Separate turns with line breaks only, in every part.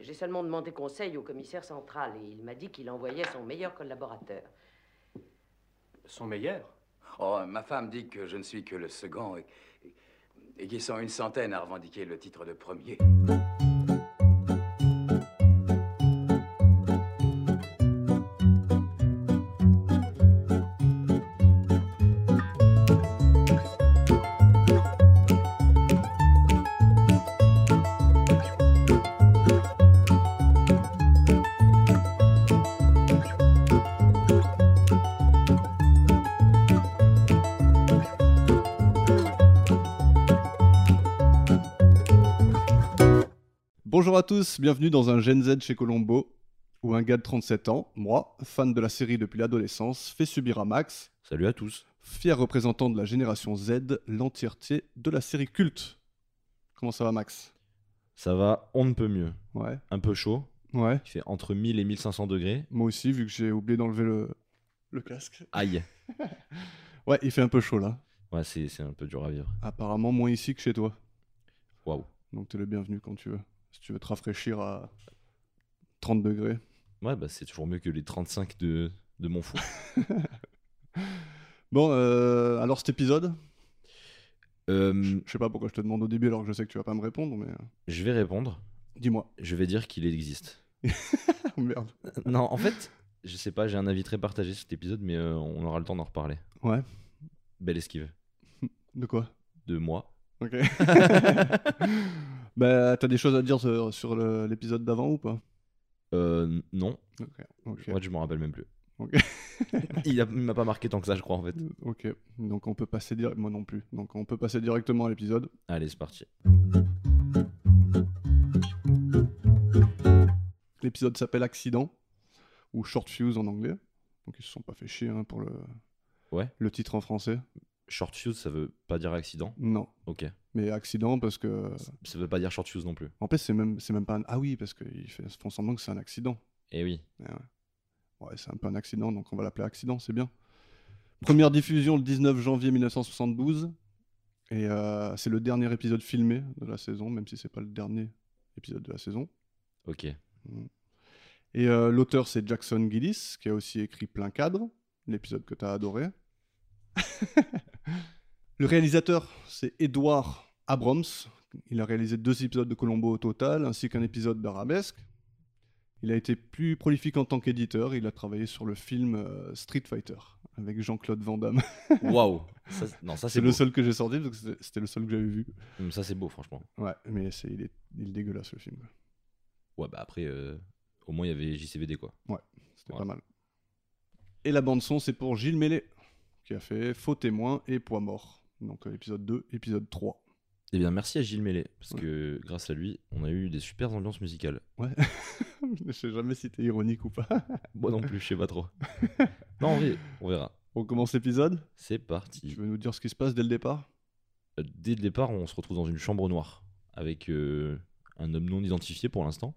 J'ai seulement demandé conseil au commissaire central et il m'a dit qu'il envoyait son meilleur collaborateur.
Son meilleur
Oh, ma femme dit que je ne suis que le second et, et- et qu'ils sont une centaine à revendiquer le titre de premier.
Bonjour à tous, bienvenue dans un Gen Z chez Colombo, où un gars de 37 ans, moi, fan de la série depuis l'adolescence, fait subir à Max,
Salut à tous.
fier représentant de la génération Z, l'entièreté de la série culte. Comment ça va Max
Ça va, on ne peut mieux.
Ouais,
Un peu chaud,
ouais.
il fait entre 1000 et 1500 degrés.
Moi aussi, vu que j'ai oublié d'enlever le... le casque.
Aïe.
Ouais, il fait un peu chaud là.
Ouais, c'est c'est un peu dur à vivre.
Apparemment moins ici que chez toi.
Waouh.
Donc t'es le bienvenu quand tu veux. Si tu veux te rafraîchir à 30 degrés.
Ouais, bah c'est toujours mieux que les 35 de, de mon fou.
Bon, euh, alors cet épisode,
Euh,
je sais pas pourquoi je te demande au début alors que je sais que tu vas pas me répondre, mais euh,
je vais répondre.
dis-moi.
Je vais dire qu'il existe.
Oh, merde.
non, en fait, je sais pas, j'ai un avis très partagé sur cet épisode, mais euh, on aura le temps d'en reparler.
Ouais.
Belle esquive.
De quoi
De moi.
Ok. bah, t'as des choses à dire sur, sur le- l'épisode d'avant ou pas
Euh, non,
Ok. Ok.
moi je m'en rappelle même plus.
Ok.
il a- il m'a pas marqué tant que ça, je crois, en fait.
Ok. Donc on peut passer dire moi non plus. Donc on peut passer directement à l'épisode.
Allez, c'est parti.
L'épisode s'appelle Accident ou Short Fuse en anglais. Donc ils se sont pas fait chier hein, pour le
Ouais.
le titre en français.
Short fuse, ça veut pas dire accident.
Non.
Ok.
Mais accident parce que
Ça veut pas dire short fuse non plus.
en fait c'est même c'est même pas un... ah oui parce qu'ils fait- font semblant que c'est un accident.
Eh oui.
Ouais, c'est un peu un accident, donc on va l'appeler accident, c'est bien. Première diffusion le 19 janvier 1972. Et euh, c'est le dernier épisode filmé de la saison, même si c'est pas le dernier épisode de la saison.
Ok.
Et euh, l'auteur, c'est Jackson Gillis, qui a aussi écrit Plein Cadre, l'épisode que tu as adoré. le réalisateur, c'est Edward Abrams. Il a réalisé deux épisodes de Colombo au total, ainsi qu'un épisode d'Arabesque. Il a été plus prolifique en tant qu'éditeur. Il a travaillé sur le film euh, Street Fighter avec Jean-Claude Van Damme.
Waouh. Ça, c'est- Non, ça
C'est
c'est beau.
le seul que j'ai sorti, parce que c'était- c'était le seul que j'avais vu.
Hum, Ça c'est beau, franchement.
Ouais, mais c'est il, est, il est dégueulasse le film. quoi.
Ouais, bah après, euh, au moins il y avait JCVD quoi.
C'était
Ouais.
pas mal. Et la bande-son, c'est pour Gilles Mellet, qui a fait Faux témoin et Poids mort. Donc euh, épisode 2, épisode 3.
Eh bien, merci à Gilles Mellet, parce
Ouais.
que grâce à lui, on a eu des super ambiances musicales.
je sais jamais si t'es ironique ou pas.
Moi non plus, je sais pas trop. non, en vrai, on verra.
On commence l'épisode.
C'est
Tu
parti.
veux nous dire ce qui se passe dès le départ
Euh, Dès le départ, on se retrouve dans une chambre noire avec euh, un homme non identifié pour l'instant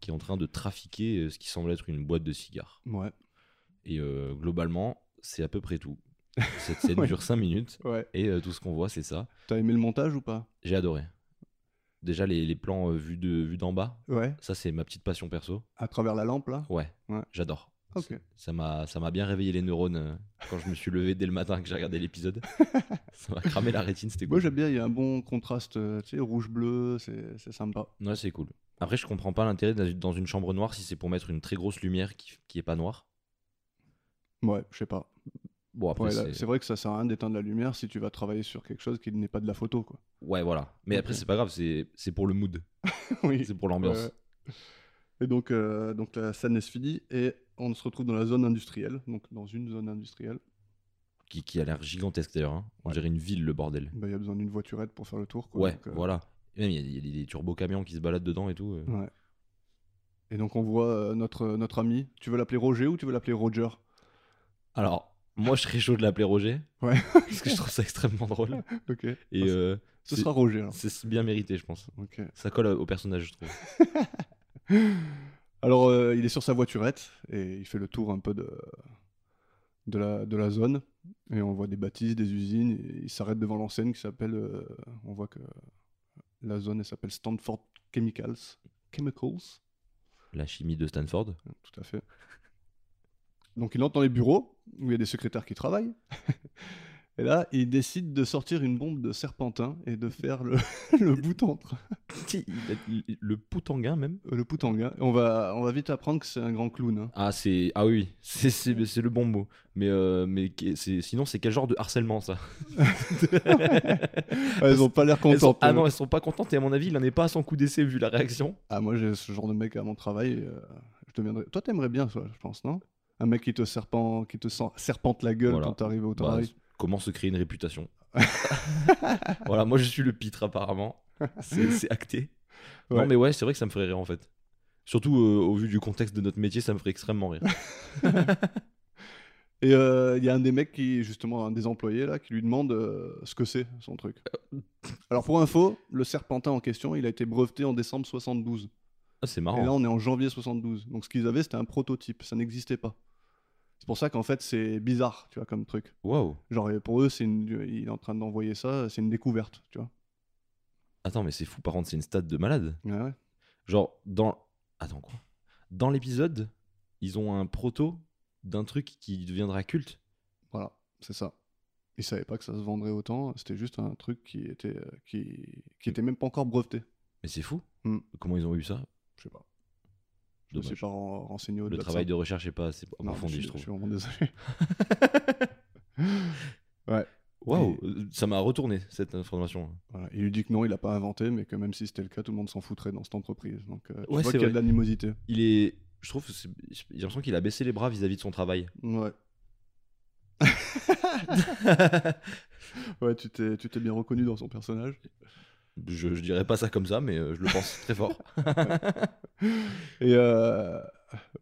qui est en train de trafiquer euh, ce qui semble être une boîte de cigares.
Ouais.
Et euh, globalement, c'est à peu près tout. Cette scène
Ouais.
dure 5 minutes
Ouais.
et euh, tout ce qu'on voit, c'est ça.
T'as aimé le montage ou pas
J'ai adoré. Déjà, les, les plans euh, vus de- vus d'en bas,
Ouais.
ça, c'est ma petite passion perso.
À travers la lampe, là
Ouais,
Ouais.
j'adore.
Ok.
Ça m'a ça m'a bien réveillé les neurones euh, quand je me suis levé dès le matin que j'ai regardé l'épisode. ça m'a cramé la rétine, c'était
Moi,
cool.
j'aime bien, il y a un bon contraste, euh, tu sais, rouge-bleu, c'est c'est sympa.
ouais, c'est cool. Après, je comprends pas l'intérêt d'être dans une chambre noire si c'est pour mettre une très grosse lumière qui, qui est pas noire.
Ouais, je sais pas.
Bon, après,
Ouais, là,
c'est-
c'est vrai que ça sert à rien d'éteindre la lumière si tu vas travailler sur quelque chose qui n'est pas de la photo, quoi.
Ouais, voilà. Mais après,
Ok.
c'est pas grave, c'est c'est pour le mood,
oui.
c'est pour l'ambiance.
Ouais, ouais. Et donc, euh, donc la scène se finit et on se retrouve dans la zone industrielle, donc dans une zone industrielle.
Qui, qui a l'air gigantesque d'ailleurs. hein. On dirait une ville, le bordel.
Bah, Il y a besoin d'une voiturette pour faire le tour. Quoi,
Ouais,
donc, euh,
voilà. Et même, il y a- il y, a des- des turbocamions qui se baladent dedans et tout. euh.
Ouais. Et donc on voit euh, notre, notre ami. Tu veux l'appeler Roger ou tu veux l'appeler Roger
Alors, moi, je serais chaud de l'appeler Roger.
Ouais.
parce que je trouve ça extrêmement drôle.
Ok.
Et
Ah, c'est-
euh,
Ce
c'est-
sera Roger. alors.
c'est bien mérité, je pense.
Ok.
Ça colle au personnage, je trouve.
Alors euh, il est sur sa voiturette et il fait le tour un peu de, de, la, de la zone. Et on voit des bâtisses, des usines. Et il s'arrête devant l'enseigne qui s'appelle. euh, on voit que la zone elle s'appelle Stanford Chemicals. Chemicals.
La chimie de Stanford.
Tout à fait. Donc il entre dans les bureaux où il y a des secrétaires qui travaillent. Et là, il décide de sortir une bombe de serpentin et de faire le, le bout entre
le poutanguin même.
euh, le poutanga. On va, on va vite apprendre que c'est un grand clown. hein.
Ah c'est ah oui c'est c'est c'est le bon mot. Mais euh, mais que- c'est sinon c'est quel genre de harcèlement ça
Ah, ils ont pas l'air
Elles sont-
contents.
Ah non elles sont pas contentes et à mon avis il en est pas à son coup d'essai vu la réaction.
Ah, moi, j'ai ce genre de mec à mon travail. euh, je deviendrais... Toi, t'aimerais bien, ça, je pense, non Un mec qui te, serpent... qui te sent- serpente la gueule
Voilà.
quand t'arrives au
Bah,
travail.
comment se créer une réputation Voilà moi je suis le pitre apparemment. C'est c'est acté.
Ouais.
Non mais ouais c'est vrai que ça me ferait rire en fait. Surtout euh, au vu du contexte de notre métier ça me ferait extrêmement rire.
Et euh, il y a un des mecs qui, justement, un des employés, là, qui lui demande euh, ce que c'est, son truc.
Euh.
Alors, pour info, le serpentin en question, il a été breveté en décembre 72.
Ah, c'est
Et là,
marrant.
on est en janvier 72. Donc, ce qu'ils avaient, c'était un prototype. Ça n'existait pas. C'est pour ça qu'en fait, c'est bizarre, tu vois, comme truc.
Waouh.
Genre, et pour eux, c'est une... il est en train d'envoyer ça, c'est une découverte, tu vois.
Attends mais c'est fou par contre c'est une stade de malade.
Ouais, ouais.
Genre, dans. Attends, quoi Dans l'épisode, ils ont un proto d'un truc qui deviendra culte.
Voilà, c'est ça. Ils savaient pas que ça se vendrait autant, c'était juste un truc qui était, euh, qui, qui était même pas encore breveté.
Mais c'est fou.
Hmm.
Comment ils ont eu ça
Je sais pas. Je me suis
Dommage.
pas ren- renseigné au
Le travail de recherche est pas assez approfondi, je
Je suis
trouve.
vraiment désolé.
Waouh, euh, ça m'a retourné cette information.
Voilà. Il lui dit que non, il a pas inventé, mais que même si c'était le cas, tout le monde s'en foutrait dans cette entreprise. Donc, euh, tu
Ouais,
vois
c'est
qu'il y a
vrai.
de l'animosité.
Il est. Je trouve. que c'est- J'ai l'impression qu'il a baissé les bras vis-à-vis de son travail.
Ouais, ouais tu t'es tu t'es bien reconnu dans son personnage.
je, je dirais pas ça comme ça, mais euh, je le pense très fort.
Et euh,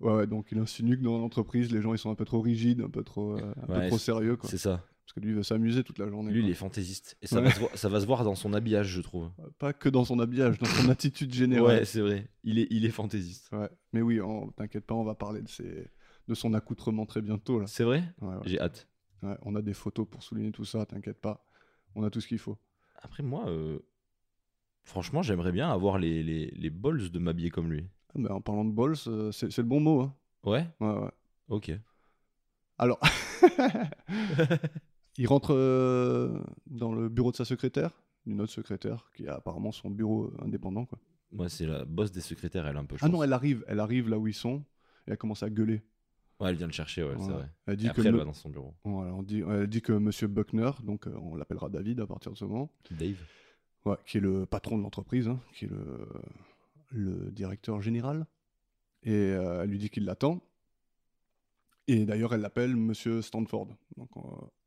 ouais, ouais, donc il insinue que dans l'entreprise, les gens ils sont un peu trop rigides, un peu trop, euh, un peu
Ouais,
trop sérieux. Quoi.
C'est ça.
Parce que lui, il veut s'amuser toute la journée.
Lui,
quoi.
il est fantaisiste. Et ça,
Ouais.
va se voir, ça va se voir dans son habillage, je trouve.
Pas que dans son habillage, dans son attitude générale.
Ouais, c'est vrai. Il est, il est fantaisiste.
Ouais. Mais oui, on- t'inquiète pas, on va parler de, ses- de son accoutrement très bientôt. Là.
C'est vrai
Ouais, ouais.
J'ai hâte.
Ouais, on a des photos pour souligner tout ça, t'inquiète pas. On a tout ce qu'il faut.
Après, moi, euh, franchement, j'aimerais bien avoir les, les, les balls de m'habiller comme lui.
Ah, mais en parlant de balls, euh, c'est c'est le bon mot. hein.
Ouais
Ouais, ouais.
Ok.
Alors, il rentre euh, dans le bureau de sa secrétaire, d'une autre secrétaire, qui a apparemment son bureau euh, indépendant. Quoi.
Moi, c'est la boss des secrétaires, elle, un peu. je
Ah
pense.
non, elle arrive, elle arrive là où ils sont, et elle commence à gueuler.
Ouais, elle vient le chercher, ouais, c'est
Ouais.
vrai.
Elle dit
Et après,
que
elle
me-
va dans son bureau.
Voilà, on dit, elle dit que Monsieur Buckner, donc euh, on l'appellera David à partir de ce moment,
Dave
Ouais, qui est le patron de l'entreprise, hein, qui est le, le directeur général. Et euh, elle lui dit qu'il l'attend. Et d'ailleurs, elle l'appelle Monsieur Stanford. Donc, euh,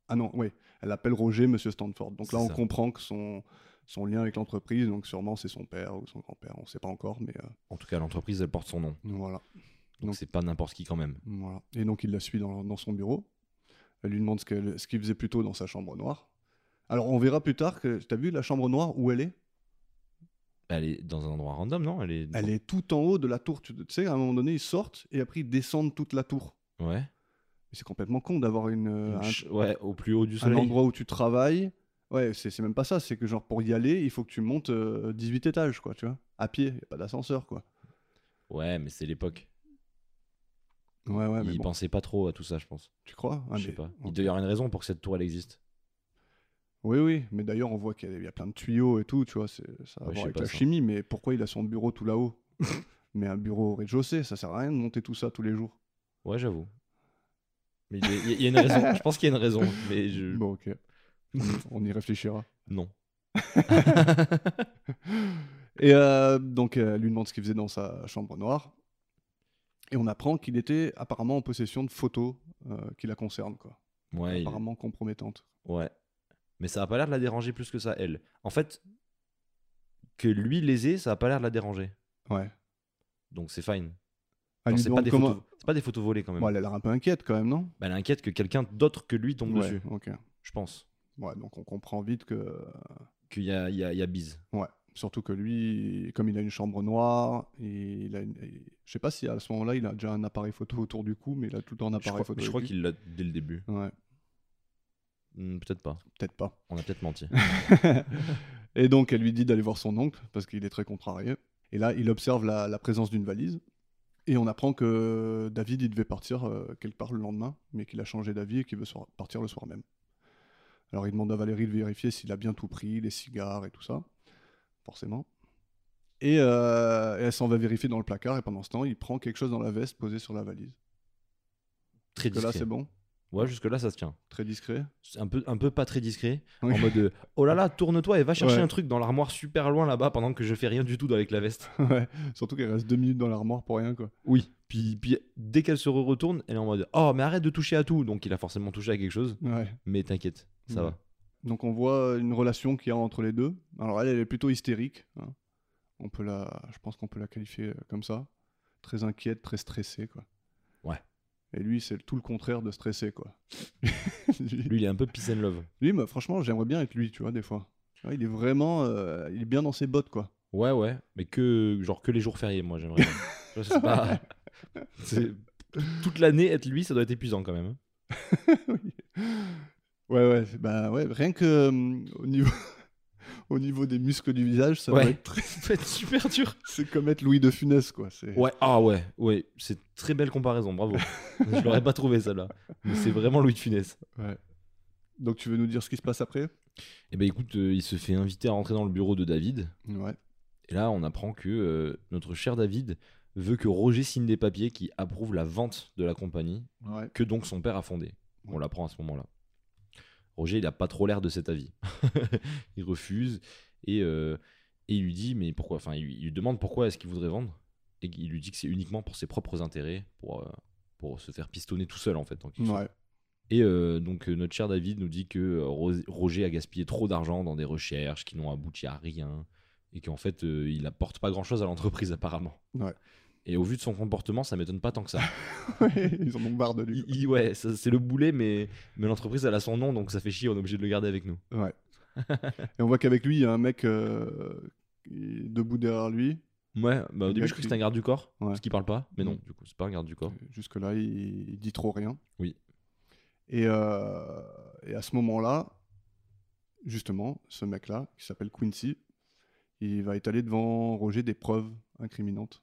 ah non, oui, elle l'appelle Roger Monsieur Stanford. Donc là,
C'est
on
ça.
comprend que son, son lien avec l'entreprise, donc sûrement c'est son père ou son grand-père, on ne sait pas encore, mais euh,
En tout cas, l'entreprise, elle porte son nom.
voilà,
Donc,
Donc-
c'est pas n'importe qui quand même.
voilà. Et donc, il la suit dans, dans son bureau. Elle lui demande ce qu'elle- ce qu'il faisait plutôt dans sa chambre noire. Alors, on verra plus tard que. T'as vu la chambre noire où elle est
Elle est dans un endroit random, non Elle est.
Elle est tout en haut de la tour. Tu tu sais, à un moment donné, ils sortent et après ils descendent toute la tour.
Ouais.
Mais C'est complètement con d'avoir une, euh,
Une
un,
ch- Ouais, au plus haut du
un
soleil.
endroit où tu travailles. Ouais, c'est c'est même pas ça. C'est que genre pour y aller, il faut que tu montes euh, 18 étages, quoi, tu vois. À pied, y a pas d'ascenseur, quoi.
Ouais, mais c'est l'époque.
Ouais, ouais, mais
Ils
bon,
pensaient pas trop à tout ça, je pense.
tu crois Ah,
je sais
mais-
pas.
ok.
Il doit y avoir une raison pour que cette tour, elle existe.
Oui, oui, mais d'ailleurs, on voit qu'il y, a- il y a plein de tuyaux et tout, tu vois. c'est- Ça a à
Ouais, je sais
voir avec
pas
la
ça.
chimie, mais pourquoi il a son bureau tout là-haut Mais un bureau au rez-de-chaussée, ça sert à rien de monter tout ça tous les jours.
Ouais, j'avoue. Mais il y a- il y, a une raison. Je pense qu'il y a une raison. Mais je.
Bon, ok. on y réfléchira.
Non.
Et euh, donc, euh, elle lui demande ce qu'il faisait dans sa chambre noire. Et on apprend qu'il était apparemment en possession de photos euh, qui la concernent, quoi.
Ouais, il-
apparemment compromettantes.
ouais. Mais ça a pas l'air de la déranger plus que ça, elle. En fait, que lui les ait, ça a pas l'air de la déranger.
Ouais.
Donc c'est fine.
Elle
Genre,
Ah, lui
C'est pas,
demande
des
comment.
photos- c'est pas des photos volées quand même.
Bon, elle a l'air un peu inquiète quand même, non
Bah, elle inquiète que quelqu'un d'autre que lui tombe
Ouais,
dessus,
ok.
je pense.
Ouais, donc on comprend vite que.
Qu'il y a, il y, a, il y a bise.
Ouais. Surtout que lui, comme il a une chambre noire, et il a une- je sais pas si à ce moment-là il a déjà un appareil photo autour du cou, mais il a tout le temps un
Je
appareil
crois,
photo.
je
avec
crois
lui.
qu'il l'a dès le début.
Ouais,
Hmm, Peut-être pas.
peut-être pas.
On a peut-être menti.
et donc, elle lui dit d'aller voir son oncle parce qu'il est très contrarié. Et là, il observe la, la présence d'une valise. Et on apprend que David, il devait partir euh, quelque part le lendemain, mais qu'il a changé d'avis et qu'il veut so- partir le soir même. Alors il demande à Valérie de vérifier s'il a bien tout pris, les cigares et tout ça, forcément. Et, euh, et elle s'en va vérifier dans le placard, et pendant ce temps, il prend quelque chose dans la veste posée sur la valise.
Très
Que là,
discret.
c'est bon,
Ouais, jusque-là, ça se tient.
très discret.
C'est Un peu, un peu pas très discret.
Oui.
En mode euh, oh là là, tourne-toi et va chercher
Ouais.
un truc dans l'armoire super loin là-bas pendant que je fais rien du tout avec la veste.
Ouais, Surtout qu'il reste deux minutes dans l'armoire pour rien, quoi.
Oui. Puis, puis dès qu'elle se retourne, elle est en mode oh, mais arrête de toucher à tout. Donc il a forcément touché à quelque chose.
Ouais.
Mais t'inquiète, ça
Mm.
va.
Donc on voit euh, une relation qu'il y a entre les deux. Alors elle, elle est plutôt hystérique. hein. On peut la, je pense qu'on peut la qualifier euh, comme ça. Très inquiète, très stressée, quoi.
Ouais.
Et lui, c'est tout le contraire de stressé, quoi. lui,
Lui, il est un peu peace and love.
lui, bah, franchement, j'aimerais bien être lui, tu vois, des fois. Ouais, il est vraiment, euh, il est bien dans ses bottes, quoi.
Ouais, ouais, mais que genre que les jours fériés, moi j'aimerais. bien. Je sais pas. C'est- Toute l'année être lui, ça doit être épuisant quand même.
Oui. Ouais, ouais, c'est- bah ouais, rien que euh, au niveau, au niveau des muscles du visage, ça doit
Ouais.
être très-
Ça doit être super dur.
c'est comme être Louis de Funès, quoi. C'est-
Ouais, ah ouais, ouais, c'est très belle comparaison, bravo. Je l'aurais pas trouvé celle-là. Mais c'est vraiment Louis de Funès.
Donc tu veux nous dire ce qui se passe après
Eh ben écoute, euh, il se fait inviter à rentrer dans le bureau de David.
Ouais.
Et là, on apprend que euh, notre cher David veut que Roger signe des papiers qui approuvent la vente de la compagnie
Ouais.
que donc son père a fondé. On l'apprend à ce moment-là. Roger, il n'a pas trop l'air de cet avis. il refuse et, euh, et il lui dit, mais pourquoi Enfin, il, lui- il lui demande pourquoi est-ce qu'il voudrait vendre. Et il lui dit que c'est uniquement pour ses propres intérêts, pour, euh, pour se faire pistonner tout seul en fait. en quelque sorte.
Ouais.
Et euh, donc euh, notre cher David nous dit que euh, Ro- Roger a gaspillé trop d'argent dans des recherches qui n'ont abouti à rien et qu'en fait euh, il apporte pas grand-chose à l'entreprise apparemment.
Ouais.
Et au vu de son comportement, ça m'étonne pas tant que ça.
Ouais, ils en ont marre de lui.
Il- il- ouais, ça, c'est le boulet, mais, mais l'entreprise, elle a son nom, donc ça fait chier, on est obligé de le garder avec nous.
Ouais. Et on voit qu'avec lui, il y a un mec euh, qui est debout derrière lui.
Ouais, bah,
Le
au début,
gars
je crois que
qui-
c'était un garde du corps,
Ouais.
parce qu'il parle pas, mais non,
Mm.
du coup, c'est pas un garde du corps.
Jusque-là, il, il dit trop rien.
Oui.
Et, euh, et à ce moment-là, justement, ce mec-là, qui s'appelle Quincy, il va étaler devant Roger des preuves incriminantes.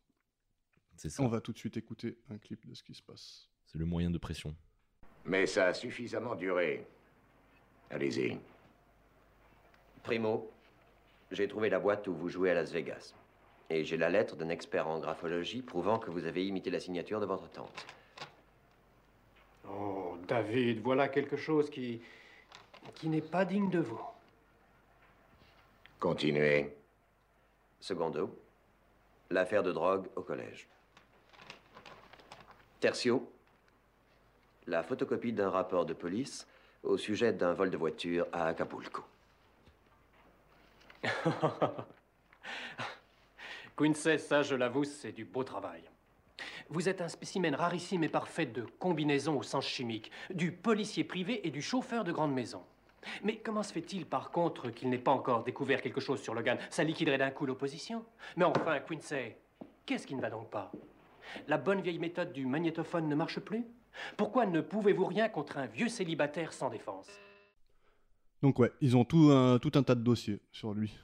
C'est ça,
On va tout de suite écouter un clip de ce qui se passe.
c'est le moyen de pression.
Mais ça a suffisamment duré. Allez-y.
Primo, j'ai trouvé la boîte où vous jouez à Las Vegas. Et j'ai la lettre d'un expert en graphologie prouvant que vous avez imité la signature de votre tante.
Oh, David, voilà quelque chose qui. qui n'est pas digne de vous.
Continuez.
Secondo, l'affaire de drogue au collège. Tertio, la photocopie d'un rapport de police au sujet d'un vol de voiture à Acapulco.
Quincy, ça, je l'avoue, c'est du beau travail. Vous êtes un spécimen rarissime et parfait de combinaison au sens chimique, du policier privé et du chauffeur de grande maison. Mais comment se fait-il, par contre, qu'il n'ait pas encore découvert quelque chose sur Logan Ça liquiderait d'un coup l'opposition. Mais enfin, Quincy, qu'est-ce qui ne va donc pas La bonne vieille méthode du magnétophone ne marche plus Pourquoi ne pouvez-vous rien contre un vieux célibataire sans défense
Donc ouais, ils ont tout un, tout un tas de dossiers sur lui.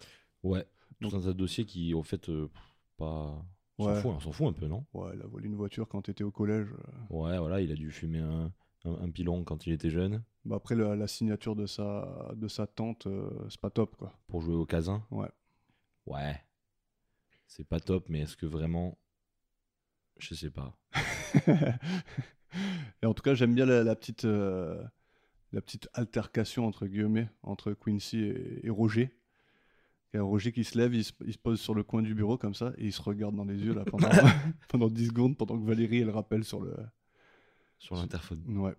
Ouais, tout
Donc-
un tas de dossiers qui, au fait, euh, pff, pas. On s'en
Ouais.
fout, on s'en fout un peu, non
Ouais, il a volé une voiture quand t'étais au collège. euh,
Ouais, voilà, il a dû fumer un, un, un pilon quand il était jeune
Bah après, la, la signature de sa, de sa tante, euh, c'est pas top, quoi.
pour jouer au casin.
Ouais.
Ouais. C'est pas top, mais est-ce que vraiment. Je sais pas.
Et en tout cas, j'aime bien la, la petite, euh, la petite altercation, entre guillemets, entre Quincy et, et Roger. Il y a Roger qui se lève, il se, il se pose sur le coin du bureau, comme ça, et il se regarde dans les yeux, là, pendant, pendant 10 secondes, pendant que Valérie, elle rappelle sur le...
Sur l'interphone.
Ouais.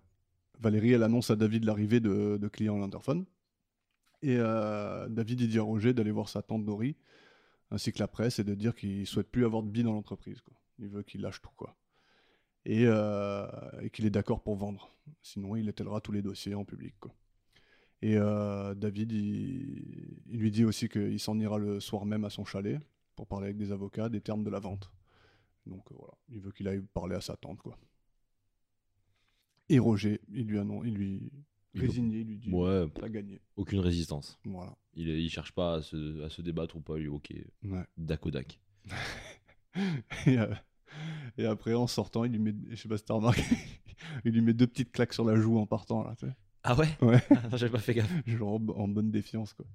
Valérie, elle annonce à David l'arrivée de, de clients à l'interphone. Et euh, David, il dit à Roger d'aller voir sa tante Dory, ainsi que la presse, et de dire qu'il souhaite plus avoir de billes dans l'entreprise. quoi. Il veut qu'il lâche tout, quoi. Et, euh, et qu'il est d'accord pour vendre. Sinon, il étalera tous les dossiers en public, quoi. Et euh, David, il, il lui dit aussi qu'il s'en ira le soir même à son chalet pour parler avec des avocats des termes de la vente. Donc euh, voilà, il veut qu'il aille parler à sa tante, quoi. Et Roger, il lui annonce, il lui
Il-
résigné, il lui dit
Ouais,
T'as gagné.
aucune résistance.
Voilà.
Il, il cherche pas à se, à se débattre ou pas, il est ok,
Ouais.
dac au dac.
et, euh, et après, en sortant, il lui met, je sais pas si t'as remarqué, il lui met deux petites claques sur la joue en partant, là, tu sais.
Ah ouais
Ouais.
Ah, J'avais pas fait gaffe.
genre en b- en bonne défiance, quoi.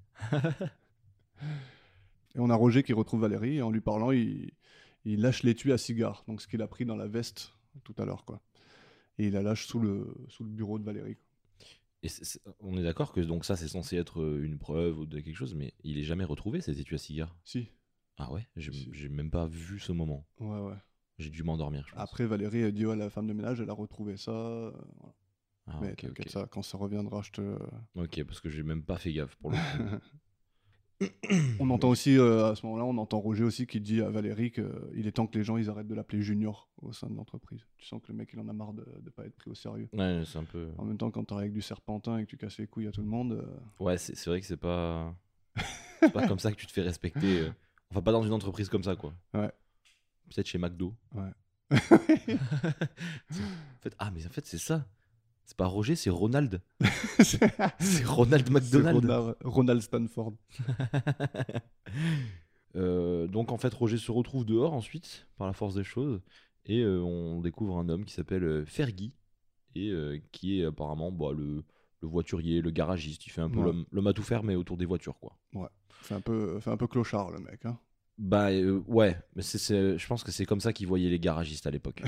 et on a Roger qui retrouve Valérie, et en lui parlant, il, il lâche l'étui à cigare, donc ce qu'il a pris dans la veste tout à l'heure, quoi. Et il la lâche sous le, sous le bureau de Valérie. quoi.
Et c'est- c'est- on est d'accord que donc ça c'est censé être euh, une preuve ou de quelque chose, mais il est jamais retrouvé cet étui à cigare.
Si,
Ah ouais, j'ai
Si.
j'ai même pas vu ce moment.
ouais, ouais.
J'ai dû m'endormir. je pense.
Après, Valérie a dit ouais, la femme de ménage, elle a retrouvé ça. euh, voilà.
Ah,
Mais
ok,
t'inquiète,
ok.
ça, quand ça reviendra, je te.
Ok, parce que j'ai même pas fait gaffe pour le coup.
On entend aussi, euh, à ce moment-là, on entend Roger aussi qui dit à Valérie qu'il est temps que les gens ils arrêtent de l'appeler Junior au sein de l'entreprise. Tu sens que le mec il en a marre de ne pas être pris au sérieux.
Ouais, c'est un peu. euh,
En même temps, quand t'arrives avec du serpentin et que tu casses les couilles à tout le monde, euh,
Ouais, c'est c'est vrai que c'est pas. C'est pas comme ça que tu te fais respecter. euh. Enfin, pas dans une entreprise comme ça, quoi.
Ouais.
Peut-être chez McDo.
Ouais.
C'est- en fait, ah, mais en fait, c'est ça. C'est pas Roger, c'est Ronald. C'est Ronald
c'est
McDonald.
Ronald, Ronald Stanford.
Euh, donc en fait, Roger se retrouve dehors ensuite, par la force des choses, et euh, on découvre un homme qui s'appelle euh, Fergie, et euh, qui est apparemment bah, le, le voiturier, le garagiste, il fait un peu
Ouais.
l'homme- l'homme à tout faire, mais autour des voitures, quoi.
C'est un peu, fait un peu clochard le mec. hein.
Bah euh, ouais, mais c'est- c'est- je pense que c'est comme ça qu'ils voyaient les garagistes à l'époque.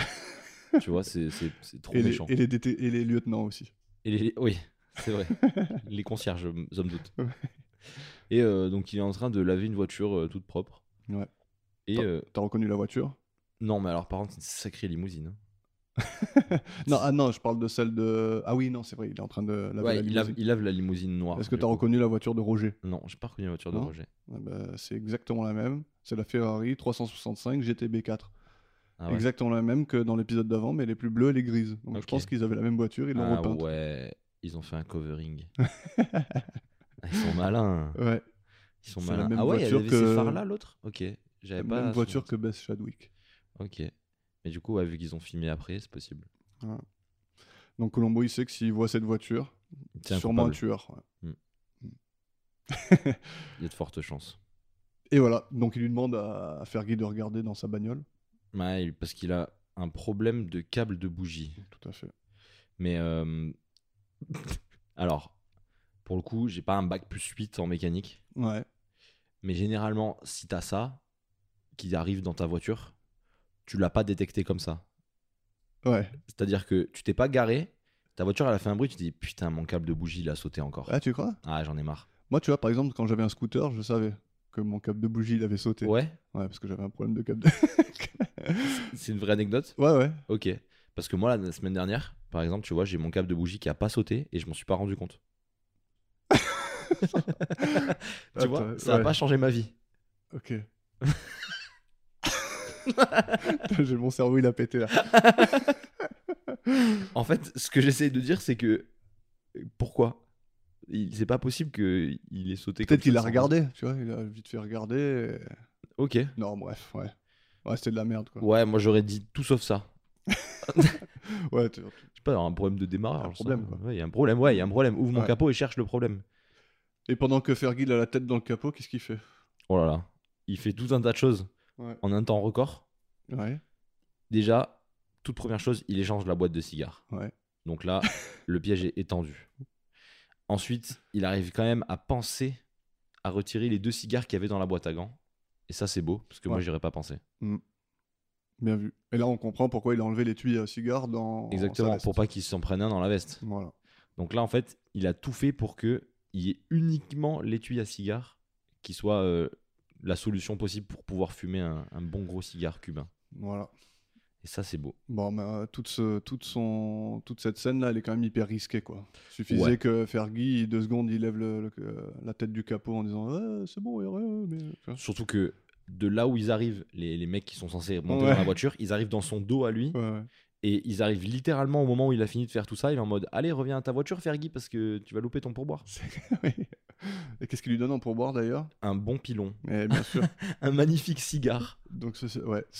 tu vois, c'est c'est- c'est trop
Et, les,
méchant.
et les DT et les lieutenants aussi.
Et les- oui, c'est vrai. les concierges, euh, hommes doute. Et euh, donc il est en train de laver une voiture euh, toute propre.
Ouais.
Et euh,
T'as reconnu la voiture
non, mais alors par contre, c'est une sacrée limousine. hein.
Non, ah non, je parle de celle de. Ah oui, non, c'est vrai, il est en train de laver
Ouais,
la
il, lave,
limousine.
il lave la limousine noire.
Est-ce que
du
t'as
coup.
reconnu la voiture de Roger
Non, j'ai pas reconnu la voiture de
Non
Roger.
Ah bah, c'est exactement la même. C'est la Ferrari 365 GTB4.
Ah ouais.
Exactement la même que dans l'épisode d'avant, mais elle est plus bleue, elle est grise. Donc je
Ok.
pense qu'ils avaient la même voiture, ils l'ont
Ah
repeinte.
ouais, ils ont fait un covering. Ah, Ils sont malins.
Ouais.
Ils sont
C'est la
malins.
même
Ah ouais, il
voiture
avait
que-
ces phares-là, l'autre Ok, j'avais
la
pas.
même
ce-
voiture que Bess Chadwick.
Ok. Mais du coup, ouais, vu qu'ils ont filmé après, c'est possible.
Donc Colombo, il sait que s'il voit cette voiture,
C'est un
sûrement un
coupable.
tueur. ouais.
Il y a de fortes chances.
Et voilà, donc il lui demande à, à Fergie de regarder dans sa bagnole.
Ouais, il- parce qu'il a un problème de câble de bougie.
Tout à fait.
Mais euh, alors, pour le coup, j'ai pas un bac plus 8 en mécanique.
Ouais.
Mais généralement, si t'as ça qui arrive dans ta voiture, tu l'as pas détecté comme ça.
Ouais.
C'est-à-dire que tu t'es pas garé, ta voiture elle a fait un bruit, tu te dis putain mon câble de bougie il a sauté encore.
Ah, tu crois
Ah j'en ai marre.
Moi, tu vois, par exemple, quand j'avais un scooter, je savais que mon câble de bougie, il avait sauté.
Ouais,
Ouais, parce que j'avais un problème de câble de...
c'est une vraie anecdote.
ouais, ouais.
Ok. Parce que moi la semaine dernière, par exemple, tu vois, j'ai mon câble de bougie qui a pas sauté et je m'en suis pas rendu compte. tu vois,
Attends,
ça a
ouais.
pas changé ma vie.
Ok. J'ai mon cerveau, il a pété là.
En fait, ce que j'essaie de dire, c'est que pourquoi Il- C'est pas possible qu'il ait sauté. comme
Peut-être
ça
qu'il a
sans-
regardé, tu vois, il a vite fait regarder. et-
Ok.
Non, bref, ouais. Ouais, c'était de la merde, quoi.
Ouais, moi j'aurais dit tout sauf ça.
Ouais, tu-
Je sais pas, un problème de démarrage.
Un
ça.
problème, quoi.
Ouais, Il y a un problème, ouais, il y a un problème. Ouvre mon
Ouais.
capot et cherche le problème.
Et pendant que Fergie il a la tête dans le capot, qu'est-ce qu'il fait
Oh là là. Il fait tout un tas de choses
Ouais.
en un temps record.
Ouais.
Déjà, toute première chose, il échange la boîte de cigares.
Ouais.
Donc là, le piège est étendu. Ensuite, il arrive quand même à penser à retirer les deux cigares qu'il y avait dans la boîte à gants. Et ça, c'est beau, parce que moi,
Ouais.
j'aurais pas pensé.
Bien vu. Et là, on comprend pourquoi il a enlevé l'étui à cigare dans. sa
Exactement,
veste.
pour pas qu'il s'en prenne un dans la veste.
Voilà.
Donc là, en fait, il a tout fait pour que il y ait uniquement l'étui à cigare qui soit euh, la solution possible pour pouvoir fumer un, un bon gros cigare cubain.
Voilà.
Et ça, c'est beau.
Bon, mais euh, toute, ce- toute, son, toute cette scène-là, elle est quand même hyper risquée, quoi. Suffisait
Ouais.
que Fergie, deux secondes, il lève le- le- euh, la tête du capot en disant Ouais, C'est bon, ouais, ouais, mais. tu vois.
Surtout que de là où ils arrivent, les, les mecs qui sont censés monter
Ouais.
dans la voiture, ils arrivent dans son dos à lui
Ouais, ouais.
et ils arrivent littéralement au moment où il a fini de faire tout ça. Il est en mode Allez, reviens à ta voiture, Fergie, parce que tu vas louper ton pourboire.
Oui. Et qu'est-ce qu'il lui donne en pourboire d'ailleurs
Un bon pilon,
Eh bien sûr.
un magnifique cigare.
Donc, ce- ce- ouais.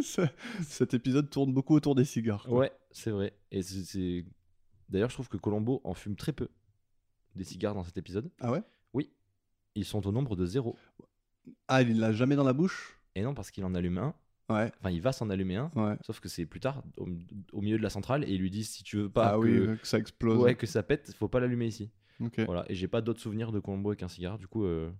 Ce- cet épisode tourne beaucoup autour des cigares. quoi.
Ouais, c'est vrai. Et c'est- c'est. D'ailleurs, je trouve que Colombo en fume très peu des cigares dans cet épisode.
Ah ouais
Ils sont au nombre de zéro.
Ah, il l'a jamais dans la bouche
Et non, parce qu'il en allume un.
Ouais,
Enfin, il va s'en allumer un.
ouais.
Sauf que c'est plus tard, au, au milieu de la centrale, et ils lui disent si tu veux pas
ah
que,
oui, que ça explose.
ouais, que ça pète, faut pas l'allumer ici.
Ok.
Voilà. Et j'ai pas d'autres souvenirs de Colombo avec un cigare. Du coup, euh,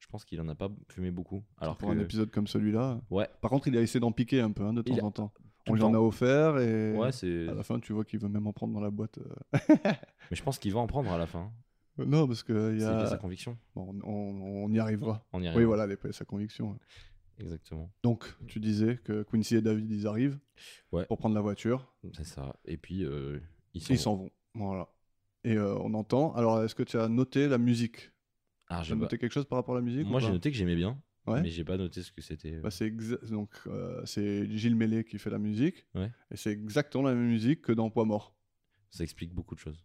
je pense qu'il en a pas fumé beaucoup. Alors
pour
que-
un épisode comme celui-là.
Ouais.
Par contre, il a essayé d'en piquer un peu hein, de temps
Il a-
en temps.
tout
On
le
lui en a
temps.
offert et
Ouais, c'est.
à la fin, tu vois qu'il veut même en prendre dans la boîte. euh.
Mais je pense qu'il va en prendre à la fin.
Euh, Non, parce que il y
C'est de
a...
sa conviction.
bon, on, on- on y arrivera.
On y arrive.
Oui, voilà, les sa conviction. hein.
Exactement.
Donc, tu disais que Quincy et David, ils arrivent
Ouais.
pour prendre la voiture.
C'est ça. Et puis, euh, ils sont.
Ils s'en vont. Voilà. Et euh, on entend. Alors, est-ce que tu as noté la musique
Ah,
Tu
j'ai
as
pas-
noté quelque chose par rapport à la musique
Moi,
ou
j'ai
pas
noté que j'aimais bien,
Ouais.
mais j'ai pas noté ce que c'était. euh.
Bah, c'est exa- donc euh, c'est Gilles Mellet qui fait la musique
Ouais.
et c'est exactement la même musique que dans Poids mort.
Ça explique beaucoup de choses.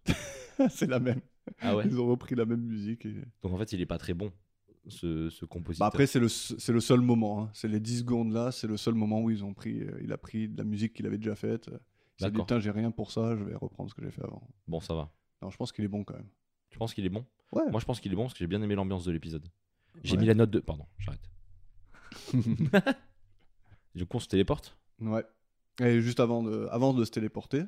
c'est la même.
Ah ouais.
Ils ont repris la même musique. et-
Donc en fait, il est pas très bon, ce, ce compositeur.
Bah, après c'est le s- c'est le seul moment. hein. C'est les 10 secondes là, c'est le seul moment où ils ont pris euh, il a pris de la musique qu'il avait déjà faite. Euh, Il s'est dit
D'accord.
putain j'ai rien pour ça, je vais reprendre ce que j'ai fait avant.
Bon, ça va.
Non, je pense qu'il est bon quand même.
Tu penses qu'il est bon
Ouais.
Moi, je pense qu'il est bon parce que j'ai bien aimé l'ambiance de l'épisode. J'ai
Ouais.
mis la note de. Pardon, j'arrête. Du coup, on se téléporte
Ouais. Et juste avant de, avant de se téléporter,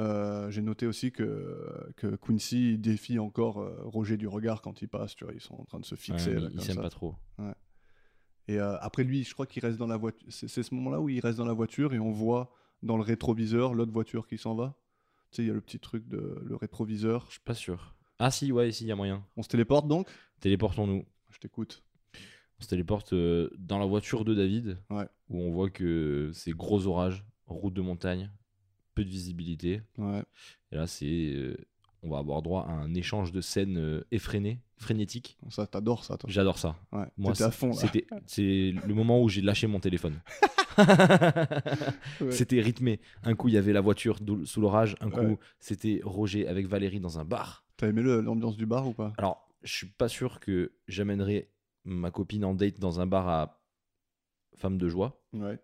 euh, j'ai noté aussi que, que Quincy défie encore euh, Roger du regard quand il passe. Tu vois, ils sont en train de se fixer.
Ouais,
là,
mais
comme
Il s'aime
ça.
pas trop.
Et euh, après lui, je crois qu'il reste dans la voiture. C'est c'est ce moment-là où il reste dans la voiture et on voit dans le rétroviseur l'autre voiture qui s'en va. Tu sais, il y a le petit truc de le rétroviseur.
Je suis pas sûr. Ah si, ouais, si, il y a moyen.
On se téléporte donc
Téléportons-nous.
Je t'écoute.
On se téléporte euh, dans la voiture de David,
Ouais.
où on voit que c'est gros orage, route de montagne, peu de visibilité.
Ouais.
Et là, c'est, euh, on va avoir droit à un échange de scènes euh, effrénées, frénétique.
Ça, t'adores ça, toi.
J'adore ça.
Ouais.
Moi,
T'étais à
c'est-
fond là.
C'était, c'est le moment où j'ai lâché mon téléphone.
Ouais.
C'était rythmé. Un coup, il y avait la voiture dou- sous l'orage. Un coup,
Ouais.
c'était Roger avec Valérie dans un bar.
T'as aimé le- l'ambiance du bar ou pas
Alors, je suis pas sûr que j'amènerai ma copine en date dans un bar à femme de joie.
Ouais.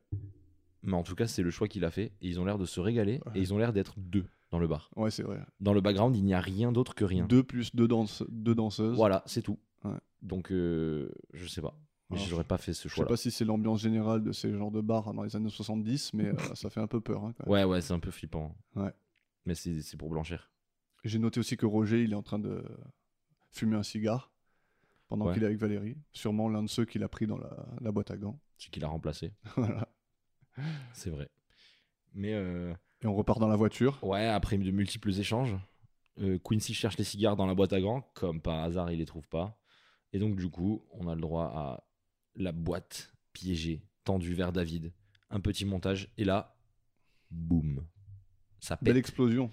Mais en tout cas, c'est le choix qu'il a fait. Et ils ont l'air de se régaler.
Ouais.
Et ils ont l'air d'être deux dans le bar.
Ouais, c'est vrai.
Dans le background, il n'y a rien d'autre que rien.
Deux plus deux, danse- deux danseuses.
Voilà, c'est tout.
Ouais.
Donc, euh, je sais pas.
Alors,
J'aurais pas fait ce
Je sais
choix-là.
pas si c'est l'ambiance générale de ces genres de bars dans les années 70, mais euh, ça fait un peu peur. hein, quand même.
Ouais, ouais, c'est un peu flippant. hein.
Ouais.
Mais c'est c'est pour blanchir.
J'ai noté aussi que Roger, il est en train de fumer un cigare pendant
Ouais.
qu'il est avec Valérie. Sûrement l'un de ceux qu'il a pris dans la, la boîte à gants.
C'est qu'il a remplacé.
Voilà.
C'est vrai. Mais euh,
Et on repart dans la voiture.
ouais, après de multiples échanges, euh, Quincy cherche les cigares dans la boîte à gants. Comme par hasard, il les trouve pas. Et donc, du coup, on a le droit à la boîte piégée, tendue vers David. Un petit montage. Et là, boum. Ça
Belle
pète.
explosion.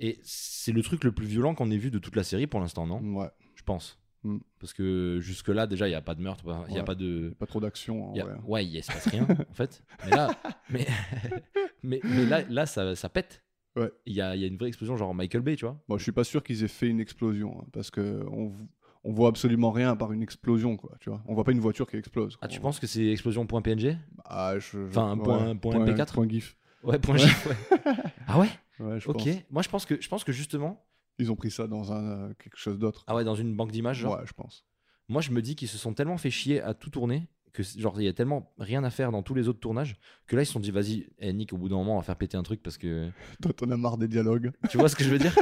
Et c'est le truc le plus violent qu'on ait vu de toute la série pour l'instant, non
Ouais.
Je pense.
Mm.
Parce que jusque-là, déjà, il n'y a pas de meurtre, il n'y
Ouais.
a pas de.
Pas trop d'action. hein,
y a-
ouais.
ouais, il se passe rien, en fait. Mais là, mais, mais, mais là, là ça, ça pète.
Ouais.
Il y a, il y a une vraie explosion, genre Michael Bay, tu vois.
Bon, je suis pas sûr qu'ils aient fait une explosion hein, parce que on, v- on voit absolument rien à part une explosion, quoi. Tu vois, on voit pas une voiture qui explose.
Ah, tu
On-
penses que c'est explosion.png
Ah, je- je-
Enfin, un point- point MP4.
Point GIF.
Ouais, point
Ouais.
G, ouais. Ah ouais
Ouais, je
Ok.
pense.
Moi, je pense, que, je pense que justement.
Ils ont pris ça dans un euh, quelque chose d'autre.
Ah ouais, dans une banque d'images, genre.
Ouais, je pense.
Moi, je me dis qu'ils se sont tellement fait chier à tout tourner que c'est- genre il y a tellement rien à faire dans tous les autres tournages que là ils se sont dit vas-y eh, Nick au bout d'un moment on va faire péter un truc parce que
Toi, t'en as marre des dialogues.
tu vois ce que je veux dire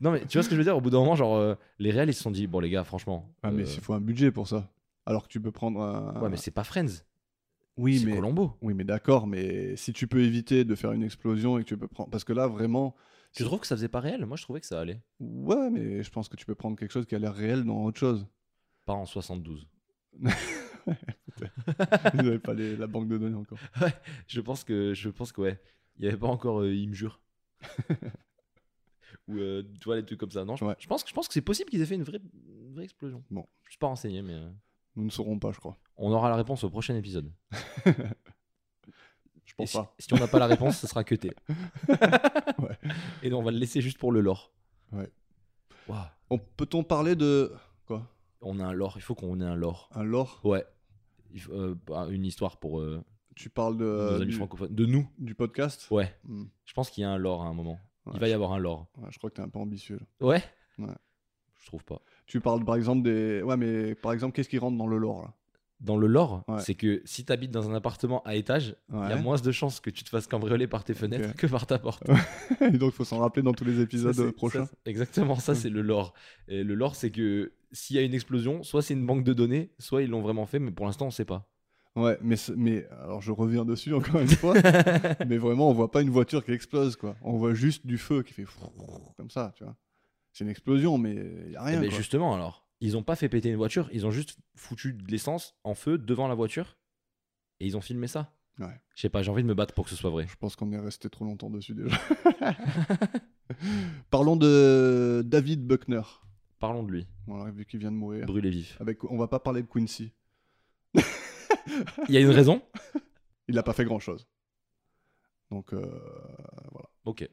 non mais tu vois ce que je veux dire au bout d'un moment genre euh, les réels ils se sont dit bon les gars franchement
Ah, mais
euh,
il faut un budget pour ça. Alors que tu peux prendre un.
ouais mais c'est pas Friends
oui,
c'est
mais.
Colombo
Oui, mais d'accord, mais si tu peux éviter de faire une explosion et que tu peux prendre. Parce que là, vraiment.
tu trouves que ça faisait pas réel moi je trouvais que ça allait
Ouais, mais je pense que tu peux prendre quelque chose qui a l'air réel dans autre chose.
pas en 72
Ils n'avaient pas les- la banque de données encore.
je pense que je pense que ouais il y avait pas encore euh, il me jure ou euh, tu vois les trucs comme ça non je,
Ouais.
je pense que je pense que c'est possible qu'ils aient fait une vraie, une vraie explosion
Bon.
je suis pas renseigné mais euh,
Nous ne saurons pas, je crois.
on aura la réponse au prochain épisode
Je
Et
pense
si,
pas.
si on n'a pas la réponse, ça sera cuté.
Ouais.
Et donc, on va le laisser juste pour le lore.
Ouais.
Waouh.
On peut-on parler de. Quoi
On a un lore, il faut qu'on ait un lore.
Un lore
Ouais. Il faut, euh, bah, une histoire pour euh,
Tu parles de,
nos amis
du,
francophones. De nous.
du podcast
Ouais.
Hmm.
Je pense qu'il y a un lore à un moment.
Ouais,
il va y avoir un lore.
Ouais, Je crois que t'es un peu ambitieux. là.
Ouais
Ouais.
Je trouve pas.
Tu parles par exemple des. Ouais, mais par exemple, qu'est-ce qui rentre dans le lore là
dans le lore,
Ouais.
c'est que si tu habites dans un appartement à étage, il y a
Ouais.
moins de chances que tu te fasses cambrioler par tes fenêtres
Ok.
que par ta porte.
Et donc, il faut s'en rappeler dans tous les
Ça,
épisodes
c'est-
prochains.
ça, c'est- exactement, ça
Mm.
c'est le lore. Et le lore, c'est que s'il y a une explosion, soit c'est une banque de données, soit ils l'ont vraiment fait, mais pour l'instant on sait pas.
Ouais, mais, c'est- mais alors je reviens dessus encore une fois, mais vraiment on voit pas une voiture qui explose quoi. On voit juste du feu qui fait comme ça, tu vois. C'est une explosion, mais Ah, il y a rien. quoi.
mais Eh ben, justement, alors, ils ont pas fait péter une voiture, ils ont juste foutu de l'essence en feu devant la voiture et ils ont filmé ça.
Ouais.
Je sais pas, j'ai envie de me battre pour que ce soit vrai.
Je pense qu'on est resté trop longtemps dessus déjà. Parlons de David Buckner,
Parlons de lui,
Voilà, vu qu'il vient de mourir.
brûlé vif.
Avec, on va pas parler de Quincy.
Il y a une raison
Il n'a pas fait grand chose. Donc euh, voilà,
Ok.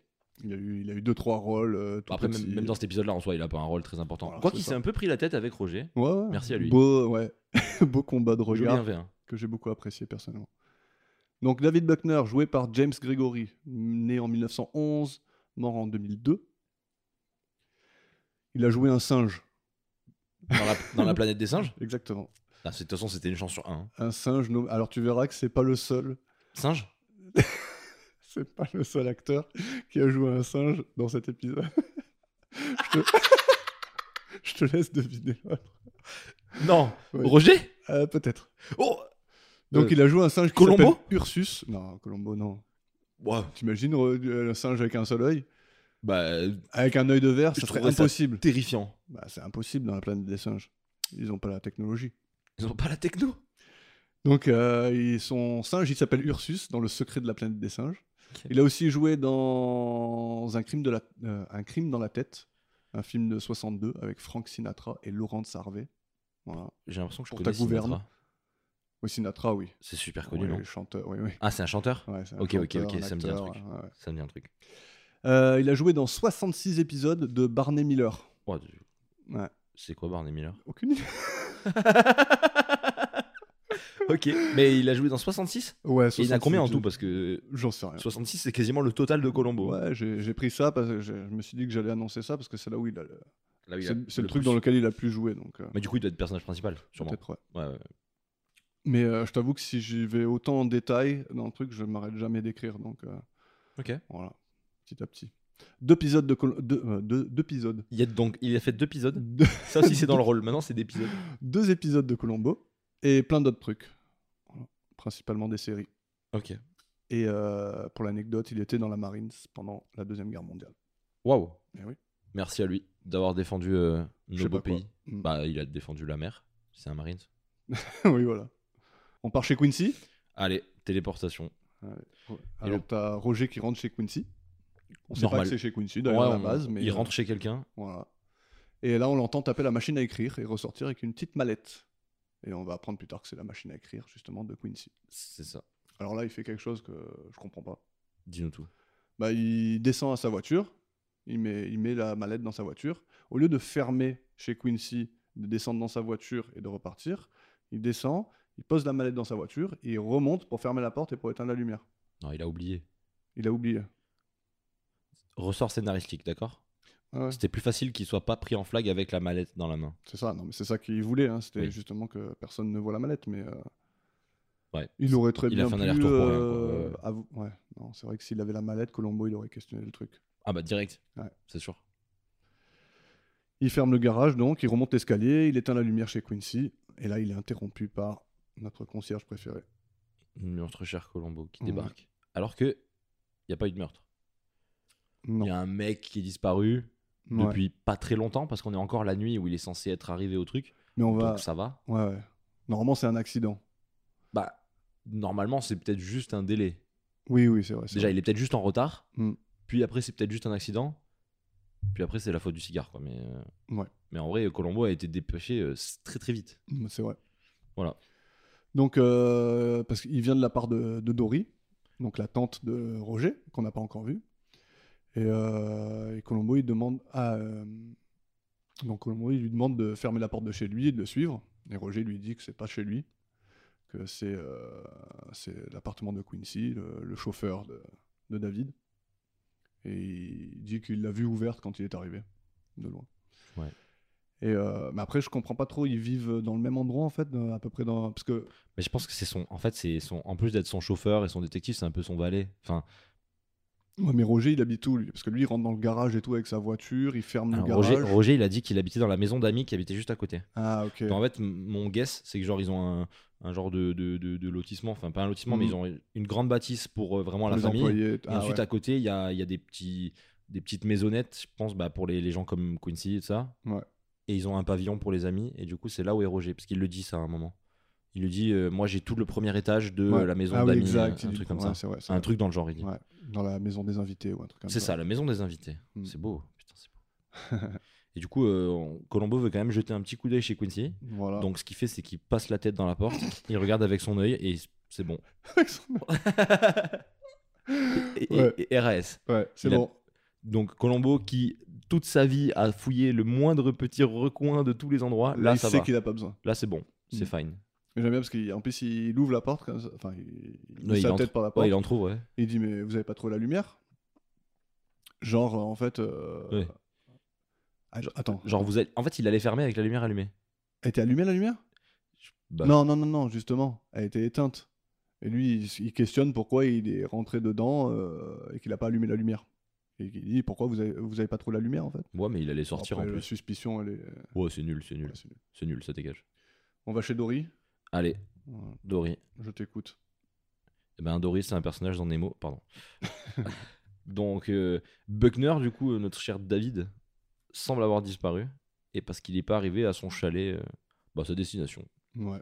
il a eu, il a eu deux trois rôles. euh, tout
Après,
petit.
même, même dans cet épisode-là, en soi, il a pas un rôle très important.
Voilà,
Quoi
c'est
qu'il
ça.
s'est un peu pris la tête avec Roger.
Ouais, ouais.
Merci à lui. hein.
Beau, ouais, beau combat de regard.
Julien V1.
que j'ai beaucoup apprécié personnellement. Donc David Buckner, joué par James Gregory, né en 1911, mort en 2002. Il a joué un singe,
Dans la, dans la planète des singes
exactement.
Ah, c'est- De toute façon, c'était une chance sur un. hein.
Un singe, nommé- alors tu verras que c'est pas le seul,
Singe
c'est pas le seul acteur qui a joué un singe dans cet épisode. Je te, Je te laisse deviner.
Non
Ouais.
Roger
Euh, Peut-être.
Oh
Donc
Euh,
il a joué un singe qui
Colombo
s'appelle Ursus. Non, Colombo, non.
Ouais.
T'imagines euh, un singe avec un seul œil
Bah, euh,
Avec un œil de verre,
Je
ça serait
trouverais ça
impossible.
terrifiant.
Bah, c'est impossible dans la planète des singes. Ils n'ont pas la technologie.
Ils ont pas la techno
Donc, euh, ils- son singe, il s'appelle Ursus dans Le secret de la planète des singes. Il a aussi joué dans un crime, de la, euh, un crime dans la tête, un film de 62 avec Frank Sinatra et Laurence Harvey. Voilà.
J'ai l'impression que je
Pour ta
connais Sinatra.
gouverne. Oui, Sinatra, oui.
C'est super connu,
Ouais,
non
le chanteur, oui, oui.
Ah, c'est un chanteur
Ouais, c'est un
Ok, ok, ok,
un
ça me dit un
acteur,
truc.
ouais.
Ça me dit un truc.
Euh, il a joué dans 66 épisodes de Barney Miller.
Oh, tu-
Ouais.
C'est quoi Barney Miller
Aucune idée.
Ok, mais il a joué dans 66
Ouais,
Et il y en
66
a combien en tout
épisodes.
Parce que
J'en sais rien.
66, c'est quasiment le total de Colombo.
Ouais, j'ai j'ai pris ça parce que je, je me suis dit que j'allais annoncer ça parce que c'est là où il a le-
Là, il a
c'est c'est le, truc
plus.
dans lequel il a plus joué donc euh,
Mais du coup, il doit être personnage principal, sûrement.
peut-être ouais.
Ouais, ouais.
Mais euh, je t'avoue que si j'y vais autant en détail dans le truc, je m'arrête jamais d'écrire donc euh,
Ok.
voilà, petit à petit. Deux épisodes de Col- deux, euh, deux- deux épisodes.
Il, y a donc, il a fait deux épisodes.
Deux,
Ça aussi, c'est dans le rôle. Maintenant, c'est d'épisodes.
deux épisodes de Colombo et plein d'autres trucs. Voilà. Principalement des séries.
Ok.
Et euh, pour l'anecdote, il était dans la Marines pendant la Deuxième Guerre mondiale.
Waouh.
Eh oui.
Merci à lui d'avoir défendu euh,
Je sais
nos beaux
pas quoi.
pays.
Mm.
Bah, il a défendu la mer. C'est un Marine.
oui, voilà. On part chez Quincy.
Allez, téléportation.
Alors,
le-
t'as Roger qui rentre chez Quincy. On sait pas
Normal.
que c'est chez Quincy, d'ailleurs, à la
Ouais, on-
base. Mais
il
euh,
rentre chez quelqu'un.
Voilà. Et là, on l'entend taper la machine à écrire et ressortir avec une petite mallette. Et on va apprendre plus tard que c'est la machine à écrire, justement, de Quincy.
C'est ça.
Alors là, il fait quelque chose que je comprends pas.
Dis-nous tout.
Bah, il descend à sa voiture, il met, il met la mallette dans sa voiture. Au lieu de fermer chez Quincy, de descendre dans sa voiture et de repartir, il descend, il pose la mallette dans sa voiture et il remonte pour fermer la porte et pour éteindre la lumière.
Non, il a oublié.
Il a oublié.
Ressort scénaristique, d'accord
Ouais, ouais.
C'était plus facile qu'il soit pas pris en flag avec la mallette dans la main.
C'est ça, non, mais c'est ça qu'il voulait. hein, C'était
Oui.
justement que personne ne voit la mallette, mais euh,
Ouais.
il aurait très
Il a
bien
fait un
pu.
aller-retour pour rien,
euh,
quoi.
avou- ouais, non, c'est vrai que s'il avait la mallette, Colombo, il aurait questionné le truc.
Ah bah direct.
Ouais.
C'est sûr.
Il ferme le garage, donc il remonte l'escalier, il éteint la lumière chez Quincy, et là, il est interrompu par notre concierge préféré.
Notre cher Colombo qui
Ouais.
débarque. Alors que il y a pas eu de meurtre.
Non.
Il y a un mec qui est disparu
Ouais.
depuis pas très longtemps parce qu'on est encore la nuit où il est censé être arrivé au truc.
Mais on va.
Donc ça va.
Ouais, ouais. Normalement, c'est un accident.
Bah normalement c'est peut-être juste un délai.
Oui, oui, c'est vrai. c'est
Déjà
vrai.
il est peut-être juste en retard.
Mm.
Puis après c'est peut-être juste un accident. Puis après c'est la faute du cigare quoi. Mais euh,
Ouais.
mais en vrai Colombo a été dépêché euh, s- très très vite.
Mm, C'est vrai.
Voilà.
Donc, euh, parce qu'il vient de la part de, de Dory, donc la tante de Roger, qu'on n'a pas encore vue. Et, euh, et Colombo, il demande à. euh, donc, Colombo, il lui demande de fermer la porte de chez lui et de le suivre. Et Roger lui dit que c'est pas chez lui, que c'est euh, c'est l'appartement de Quincy, le, le chauffeur de, de David. Et il dit qu'il l'a vue ouverte quand il est arrivé, de loin.
Ouais.
Et euh, mais après, je comprends pas trop. Ils vivent dans le même endroit en fait, dans- à peu près dans parce que
Mais je pense que c'est son. En fait, c'est son. En plus d'être son chauffeur et son détective, c'est un peu son valet. Enfin,
ouais, mais Roger, il habite où lui Parce que lui, il rentre dans le garage et tout avec sa voiture, il ferme le
alors,
garage.
Roger, Roger, il a dit qu'il habitait dans la maison d'amis qui habitait juste à côté.
Ah ok.
Donc, Bah, en fait, m- mon guess, c'est que genre ils ont un, un genre de, de, de- de lotissement, enfin pas un lotissement, mais
Mhm.
ils ont une grande bâtisse pour euh, vraiment la
Les
famille.
employés.
Et
Ah,
ensuite
ouais.
à côté, il y a, il y a des petits des petites maisonnettes, je pense, bah, pour les, les gens comme Quincy et tout ça.
Ouais.
Et ils ont un pavillon pour les amis. Et du coup, c'est là où est Roger, parce qu'il le dit ça à un moment. Il lui dit, euh, moi j'ai tout le premier étage de
Ouais.
euh, la maison
Ah oui,
d'amis,
exact,
un,
il
un
dit-
truc comme
ouais,
ça,
c'est vrai, c'est
un
vrai.
truc dans le genre. Il dit.
Ouais, dans la maison des invités ou un truc comme ça.
C'est ça, la maison des invités.
Mm.
C'est beau, putain, c'est beau. et du coup, euh, on- Colombo veut quand même jeter un petit coup d'œil chez Quincy.
Voilà.
Donc ce qu'il fait, c'est qu'il passe la tête dans la porte, il regarde avec son œil et c'est bon. Et- et-
Ouais.
et RAS.
ouais, c'est
il a-
bon.
Donc Colombo qui toute sa vie a fouillé le moindre petit recoin de tous les endroits,
Là,
là
il
ça
sait
va.
qu'il a pas besoin.
Là c'est bon, c'est
Mm.
fine.
Mais J'aime bien parce qu'en plus, il ouvre la porte, comme ça. enfin, il, il met
Ouais, il
sa
entre.
tête par la porte.
Ouais, il en trouve, ouais.
Il dit mais vous avez pas trop la lumière Genre euh, en fait. euh,
Ouais.
ah, je- Attends.
Genre vous allez- en fait, il allait fermer avec la lumière allumée.
Elle était allumée la lumière
Bah,
Non non non non justement, elle était éteinte. Et lui il, s- il questionne pourquoi il est rentré dedans euh, et qu'il a pas allumé la lumière. Et il dit pourquoi vous avez, vous avez pas trop la lumière en fait
Ouais, mais il allait sortir
Après,
en
La
plus.
suspicion elle est. euh,
Ouais, c'est nul, c'est nul,
ouais, c'est nul.
c'est nul, ça dégage.
On va chez Dory.
Allez,
Voilà,
Dory.
Je t'écoute.
Eh ben, Dory, c'est un personnage dans Nemo, pardon. Donc, euh, Buckner, du coup, euh, notre cher David, semble avoir disparu. Et parce qu'il n'est pas arrivé à son chalet, euh, bah, sa destination.
Ouais.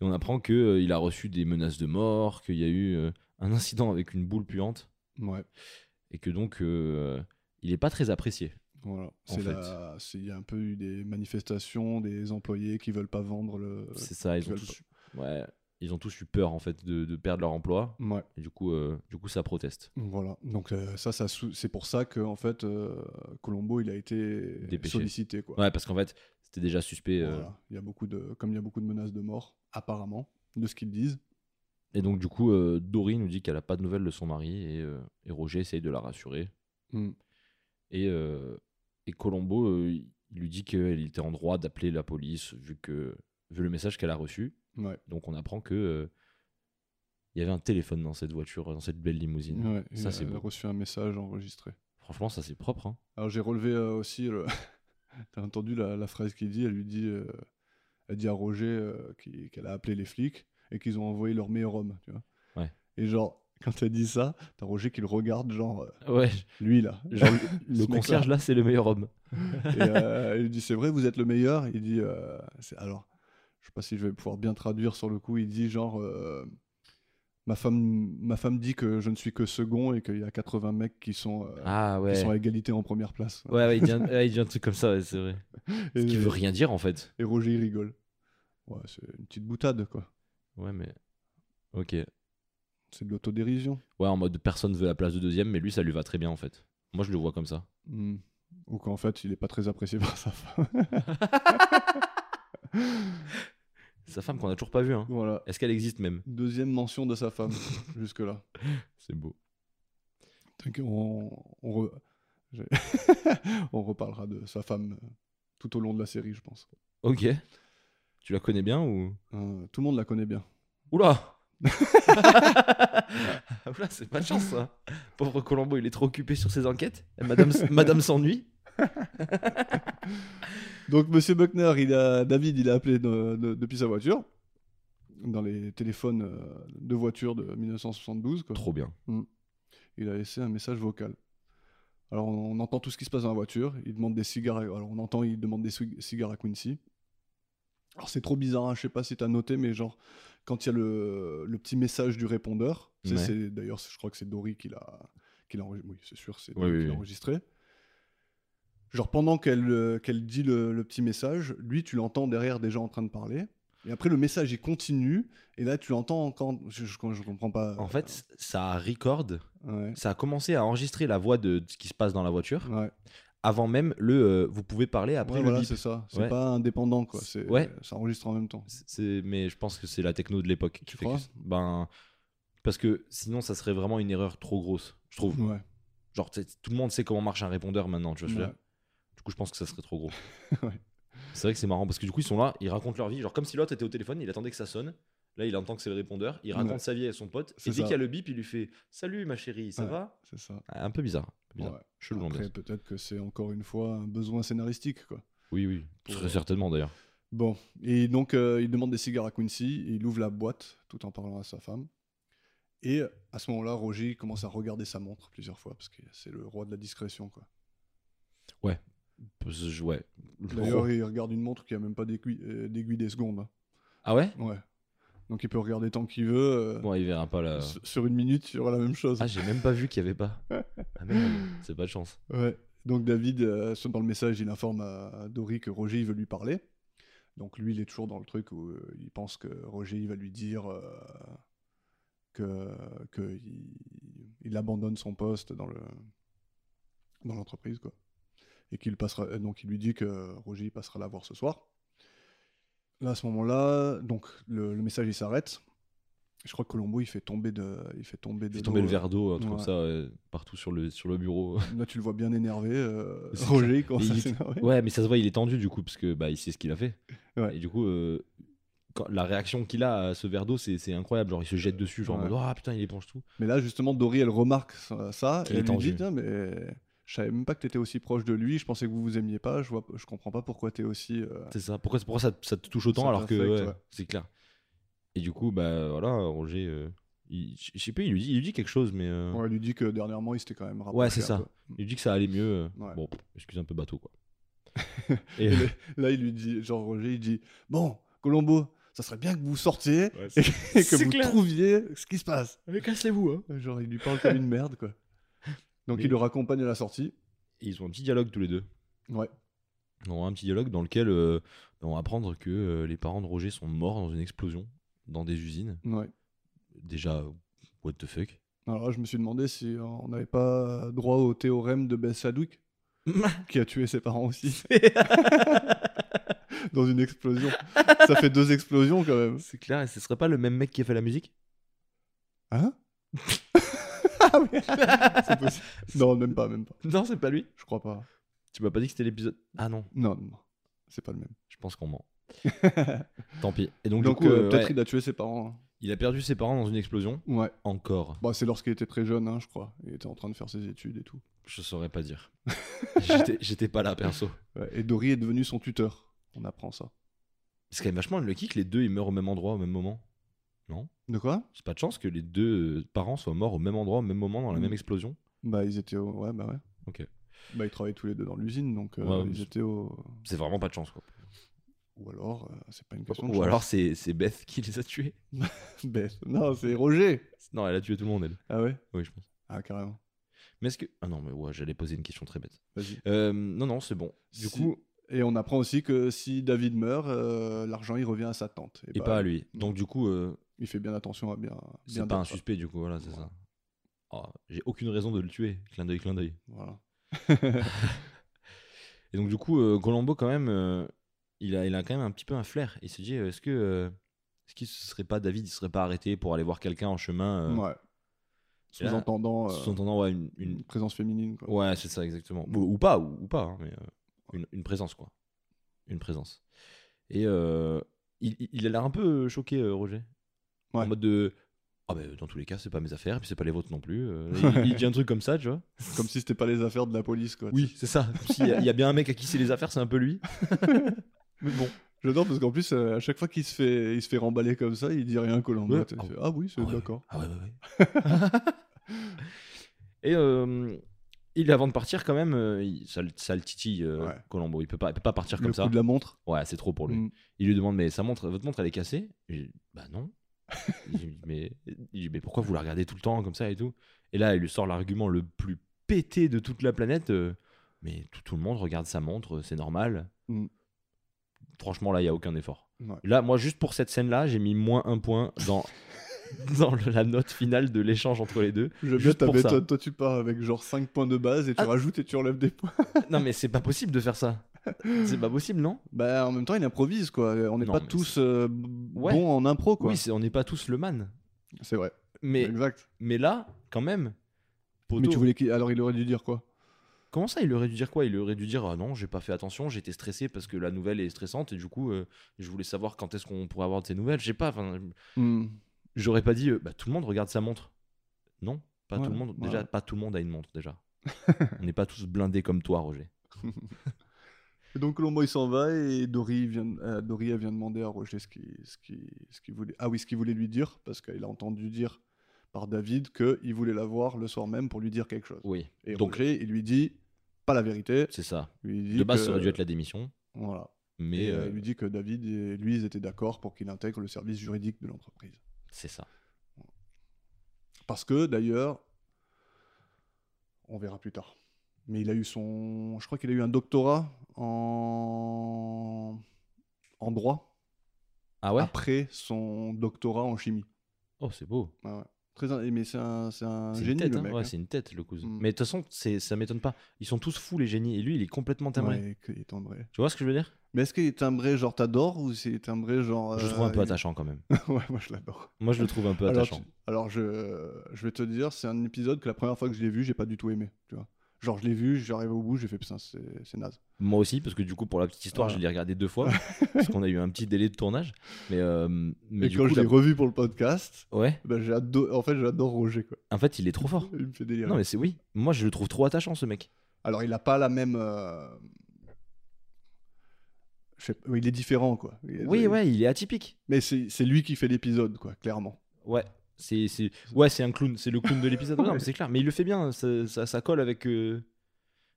Et on apprend qu'il il a reçu des menaces de mort, qu'il y a eu euh, un incident avec une boule puante.
Ouais.
Et que donc, euh, il n'est pas très apprécié.
Voilà.
En
C'est
fait.
la- c'est- Il y a un peu eu des manifestations des employés qui veulent pas vendre le.
c'est ça,
qui
Euh, ils ont,
veulent
tous, ouais, ils ont tous eu peur, en fait, de, de perdre leur emploi.
pas- Ouais.
Et du coup, euh, du coup ça proteste.
Voilà, donc euh, ça, ça sou- c'est pour ça que en fait, euh, Colombo, il a été
Dépêché.
sollicité. Quoi.
Ouais, parce qu'en fait, c'était déjà suspect. euh,
Voilà. Il y a beaucoup de, comme il y a beaucoup de menaces de mort, apparemment, de ce qu'ils disent.
Et donc, du coup, euh, Dory nous dit qu'elle n'a pas de nouvelles de son mari et, euh, et Roger essaye de la rassurer.
Mm.
Et, euh, et Colombo euh, il lui dit qu'elle était en droit d'appeler la police vu, que, vu le message qu'elle a reçu.
Ouais.
Donc, on apprend que euh, il y avait un téléphone dans cette voiture, dans cette belle limousine.
Ouais, il
Ça,
a-
c'est
il a
beau.
reçu un message enregistré.
Franchement, ça c'est propre. hein.
Alors j'ai relevé euh, aussi, le... t'as entendu la, la phrase qu'il dit, elle lui dit, euh, elle dit à Roger euh, qui- qu'elle a appelé les flics et qu'ils ont envoyé leur meilleur homme, tu vois.
Ouais.
Et genre, quand elle dit ça, t'as Roger qui le regarde, genre, euh,
Ouais,
lui là.
genre, le
Ce mec-là.
concierge là, c'est le meilleur homme.
Et euh, il lui dit c'est vrai, vous êtes le meilleur. Il dit euh, c'est- alors, je sais pas si je vais pouvoir bien traduire sur le coup. Il dit genre euh, ma femme, ma femme dit que je ne suis que second et qu'il y a 80 mecs qui sont euh,
Ah
qui
ouais.
sont à
Ouais,
égalité en première place.
ouais, il dit un, ouais, il dit un truc comme ça, ouais, c'est vrai.
Et, euh,
Ce qui veut rien dire en fait.
et Roger il rigole. Ouais, c'est une petite boutade quoi.
Ouais, mais. Ok.
C'est de l'autodérision.
Ouais, en mode personne veut la place de deuxième, mais lui ça lui va très bien en fait. Moi je le vois comme ça.
Hmm. Ou qu'en fait il est pas très apprécié par sa femme.
Sa femme qu'on a toujours pas vue. Hein.
voilà.
Est-ce qu'elle existe même
Deuxième mention de sa femme jusque là.
C'est beau.
Donc, on, on, re- j'ai- on reparlera de sa femme euh, tout au long de la série, je pense.
Ok. Tu la connais bien ou
Euh, tout le monde la connaît bien.
Oula Oula, c'est pas de chance ça. Pauvre Colombo, il est trop occupé sur ses enquêtes. Et Madame, Madame s'ennuie.
Donc, Monsieur Buckner, il a, David, il a appelé de- de- depuis sa voiture, dans les téléphones euh, de voiture de 1972. quoi.
Trop bien.
Il a laissé un message vocal. Alors, on, on entend tout ce qui se passe dans la voiture. Il demande des cigares. à- Alors, on entend, il demande des cig- cigares à Quincy. Alors, c'est trop bizarre. hein, Je sais pas si t'as noté, mais genre, quand il y a le, le petit message du répondeur, tu sais,
Ouais.
c'est- d'ailleurs, je crois que c'est Dory qui l'a, qui l'a enregistré. Oui, c'est sûr, c'est
Oui,
Dory
oui,
qui l'a
oui.
enregistré. Genre, pendant qu'elle, euh, qu'elle dit le, le petit message, lui, tu l'entends derrière déjà en train de parler. Et après, le message, il continue. Et là, tu l'entends encore. Je, je, je comprends pas.
En fait, ça record,
Ouais.
ça a commencé à enregistrer la voix de ce qui se passe dans la voiture
Ouais.
avant même le euh, vous pouvez parler après
Ouais,
le
voilà,
bip.
c'est ça. C'est
Ouais.
pas indépendant, quoi. C'est, euh,
Ouais.
Ça enregistre en même temps.
C'est- c'est- mais je pense que c'est la techno de l'époque qui
Tu
fait
crois
que- ben parce que sinon ça serait vraiment une erreur trop grosse, je trouve.
Ouais.
Genre t'sais, tout le monde sait comment marche un répondeur maintenant, tu vois ce que je veux
Ouais.
dire Du coup, je pense que ça serait trop gros.
Ouais.
C'est vrai que c'est marrant parce que du coup ils sont là, ils racontent leur vie, genre comme si l'autre était au téléphone, il attendait que ça sonne. Là, il entend que c'est le répondeur, il raconte
Ouais.
sa vie à son pote.
C'est
Et dès
ça.
qu'il y a le bip, il lui fait Salut ma chérie, ça
Ouais.
va
C'est ça.
Ah, Un peu bizarre. un peu bizarre.
Ouais.
Chelou
Après,
l'ambiance.
peut-être que c'est encore une fois un besoin scénaristique, quoi.
Oui, oui.
Pour- euh,
Très certainement d'ailleurs.
Bon, et donc euh, il demande des cigares à Quincy, et il ouvre la boîte tout en parlant à sa femme. Et à ce moment-là, Roger commence à regarder sa montre plusieurs fois, parce que c'est le roi de la discrétion. quoi.
Parce que- Ouais.
D'ailleurs, il regarde une montre qui a même pas d'aiguille euh, d'aiguille des secondes. hein.
Ah ouais
Ouais. Donc il peut regarder tant qu'il veut. euh,
Bon, il verra pas la.
s- Sur une minute, sur la même chose.
Ah, j'ai même pas vu qu'il y avait pas. Ah merde, c'est pas de chance.
Ouais. Donc David, euh, dans le message, il informe à Dory que Roger il veut lui parler. Donc lui, il est toujours dans le truc où euh, il pense que Roger il va lui dire euh, que qu'il il abandonne son poste dans le dans l'entreprise quoi. Et qu'il passera euh, donc il lui dit que Roger il passera la voir ce soir. Là à ce moment-là, donc le, le message il s'arrête. Je crois que Colombo il fait tomber de il fait tomber
Il
de
fait tomber
dos,
le verre d'eau, un truc
Ouais.
comme ça, ouais, partout sur le, sur le bureau.
Là, tu le vois bien énervé, euh,
C'est
Roger, il commence
Et
à
il est-
s'énerver.
Ouais, mais ça se voit, il est tendu du coup, parce que bah, il sait ce qu'il a fait.
Ouais.
Et du coup, euh, quand- la réaction qu'il a à ce verre d'eau, c'est c'est incroyable. Genre, il se jette dessus, genre, en
Ouais.
mode, ah putain, il éponge tout.
Mais là, justement, Dory, elle remarque ça, ça,
Qu'il
et
est
elle lui
tendu.
dit, Tiens, mais je savais même pas que t'étais aussi proche de lui, je pensais que vous vous aimiez pas, je, vois, je comprends pas pourquoi t'es aussi... euh,
C'est ça. Pourquoi, pourquoi ça, ça te touche autant
Ça
alors que
t'affecte,
ouais,
ouais.
c'est clair. Et du coup, bah voilà, Roger, euh, il- je je sais pas, il lui dit, il lui dit quelque chose, mais euh,
bon, elle lui dit que dernièrement, il s'était quand même rapproché
Ouais, c'est
un
ça.
peu.
il lui dit que ça allait mieux. euh,
Ouais.
Bon, pff, excuse un peu bateau quoi. Et, euh,
Et le- là, il lui dit, genre Roger, il dit, bon, Colombo, ça serait bien que vous sortiez
Ouais,
et
c'est-
que
c'est
vous
clair.
trouviez ce qui se passe.
Mais cassez-vous, hein.
Genre, il lui parle comme une merde, quoi. Donc,
Mais-
il le raccompagne à la sortie.
Et ils ont un petit dialogue tous les deux.
Ouais.
On a un petit dialogue dans lequel euh, on va apprendre que euh, les parents de Roger sont morts dans une explosion dans des usines.
Ouais.
Déjà, what the fuck
Alors là, je me suis demandé si on n'avait pas droit au théorème de Ben Sadwick, qui a tué ses parents aussi. Dans une explosion. Ça fait deux explosions quand même.
C'est clair, et ce serait pas le même mec qui a fait la musique
Hein Ah oui, c'est possible. Non, même pas, même pas.
Non, c'est pas lui.
Je crois pas.
Tu m'as pas dit que c'était l'épisode. Ah non,
Non, non, non. c'est pas le même.
je pense qu'on ment. Tant pis. Et donc,
Donc,
du coup,
euh,
euh,
peut-être
ouais,
il a tué ses parents. hein.
il a perdu ses parents dans une explosion.
Ouais.
Encore.
Bah, c'est lorsqu'il était très jeune, hein, je crois. Il était en train de faire ses études et tout.
Je saurais pas dire. J'étais- J'étais pas là, perso.
Ouais, Et Dory est devenu son tuteur. On apprend ça.
C'est quand même vachement le kick, les deux ils meurent au même endroit, au même moment.
De quoi
C'est pas de chance que les deux euh, parents soient morts au même endroit, au même moment, dans la
Mm.
même explosion.
Bah, ils étaient au... Ouais, bah ouais.
Ok.
Bah, ils travaillaient tous les deux dans l'usine, donc euh,
Ouais,
ils
mais-
étaient au...
C'est vraiment pas de chance, quoi.
Ou alors, euh, c'est pas une question de
Ou
chance.
alors c'est c'est Beth qui les a tués.
Beth. Non, c'est Roger
Non, elle a tué tout le monde, elle.
Ah ouais
Oui, je pense.
Ah, carrément.
Mais est-ce que. Ah non, mais ouais, j'allais poser une question très bête.
Vas-y.
Euh, non, non, c'est bon. Du
Si-
coup,
Et on apprend aussi que si David meurt, euh, l'argent, il revient à sa tante.
et pas à lui.
non.
Donc, du coup, euh,
Il fait bien attention à bien...
c'est
mm. bien
pas
dire
un
ça.
suspect, du coup, voilà, c'est
Voilà.
ça. Oh, J'ai aucune raison de le tuer. Clin d'œil, clin d'œil.
Voilà.
Et donc, du coup, euh, Colombo, quand même, euh, il, a, il a quand même un petit peu un flair. Il se dit euh, est-ce que. euh, est-ce qu'il se serait pas David, il serait pas arrêté pour aller voir quelqu'un en chemin, euh,
Ouais. Sous-entendant euh,
sous-entendant ouais, une, une-
une présence féminine, quoi.
Ouais, c'est ça, exactement. Ou, ou pas, ou, ou pas, hein, mais euh, une, une présence, quoi. Une présence. Et euh, il, il- il a l'air un peu choqué, euh, Roger.
Ouais.
En mode de. Ah, ben, dans tous les cas, c'est pas mes affaires, puis c'est pas les vôtres non plus. Euh, il, il dit un truc comme ça, tu vois.
Comme si c'était pas les affaires de la police, quoi.
Oui, c'est ça. Comme S'il y, a- il y a bien un mec à qui c'est les affaires, c'est un peu lui.
Mais bon. J'adore parce qu'en plus, euh, à chaque fois qu'il se fait, il se fait remballer comme ça, il dit rien qu'au lendemain.
Ouais.
Tu
Ah
fais, Ah oui, c'est
Ah ouais,
d'accord.
Ah ouais, ouais, ouais. Et euh, il, avant de partir, quand même, euh, il- ça, le- ça le titille, euh,
Ouais.
Colombo. Il peut pas, il peut pas partir
Le
comme
coup
ça.
de la montre.
Ouais, c'est trop pour lui.
Mm.
Il lui demande, mais sa montre, votre montre, elle est cassée Et il dit, Bah non. il, lui dit, mais, il dit, mais pourquoi vous la regardez tout le temps comme ça et tout Et là, il lui sort l'argument le plus pété de toute la planète. euh, mais tout, tout le monde regarde sa montre, euh, c'est normal.
Mm.
Franchement, là, il n'y a aucun effort.
Ouais.
Là, moi, juste pour cette scène-là, j'ai mis moins un point dans, dans le- la note finale de l'échange entre les deux.
Je veux
Juste
ta
pour ça.
méthode, toi tu pars avec genre 5 points de base et tu
Ah.
rajoutes et tu relèves des points.
Non, mais c'est pas possible de faire ça. C'est pas possible, non
Bah en même temps il improvise quoi, on n'est
Non,
pas
mais
tous euh, b-
Ouais.
bons en impro quoi.
Oui, c'est- on n'est pas tous le man.
c'est vrai,
Mais,
exact.
mais là, quand même.
Mais
poteau,
tu voulais qu'il- alors il aurait dû dire quoi
Comment ça, il aurait dû dire quoi Il aurait dû dire ah non, j'ai pas fait attention, j'étais stressé parce que la nouvelle est stressante et du coup, euh, je voulais savoir quand est-ce qu'on pourrait avoir de ces nouvelles. Je sais pas. enfin,
Hmm.
J'aurais pas dit euh, bah, tout le monde regarde sa montre. Non, pas tout
Voilà,
le monde.
voilà.
Déjà, pas tout le monde a une montre déjà. On n'est pas tous blindés comme toi, Roger.
Et donc Colombo il s'en va et Dory vient, euh, Dory elle vient demander à Roger ce qu'il ce qu'il- ce qu'il voulait. Ah oui, ce qu'il voulait lui dire parce qu'il a entendu dire par David qu'il voulait la voir le soir même pour lui dire quelque chose.
Oui.
Et
Donc
Roger il lui dit pas la vérité.
c'est ça.
Il Lui dit
De base,
que-
ça aurait dû être la démission,
Voilà.
mais
Et euh,
euh,
il lui dit que David et lui ils étaient d'accord pour qu'il intègre le service juridique de l'entreprise.
c'est ça.
Parce que d'ailleurs, on verra plus tard. Mais il a eu son. Je crois qu'il a eu un doctorat en. en droit.
Ah ouais.
Après son doctorat en chimie. Ah
Oh, c'est beau.
Ouais, ouais. Très in- Mais c'est un, c'est un
C'est une
génie,
tête,
le
hein.
mec.
Ouais,
hein.
c'est une tête, le cousin.
Mm.
Mais de toute façon, c'est- ça m'étonne pas. Ils sont tous fous, les génies. Et lui, il est complètement timbré.
Ouais, qu'il est timbré.
Tu vois ce que je veux dire
Mais est-ce qu'il est timbré genre t'adores ou c'est timbré genre.
Je le
euh,
trouve un peu
il-
attachant quand même.
ouais, moi je l'adore.
Moi, je le trouve un peu
Alors,
attachant.
tu- alors, je, je vais te dire, c'est un épisode que la première fois que je l'ai vu, j'ai pas du tout aimé. Tu vois. Genre je l'ai vu, j'arrive au bout, j'ai fait putain, c'est c'est naze.
Moi aussi, parce que du coup, pour la petite histoire,
Voilà.
je l'ai regardé deux fois. parce qu'on a eu un petit délai de tournage. Mais, euh, mais
et
du
quand
coup,
je l'ai
la-
revu pour le podcast,
ouais,
bah, j'ai ado- en fait j'adore Roger. Quoi.
en fait, il est trop fort.
Il me fait délirer.
Oh. Non, mais c'est oui. Moi, je le trouve trop attachant, ce mec.
Alors il a pas la même. euh, je sais pas, ouais, il est différent quoi. Il-
Oui,
il-
ouais, il est atypique.
Mais c'est c'est lui qui fait l'épisode quoi, clairement.
Ouais. C'est, c'est... Ouais, c'est un clown, c'est le clown de l'épisode. Non,
Ouais.
mais c'est clair. Mais il le fait bien, ça, ça, ça colle avec. euh,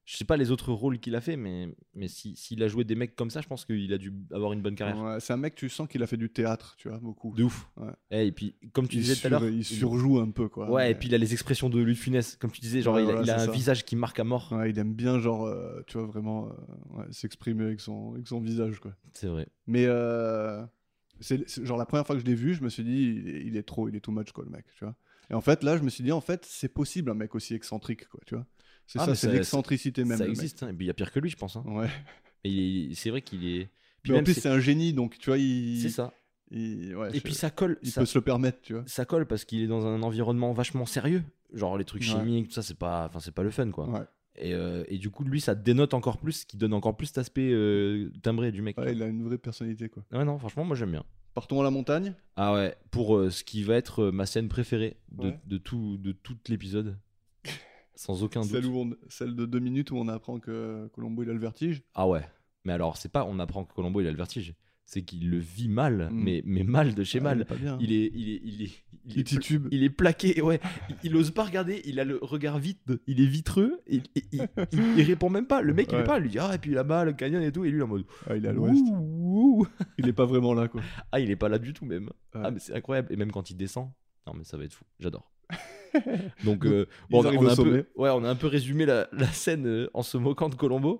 Je sais pas les autres rôles qu'il a fait, mais, mais si, s'il a joué des mecs comme ça, je pense qu'il a dû avoir une bonne carrière.
Ouais, c'est un mec, tu sens qu'il a fait du théâtre, tu vois, beaucoup.
De ouf.
Ouais.
Eh, et puis, comme tu
il,
disais tout à l'heure.
sur- il surjoue un peu quoi.
Ouais,
mais-
et puis il a les expressions de Louis de Funès, comme tu disais, genre
Ouais,
il a,
voilà,
il a
c'est
un
ça.
visage qui marque à mort.
Ouais, il aime bien genre, euh, tu vois vraiment, euh, ouais, s'exprimer avec son, avec son visage quoi.
C'est vrai.
Mais euh, c'est c'est genre la première fois que je l'ai vu, je me suis dit, il est, il est trop, il est too much, quoi, le mec, tu vois. Et en fait, là, je me suis dit, en fait, c'est possible un mec aussi excentrique, quoi, tu vois. C'est
Ah, mais
ça, c'est
ça-
l'excentricité même.
ça
le mec.
existe, hein. et puis il y a pire que lui, je pense. hein.
Ouais.
Et il est- c'est vrai qu'il est. Puis
Mais en
même,
plus,
c'est-
c'est un génie, donc tu vois, il.
c'est ça.
il- ouais, je-
Et puis ça colle.
il
ça,
peut se le permettre, tu vois.
ça colle parce qu'il est dans un environnement vachement sérieux. Genre les trucs
Ouais.
chimiques, tout ça, c'est pas, enfin, c'est pas le fun, quoi.
Ouais.
Et, euh, et du coup, lui, ça dénote encore plus, ce qui donne encore plus cet aspect euh, timbré du mec.
Ouais, il a une vraie personnalité, quoi.
Ouais, non, franchement, moi j'aime bien.
Partons à la montagne.
Ah ouais, pour euh, ce qui va être euh, ma scène préférée de,
Ouais.
de tout, de tout l'épisode. Sans aucun doute.
Celle, où on- celle de deux minutes où on apprend que Colombo il a le vertige.
Ah ouais. Mais alors, c'est pas on apprend que Colombo il a le vertige, c'est qu'il le vit mal,
Mm.
mais, mais mal de chez
Ah, il est
mal.
pas bien.
Il est, il est, il est, il
Il
est, pla-
titube.
il est plaqué, ouais. Il, il ose pas regarder, il a le regard vide, il est vitreux, et, et- il, il- il répond même pas. Le mec, il
Ouais.
est pas, lui dit, ah, et puis là-bas, le canyon et tout, et lui, il est en mode,
Ah, il est à
Ouh,
l'ouest.
ouh.
Il est pas vraiment là, quoi.
Ah, il est pas là du tout, même.
Ouais.
Ah, mais c'est incroyable. Et même quand il descend, non, mais ça va être fou, j'adore. Donc,
Ils
euh, bon, on, a,
arrivent
on a
au
un peu,
sommet.
ouais, on a un peu résumé la, la scène euh, en se moquant de Colombo.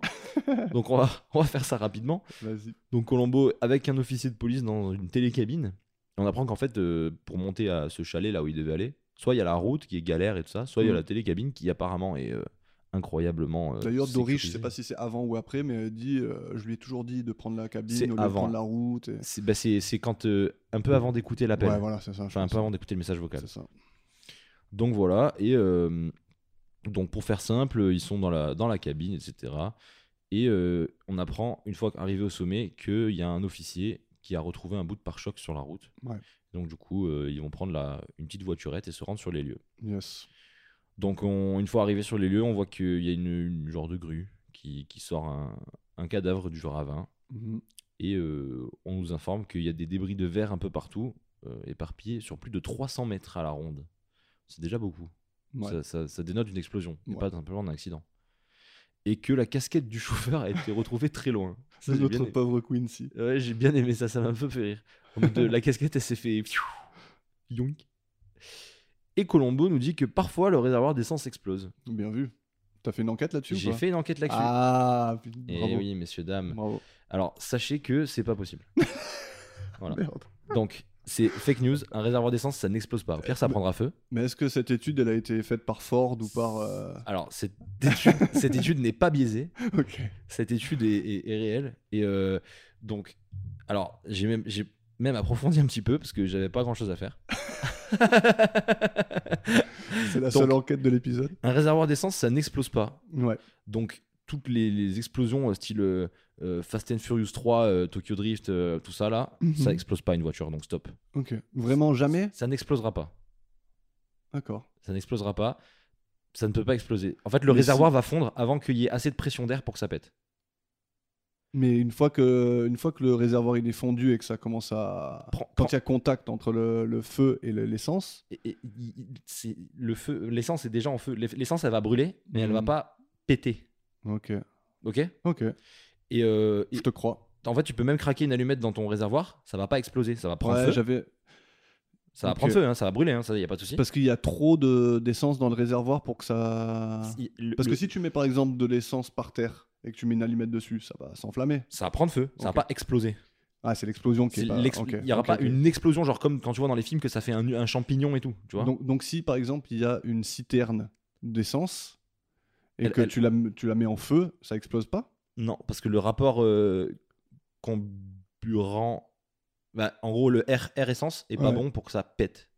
Donc, on va, on va faire ça rapidement.
Vas-y.
Donc Colombo avec un officier de police dans une télécabine. Et on apprend qu'en fait, euh, pour monter à ce chalet là où il devait aller, soit il y a la route qui est galère et tout ça, soit il y a
Mm.
la télécabine qui apparemment est euh, incroyablement. euh,
D'ailleurs, Dory, je
sécurisée.
sais pas si c'est avant ou après, mais elle dit, euh, je lui ai toujours dit de prendre la
C'est
cabine au lieu de
avant.
prendre la route. et-
C'est bah, c'est- c'est quand euh, un peu avant d'écouter l'appel,
Mm. Ouais, voilà, c'est ça. je
enfin un
pense.
peu avant d'écouter le message vocal.
C'est ça.
Donc voilà, et euh, donc pour faire simple, ils sont dans la, dans la cabine, etc. Et euh, on apprend, une fois arrivé au sommet, qu'il y a un officier qui a retrouvé un bout de pare-choc sur la route.
Ouais.
Donc du coup, euh, ils vont prendre la, une petite voiturette et se rendre sur les lieux.
Yes.
Donc on- une fois arrivé sur les lieux, on voit qu'il y a une, une genre de grue qui, qui sort un, un cadavre du ravin.
Mhm.
Et euh, on nous informe qu'il y a des débris de verre un peu partout, euh, éparpillés sur plus de 300 mètres à la ronde. C'est déjà beaucoup.
Ouais.
Ça, ça- ça dénote une explosion, et
Ouais.
pas simplement un accident. Et que la casquette du chauffeur a été retrouvée très loin.
C'est
Ça, j'ai
notre
bien aimé.
pauvre Quincy.
Ouais, j'ai bien aimé ça, ça m'a un peu fait rire. En mode, euh, la casquette, elle s'est fait. pfiou, Yoink. Et Colombo nous dit que parfois le réservoir d'essence explose.
Bien vu. T'as fait une enquête là-dessus ou
J'ai
pas
fait une enquête là-dessus.
Ah, putain,
et
bravo.
oui, messieurs, dames.
Bravo.
Alors, sachez que c'est pas possible. Voilà.
Merde.
Donc, c'est fake news. Un réservoir d'essence, ça n'explose pas. Au
Euh,
pire, ça prendra feu.
Mais est-ce que cette étude, elle a été faite par Ford ou par. euh,
Alors, cette étude- cette étude n'est pas biaisée.
Ok.
cette étude est, est- est réelle. Et euh, donc, alors, j'ai même, j'ai- même approfondi un petit peu parce que j'avais pas grand chose à faire.
C'est la
Donc-
seule enquête de l'épisode.
un réservoir d'essence, ça n'explose pas.
Ouais.
Donc toutes les, les explosions euh, style euh, euh, Fast and Furious 3, euh, Tokyo Drift, euh, tout ça là,
Mhm.
ça explose pas une voiture, donc stop.
Ok. Vraiment jamais
Ça n'explosera pas.
D'accord.
Ça n'explosera pas. Ça ne peut pas exploser. En fait, le
Mais
réservoir va fondre avant qu'il y ait assez de pression d'air pour que ça pète.
Mais une fois, que, une fois que le réservoir il est fondu et que ça commence à.
Prends-
Ah. Quand
prends-
il y a contact entre le, le feu et le- l'essence.
et- et- il- il- c'est- le feu, l'essence est déjà en feu. L'eff- L'essence, elle va brûler, mais elle va
Mhm.
pas péter.
Ok.
Ok
Ok.
et, euh, et-
Je te crois.
en fait, tu peux même craquer une allumette dans ton réservoir, ça va pas exploser, ça va prendre
Ouais,
feu.
j'avais.
Ça va
Donc,
prendre feu, hein, ça va brûler, hein, ça y a pas de souci.
Parce qu'il y a trop de- d'essence dans le réservoir pour que ça.
Si- le-
Parce que
le-
si tu mets par exemple de l'essence par terre et que tu mets une allumette dessus, ça va s'enflammer.
ça va prendre feu, ça
Ok.
va pas exploser.
Ah, c'est l'explosion qui
C'est
est pas.
l'ex- Il
ok,
y aura
ok,
pas
ok.
une explosion, genre comme quand tu vois dans les films que ça fait un, un champignon et tout, tu vois.
Donc, donc si par exemple il y a une citerne d'essence et
Elle-
que
elle-
Tu, la, tu la mets en feu, ça explose pas
non, parce que le rapport euh, comburant, bah, en gros, le R, R essence est pas
Ouais.
bon pour que ça pète.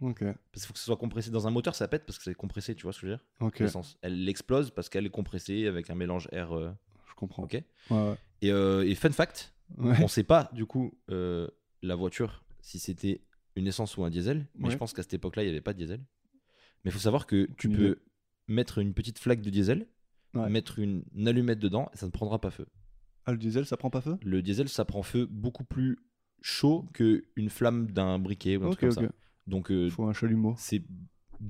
Ok.
Parce qu'il faut que ce soit compressé dans un moteur, ça pète parce que c'est compressé, tu vois ce que je veux dire
Ok,
L'essence. Elle explose parce qu'elle est compressée avec un mélange R. euh,
je comprends.
ok
Ouais,
et, euh, et fun fact,
ouais. Ouais.
on sait pas du coup euh, la voiture si c'était une essence ou un diesel, mais
Ouais.
je pense qu'à cette époque-là, il n'y avait pas de diesel. Mais il faut savoir que tu
Aucune
peux
idée.
mettre une petite flaque de diesel,
Ouais.
mettre une, une allumette dedans, et ça ne prendra pas feu.
Ah, le diesel, ça prend pas feu
Le diesel, ça prend feu beaucoup plus chaud qu'une flamme d'un briquet ou un
Ok,
truc comme
ok.
ça. Donc euh,
Faut un chalumeau.
c'est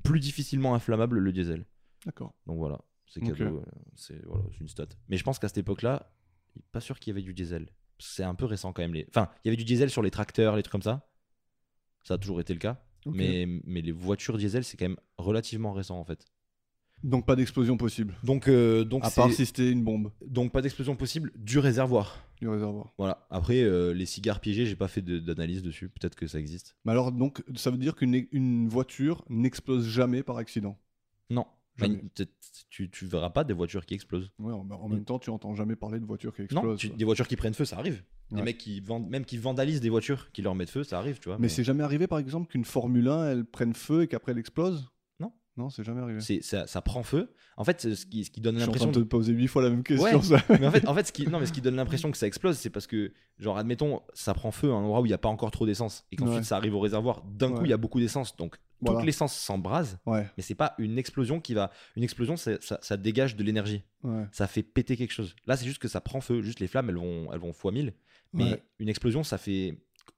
plus difficilement inflammable le diesel.
D'accord.
Donc voilà, c'est
Ok.
cadeau, euh, c'est voilà, c'est une stat. Mais je pense qu'à cette époque-là, pas sûr qu'il y avait du diesel. Parce que C'est un peu récent quand même. Les... Enfin, il y avait du diesel sur les tracteurs, les trucs comme ça. Ça a toujours été le cas.
Ok.
Mais, mais les voitures diesel, c'est quand même relativement récent en fait.
Donc pas d'explosion possible.
Donc, euh, donc,
À
c'est-
part si c'était une bombe
donc pas d'explosion possible du réservoir.
du réservoir.
Voilà. Après, euh, les cigares piégés, j'ai pas fait de- d'analyse dessus. Peut-être que ça existe.
Mais alors, donc, ça veut dire qu'une une voiture n'explose jamais par accident.
Non.
Jamais.
Mais t- t- tu, tu verras pas des voitures qui explosent.
Ouais, en, en même temps, tu entends jamais parler de voiture qui explose.
Mm. non, tu-
quoi.
des voitures qui prennent feu, ça arrive.
Ouais.
Des mecs qui vendent, même qui vandalisent des voitures, qui leur mettent feu, ça arrive, tu vois.
Mais c'est jamais arrivé, par exemple, qu'une Formule 1, elle prenne feu et qu'après elle explose
Non.
Non, c'est jamais arrivé.
c'est ça, ça prend feu. En fait, c'est ce qui, ce qui donne
Je suis en train
l'impression.
de te
De...
poser huit fois la même question.
Ouais.
ça.
Mais en fait, en fait, ce qui, non, mais ce qui donne l'impression que ça explose, c'est parce que, genre, admettons, ça prend feu à un endroit où il n'y a pas encore trop d'essence et qu'ensuite
Ouais.
ça arrive au réservoir. D'un coup,
Ouais.
il y a beaucoup d'essence, donc
Voilà.
toute l'essence s'embrase.
Ouais,
Mais c'est pas une explosion qui va. Une explosion, c'est- ça, ça dégage de l'énergie.
ouais.
Ça fait péter quelque chose. Là, c'est juste que ça prend feu. Juste les flammes, elles vont, elles vont fois 1000. Mais
Ouais.
une explosion, ça fait.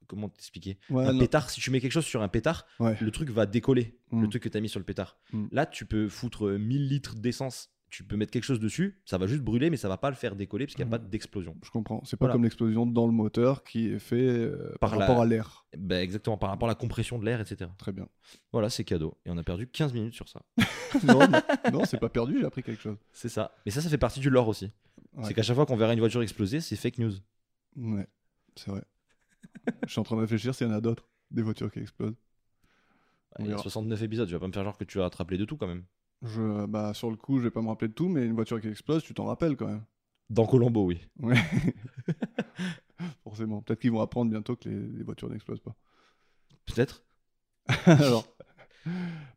Comment t'expliquer
Ouais,
un
non.
pétard, si tu mets quelque chose sur un pétard,
Ouais.
le truc va décoller,
Mm.
le truc que tu as mis sur le pétard.
Mm.
Là, tu peux foutre euh, 1000 litres d'essence, tu peux mettre quelque chose dessus, ça va juste brûler, mais ça va pas le faire décoller parce qu'il n'y a
Mm.
pas d'explosion.
Je comprends. C'est pas
Voilà.
comme l'explosion dans le moteur qui est fait euh, par,
Par la-
rapport à l'air.
Ben, exactement, par rapport à la compression de l'air, etc.
Très bien.
Voilà, c'est cadeau. Et on a perdu 15 minutes sur ça.
non, mais- non, c'est pas perdu, j'ai appris quelque chose.
C'est ça. Mais ça, ça fait partie du lore aussi.
Ouais.
C'est qu'à chaque fois qu'on verra une voiture exploser, c'est fake news.
Ouais, c'est vrai. Je suis en train de réfléchir s'il y en a d'autres, des voitures qui explosent. On
Il y a
verra.
69 épisodes, tu vas pas me faire genre que tu vas attraper de tout quand même.
Je, bah, sur le coup, je vais pas me rappeler de tout, mais une voiture qui explose, tu t'en rappelles quand même.
Dans Colombo, oui.
Ouais. Forcément. Peut-être qu'ils vont apprendre bientôt que les, les voitures n'explosent pas.
Peut-être.
Alors.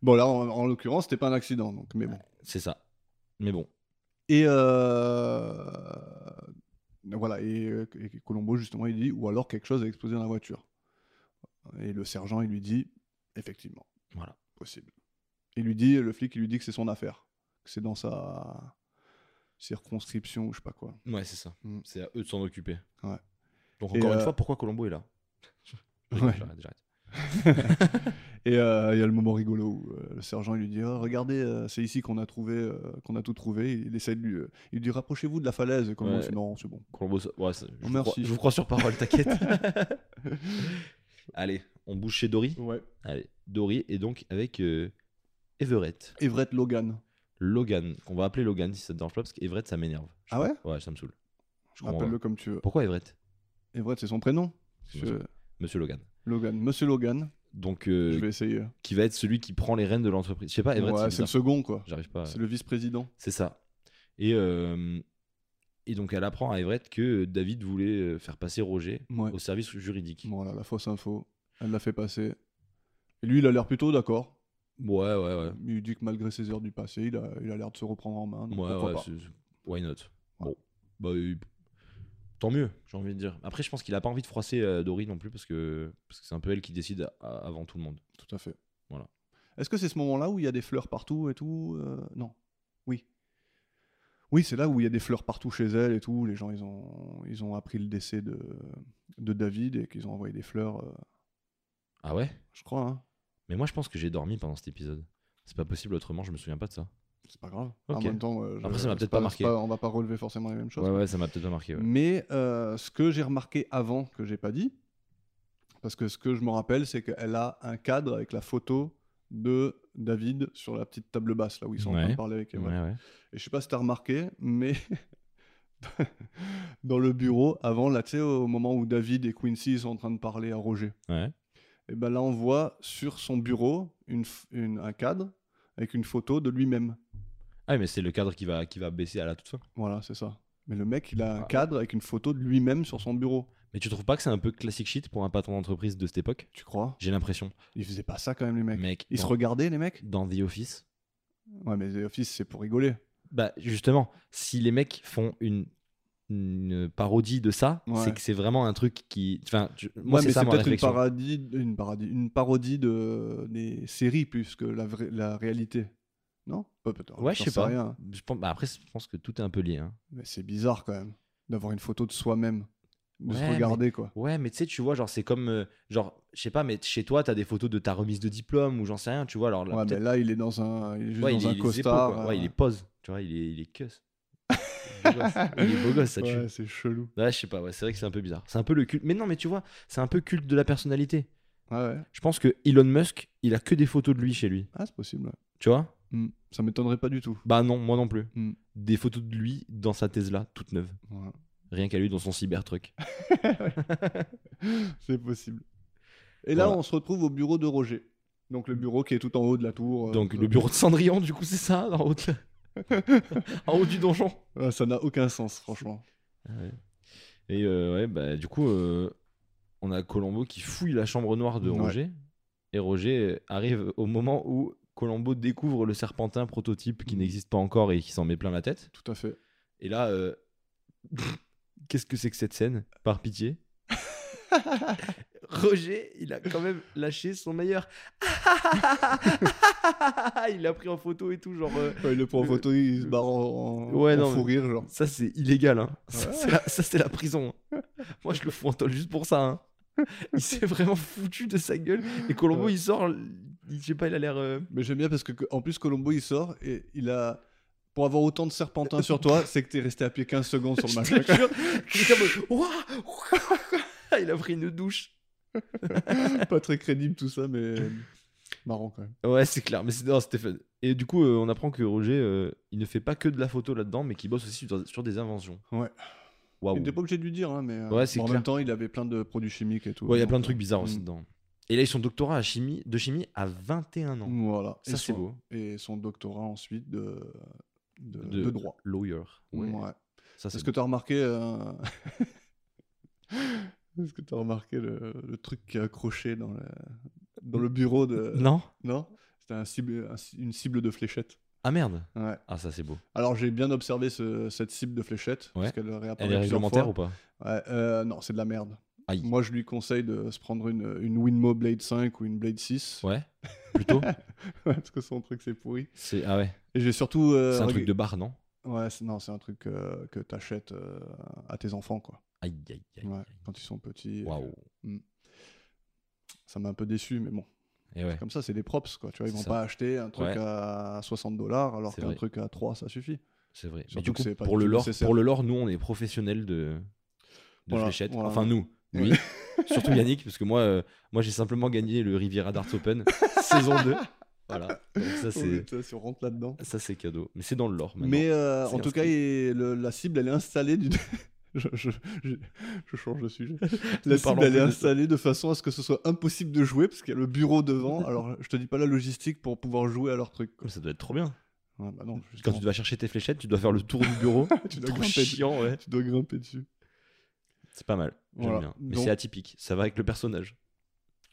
Bon, là, en, en l'occurrence, c'était pas un accident, donc, mais bon.
C'est ça. Mais bon.
Et. euh, Voilà, et, euh, et Colombo, justement, il dit ou alors quelque chose a explosé dans la voiture. Et le sergent, il lui dit effectivement.
Voilà.
Possible. Il lui dit, le flic, il lui dit que c'est son affaire. Que c'est dans sa circonscription, ou je sais pas quoi.
Ouais, c'est ça.
Mm.
C'est à eux de s'en occuper.
Ouais.
Donc
Et
encore une
euh,
fois, pourquoi Colombo est là Je
Ouais.
rigole, j'arrête, j'arrête.
Et euh, il y a le moment rigolo où euh, le sergent il lui dit Ah, Regardez, euh, c'est ici qu'on a trouvé, euh, qu'on a tout trouvé. Il essaie de lui, euh, il lui dit Rapprochez-vous de la falaise. Comme
Ouais.
on dit, Non, c'est bon.
Colombo, ça- ouais, ça- je, vous
merci.
crois, je vous crois sur parole, t'inquiète. Allez, on bouge chez Dory.
Ouais.
Allez, Dory est donc avec euh, Everett.
Everett Logan.
Logan, qu'on va appeler Logan si ça te dérange pas, parce qu'Everett, ça m'énerve.
Ah ouais
Ouais, ça me saoule. Je comprends
Appelle-le comme tu veux.
pas. Pourquoi Everett
Everett, c'est son prénom. Monsieur
Monsieur Logan.
Logan. Monsieur Logan,
Donc, euh,
je vais essayer.
qui va être celui qui prend les rênes de l'entreprise. Je sais pas, Everett,
Ouais,
c'est
c'est le
bizarre.
second, quoi.
J'arrive pas. à-
C'est le vice-président.
C'est ça. Et, euh, Et donc, elle apprend à Everett que David voulait euh, faire passer Roger
Ouais.
au service juridique.
Voilà, la fausse info. Elle l'a fait passer. Et lui, il a l'air plutôt d'accord.
Ouais, ouais, ouais.
Il dit que malgré ses heures du passé, il a il a l'air de se reprendre en main. donc
Ouais,
pourquoi
ouais,
pas.
c'est- c'est- why not
Ouais.
Bon, bah, euh, tant mieux, j'ai envie de dire. Après, je pense qu'il a pas envie de froisser euh, Dory non plus parce que parce que c'est un peu elle qui décide a- a- avant tout le monde.
Tout à fait.
Voilà.
Est-ce que c'est ce moment-là où il y a des fleurs partout et tout euh, Non. Oui. Oui, c'est là où il y a des fleurs partout chez elle et tout. Les gens, ils ont, ils ont appris le décès de, de David et qu'ils ont envoyé des fleurs, euh,
Ah ouais
je crois. hein.
Mais moi, je pense que j'ai dormi pendant cet épisode. C'est pas possible autrement, je me souviens pas de ça.
C'est pas grave.
Ok.
En même temps, euh, je-
Après, ça m'a
c'est
peut-être pas
c'est
marqué.
on va pas relever forcément les mêmes choses.
Ouais, ouais, ça m'a peut-être pas marqué. ouais.
Mais euh, ce que j'ai remarqué avant, que j'ai pas dit, parce que ce que je me rappelle, c'est qu'elle a un cadre avec la photo de David sur la petite table basse, là où ils sont en train
Ouais.
de parler avec elle.
Ouais, ouais.
Et je sais pas si t'as remarqué, mais dans le bureau, avant, là, tu sais, au moment où David et Quincy ils sont en train de parler à Roger,
Ouais.
et ben là, on voit sur son bureau une, f- une- un cadre avec une photo de lui-même.
Ah, mais c'est le cadre qui va, qui va baisser à la toute fin.
Voilà, c'est ça. Mais le mec, il a un
Ah.
cadre avec une photo de lui-même sur son bureau.
Mais tu trouves pas que c'est un peu classique shit pour un patron d'entreprise de cette époque
Tu crois
J'ai l'impression.
Ils faisaient pas ça quand même, les mecs.
Mec,
Ils se
dans-
regardaient, les mecs
dans The Office,
Ouais, mais The Office, c'est pour rigoler.
Bah justement, si les mecs font une, une parodie de ça,
Ouais.
c'est que c'est vraiment un truc qui. Enfin, je- moi
Ouais,
c'est
mais
ça
c'est
ma
peut-être une
réflexion.
parodie, une, parodie, une parodie de, des séries plus que la, vraie- la réalité. Non Pas peut-être.
Ouais, je
j'en
sais pas.
rien.
Je pense, bah, après, je pense que tout est un peu lié. hein.
Mais c'est bizarre quand même d'avoir une photo de soi-même, de
Ouais,
se regarder quoi.
Ouais, mais tu sais, tu vois, genre c'est comme, euh, genre, je sais pas, mais chez toi, t'as des photos de ta remise de diplôme ou j'en sais rien, tu vois. Alors là,
ouais, mais
peut-être-
là il est dans un, il est juste
Ouais,
dans
il est-
un
il est zépo,
costard.
quoi.
euh,
Ouais, il est pose, tu vois, il est, il est cuss. Il est beau gosse. Il est beau gosse, ça tue.
ouais, c'est chelou.
Ouais, je sais pas, ouais, c'est vrai que c'est un peu bizarre. C'est un peu le culte. Mais non, mais tu vois, c'est un peu culte de la personnalité.
Ouais, Ah ouais.
Je pense que Elon Musk, il a que des photos de lui chez lui,
Ah, c'est possible. ouais.
tu vois.
Hmm. Ça m'étonnerait pas du tout.
Bah non, moi non plus.
Mm.
Des photos de lui dans sa Tesla, toute neuve.
Ouais. Ah
Rien qu'à lui dans son Cybertruck.
c'est possible. Et là,
Voilà.
on se retrouve au bureau de Roger. Donc le bureau qui est tout en haut de la tour. euh,
Donc
euh,
le bureau de Cendrillon, du coup, c'est ça, en haut, de la- en haut du donjon.
ouais, Ah, ça n'a aucun sens, franchement.
Et euh, ouais, bah du coup, euh, on a Colombo qui fouille la chambre noire de
Ouais.
Roger. Et Roger arrive au moment où Colombo découvre le serpentin prototype
Hmm.
qui n'existe pas encore et qui s'en met plein la tête.
Tout à fait.
Et là, euh, qu'est-ce que c'est que cette scène Par pitié. Roger, il a quand même lâché son meilleur. il l'a pris en photo et tout, genre. euh,
Ouais, il le prend en
Le-
photo, il se barre en, en,
Ouais,
en
non,
fou
mais-
rire, genre.
ça, c'est illégal. Hein. Ça, c'est la, ça, c'est la prison. hein. Moi, je le fous en tôle juste pour ça. hein. Il s'est vraiment foutu de sa gueule. Et Colombo,
Ouais.
il sort. il- Je sais pas, il a l'air. euh,
Mais j'aime bien parce que en plus Colombo il sort et il a pour avoir autant de serpentins sur toi, c'est que t'es resté à pied 15 secondes sur le
Je te
machin.
jure, j'étais comme, Ouah, ouah. il a pris une douche.
pas très crédible tout ça, mais marrant quand même.
Ouais, c'est clair, mais c'est- non, c'était fun. Et du coup, euh, on apprend que Roger, euh, il ne fait pas que de la photo là-dedans, mais qu'il bosse aussi sur, sur des inventions.
Ouais.
Waouh.
Il
Ah Ouais,
n'était pas obligé de lui dire, hein, mais euh,
Ouais, c'est
en
clair.
même temps il avait plein de produits chimiques et tout.
il y a
donc,
plein de
euh,
trucs bizarres aussi
mm.
dedans. Et là, ils sont doctorat à chimie, de chimie à 21 ans.
Voilà. Et
Ça, c'est
son-
beau.
Et son doctorat ensuite de, de,
De-
de droit.
Lawyer. Ouais.
Ouais.
Ça, c'est
Est-ce que t'as remarqué euh, Est-ce que t'as remarqué le, le truc qui est accroché dans le, dans le bureau de
beau. Non
Non C'était un cible, un ci- une cible de fléchette.
Ah merde.
Ouais.
Ah, ça, c'est beau.
Alors j'ai bien observé ce- cette cible de fléchette.
Ouais.
Parce qu'elle réapparaît
Elle est
plusieurs
réglementaire
fois.
ou pas
Ouais, euh, Non, c'est de la merde.
Aïe.
Moi je lui conseille de se prendre une, une Winmo Blade 5 ou une Blade 6.
Ouais. Plutôt
parce que son truc c'est pourri.
C'est- Ah ouais.
Et j'ai surtout. euh,
C'est un
reg-
truc de barre, non
Ouais, c'est- non, c'est un truc euh, que t'achètes euh, à tes enfants, quoi.
Aïe, aïe, aïe.
Ouais, quand ils sont petits. et
Waouh.
Ça m'a un peu déçu, mais bon.
Et ouais.
Comme ça, c'est des props, quoi. Tu vois, ils
C'est
vont
ça.
pas acheter un truc
Ouais.
à 60 dollars alors
C'est
qu'un
vrai.
truc à 3, ça suffit.
C'est vrai. Mais
Surtout
du
que
coup,
c'est pas
pour
du
le,
tout
lore,
nécessaire.
pour le lore, nous, on est professionnels de, de
Voilà,
fléchettes.
voilà.
Enfin, nous, lui. Surtout Yannick, parce que moi, euh, moi j'ai simplement gagné le Riviera d'Art Open saison 2. Voilà. Donc ça,
Oh, mais
c'est,
putain, si on rentre là-dedans.
ça, c'est cadeau. Mais c'est dans le lore. Maintenant.
Mais euh,
c'est
en tout
inscrit.
cas, il- le- la cible, elle est installée du. je, je- je- je change de sujet. La
parlons
cible, elle est
plus de ça.
installée de façon à ce que ce soit impossible de jouer parce qu'il y a le bureau devant. Alors, je te dis pas la logistique pour pouvoir jouer à leur truc. quoi.
Mais ça doit être trop bien.
Ouais, bah non,
Quand
justement,
tu vas chercher tes fléchettes, tu dois faire le tour du bureau.
tu dois
Trop
grimper dessus.
chiant, ouais.
Tu dois grimper dessus.
C'est pas mal. J'aime
Voilà.
bien. Mais
Donc-
c'est atypique. Ça va avec le personnage.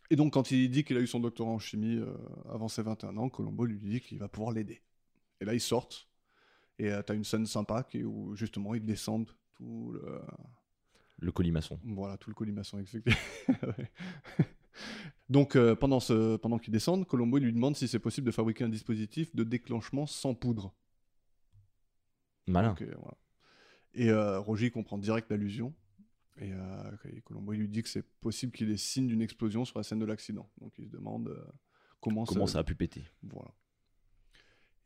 Et donc, quand il dit qu'il a eu son doctorat en chimie euh, avant ses 21 ans, Colombo lui dit qu'il va pouvoir l'aider. Et là, ils sortent. Et euh, t'as une scène sympa qui- où justement ils descendent tout le,
Le colimaçon.
Voilà, tout le colimaçon exécuté. Ouais. Donc, euh, pendant, ce, pendant qu'ils descendent, Colombo il lui demande si c'est possible de fabriquer un dispositif de déclenchement sans poudre.
Malin.
Donc, euh, voilà. Et euh, Roger il comprend direct l'allusion. Et, euh, et Colombo il lui dit que c'est possible qu'il ait signe d'une explosion sur la scène de l'accident. Donc, il se demande euh, comment,
Comment ça a pu péter
Voilà.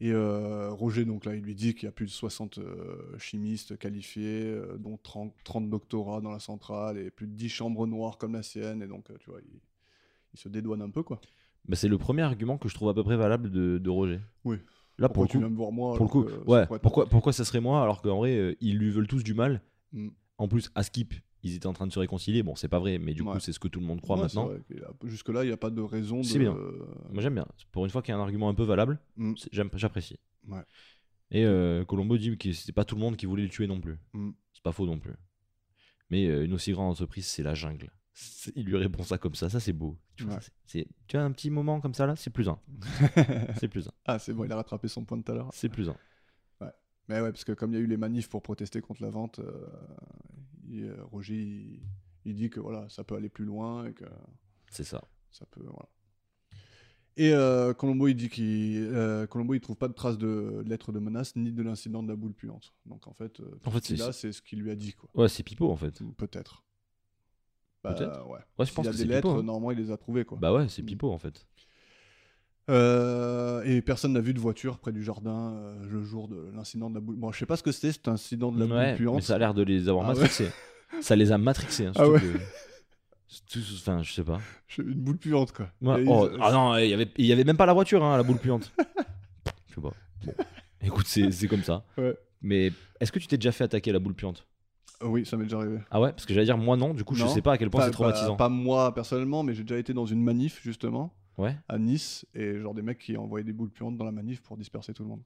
Et euh, Roger, donc là, il lui dit qu'il y a plus de 60 euh, chimistes qualifiés, euh, dont 30, 30 doctorats dans la centrale et plus de 10 chambres noires comme la sienne. Et donc, euh, tu vois, il, il se dédouane un peu, quoi.
Bah, C'est le premier argument que je trouve à peu près valable de, de Roger.
Oui.
Là,
Pourquoi
pour le
tu
coup,
viens me voir moi
pour le
alors
coup,
que ça
ouais.
pourrait être-
Pourquoi, pourquoi ça serait moi alors qu'en vrai, euh, ils lui veulent tous du mal
Mm.
En plus, à Skip, ils étaient en train de se réconcilier. Bon, c'est pas vrai, mais du
Ouais.
coup, c'est ce que tout le monde croit
Ouais,
maintenant.
c'est vrai qu'il y a- Jusque-là, il n'y a pas de raison de.
C'est bien.
euh,
Moi, j'aime bien. Pour une fois qu'il y a un argument un peu valable,
Mm.
c'est- j'aime- j'apprécie.
Ouais.
Et euh, Colombo dit que c'était pas tout le monde qui voulait le tuer non plus.
Mm.
C'est pas faux non plus. Mais euh, une aussi grande entreprise, c'est la jungle. C'est- Il lui répond ça comme ça, ça c'est beau. Tu vois,
Ouais.
ça, c'est- c'est- tu as un petit moment comme ça là, c'est plus un. c'est plus un.
Ah, c'est bon, il a rattrapé son point de tout à l'heure.
C'est plus un.
Mais ouais, parce que comme il y a eu les manifs pour protester contre la vente, euh, il- euh, Roger, il, il dit que voilà, ça peut aller plus loin et que.
C'est ça.
Ça peut, voilà. Et euh, Colombo, il dit qu'il euh, Colombo, il trouve pas de traces de lettres de menace ni de l'incident de la boule puante. Donc en fait, euh,
En
tout
fait,
ce qu'il
c'est-
a, c'est ce qu'il lui a dit, quoi.
Ouais, c'est Pipo en fait.
Peut-être. Bah,
Peut-être.
Ouais.
Ouais, je
S'il
pense
y a
que
des
c'est
lettres,
Pipo. hein.
normalement, il les a trouvées, quoi.
Bah ouais, c'est
Mm.
Pipo en fait.
Euh, et personne n'a vu de voiture près du jardin euh, le jour de l'incident de la boule. Bon, je sais pas ce que c'était, cet incident de la boule
Ouais,
puante.
mais ça a l'air de les avoir
Ah ouais.
matrixés. ça les a matrixés. hein,
Ah
surtout que- surtout- Enfin, je sais pas.
Je- Une boule puante, quoi.
Ouais,
Et
oh,
ils-
ah non, il y avait, il y avait même pas la voiture, hein, la boule puante. Je sais pas. Bon. Écoute, c'est c'est comme ça.
Ouais.
Mais est-ce que tu t'es déjà fait attaquer à la boule puante
Ah Oui, ça m'est déjà arrivé.
Ah ouais Parce que j'allais dire moi non, du coup je
Non.
sais pas à quel point
Pas- bah,
c'est traumatisant.
pas- pas moi personnellement, mais j'ai déjà été dans une manif, justement.
Ouais
à Nice et genre des mecs qui envoyaient des boules puantes dans la manif pour disperser tout le monde.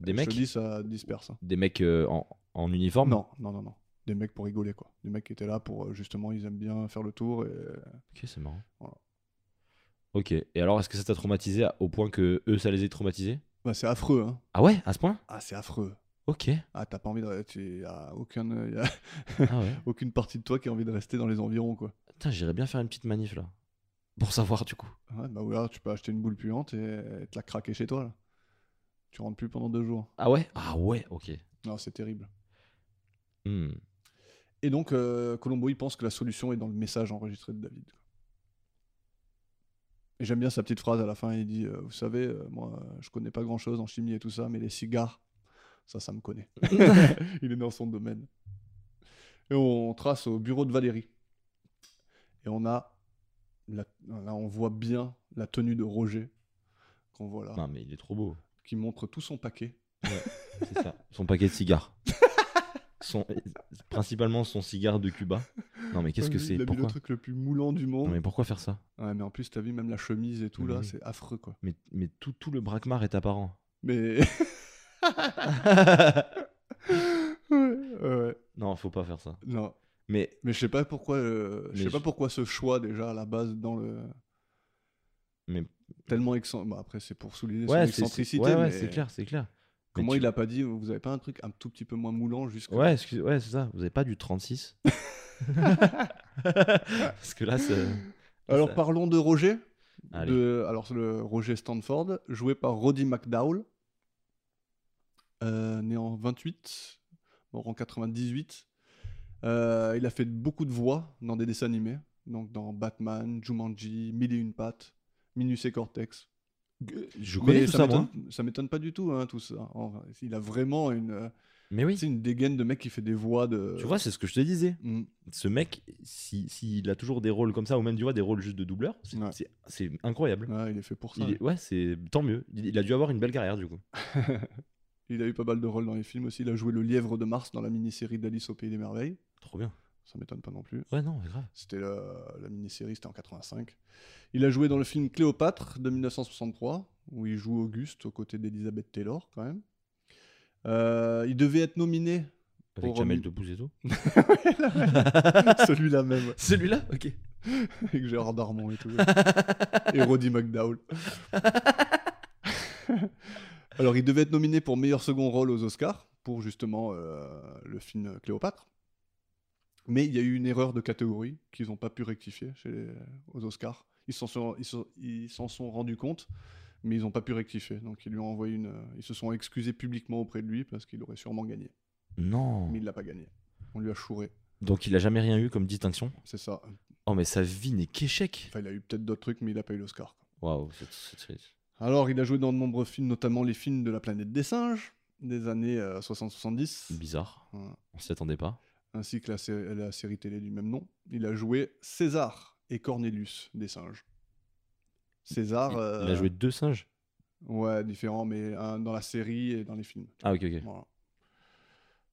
Des
Je
mecs
te dis, ça disperse. hein.
Des mecs euh, en, en uniforme
Non, non, non, non. Des mecs pour rigoler quoi. Des mecs qui étaient là pour euh, justement, ils aiment bien faire le tour et euh,
Ok, c'est marrant.
Voilà.
Ok, et alors est-ce que ça t'a traumatisé à- au point que eux ça les ait traumatisés
bah, c'est affreux hein.
Ah ouais, à ce point
Ah c'est affreux.
Ok.
Ah t'as pas envie de, tu ah, aucun, euh, y a
Ah ouais.
aucune partie de toi qui a envie de rester dans les environs quoi.
Putain, j'irais bien faire une petite manif là. Pour savoir du coup.
Ouais, bah ou alors tu peux acheter une boule puante et euh, te la craquer chez toi là. Tu rentres plus pendant deux jours.
Ah ouais Ah ouais, ok.
Non c'est terrible.
Hmm.
Et donc euh, Colombo il pense que la solution est dans le message enregistré de David. quoi. Et j'aime bien sa petite phrase à la fin, il dit euh, vous savez euh, moi euh, je connais pas grand chose en chimie et tout ça mais les cigares ça ça me connaît. il est dans son domaine. Et on trace au bureau de Valérie. Et on a la- là on voit bien la tenue de Roger qu'on voit là
Non mais il est trop beau.
qui montre tout son paquet.
C'est ça. Son paquet de cigares. son, principalement son cigare de Cuba. Non mais qu'est-ce que
Il
c'est
a mis le
Pourquoi
truc le plus moulant du
Non
monde.
mais pourquoi faire ça
Ouais, mais en plus t'as vu même la chemise et tout
Mais
là,
oui.
c'est affreux quoi.
mais, mais tout, tout le braquemar est apparent.
Mais Ouais, ouais.
non, faut pas faire ça.
Non,
Mais
mais je sais pas pourquoi. euh, je
Mais
sais pas
je-
pourquoi ce choix déjà à la base dans le.
Mais-
Tellement excentrique. après, c'est pour souligner son
ouais, c'est- c'est
excentricité.
ouais, ouais,
mais
c'est clair, c'est clair. Mais
Comment
tu-
il a pas dit Vous avez pas un truc un tout petit peu moins moulant jusqu'à
Ouais, excuse- ouais, c'est ça. Vous avez pas du 36 Parce que là, c'est...
Alors
ça-
parlons de Roger.
Allez.
De... Alors le Roger Stanford, joué par Roddy McDowell, euh, né en 28, mort en 98. Euh, il a fait beaucoup de voix dans des dessins animés, donc dans Batman, Jumanji, Mille et une pattes, Minus et Cortex.
je
Mais
connais tout
ça
ça, moi.
m'étonne- ça m'étonne pas du tout, hein, tout ça. Enfin, il a vraiment une, euh,
Mais
tu sais,
oui,
une dégaine de mec qui fait des voix de.
tu vois, c'est ce que je te disais.
Mm.
Ce mec, s'il si, s'il a toujours des rôles comme ça, ou même, tu vois, des rôles juste de doubleur, c'est
Ouais.
c'est- c'est incroyable.
Ouais, il est fait pour ça.
Il est- ouais, c'est tant mieux. Il, il a dû avoir une belle carrière du coup.
Il a eu pas mal de rôles dans les films aussi. Il a joué le lièvre de Mars dans la mini-série d'Alice au Pays des Merveilles.
Trop bien.
Ça m'étonne pas non plus.
Ouais, non, mais grave.
C'était le- la mini-série, c'était en 85. Il a joué dans le film Cléopâtre de 1963. où il joue Auguste aux côtés d'Elizabeth Taylor, quand même. Euh, il devait être nominé,
Avec
Pour,
Jamel
euh,
Debbouze et tout.
celui-là même, ouais,
Celui-là Ok.
avec Gérard Darmon et tout, et Roddy McDowell. Alors, il devait être nominé pour meilleur second rôle aux Oscars, pour justement euh, le film Cléopâtre. Mais il y a eu une erreur de catégorie qu'ils n'ont pas pu rectifier chez les- euh, aux Oscars. Ils s'en sont, ils sont- ils s'en sont rendus compte, mais ils n'ont pas pu rectifier. Donc, ils, lui ont envoyé une, euh, ils se sont excusés publiquement auprès de lui parce qu'il aurait sûrement gagné.
Non.
Mais il l'a pas gagné. On lui a chouré,
Donc il a jamais rien eu comme distinction
c'est ça.
Oh, mais sa vie n'est qu'échec.
Enfin, il a eu peut-être d'autres trucs, mais il n'a pas eu l'Oscar.
Waouh, c'est- c'est triste.
Alors, il a joué dans de nombreux films, notamment les films de la planète des singes des années euh, 60-70,
Bizarre.
Ouais.
On s'y attendait pas.
ainsi que la, sé- la série télé du même nom. Il a joué César et Cornelius des singes. César,
Il, il
euh,
a joué deux singes
ouais, différent, mais un dans la série et dans les films.
Ah, ok, ok.
Voilà.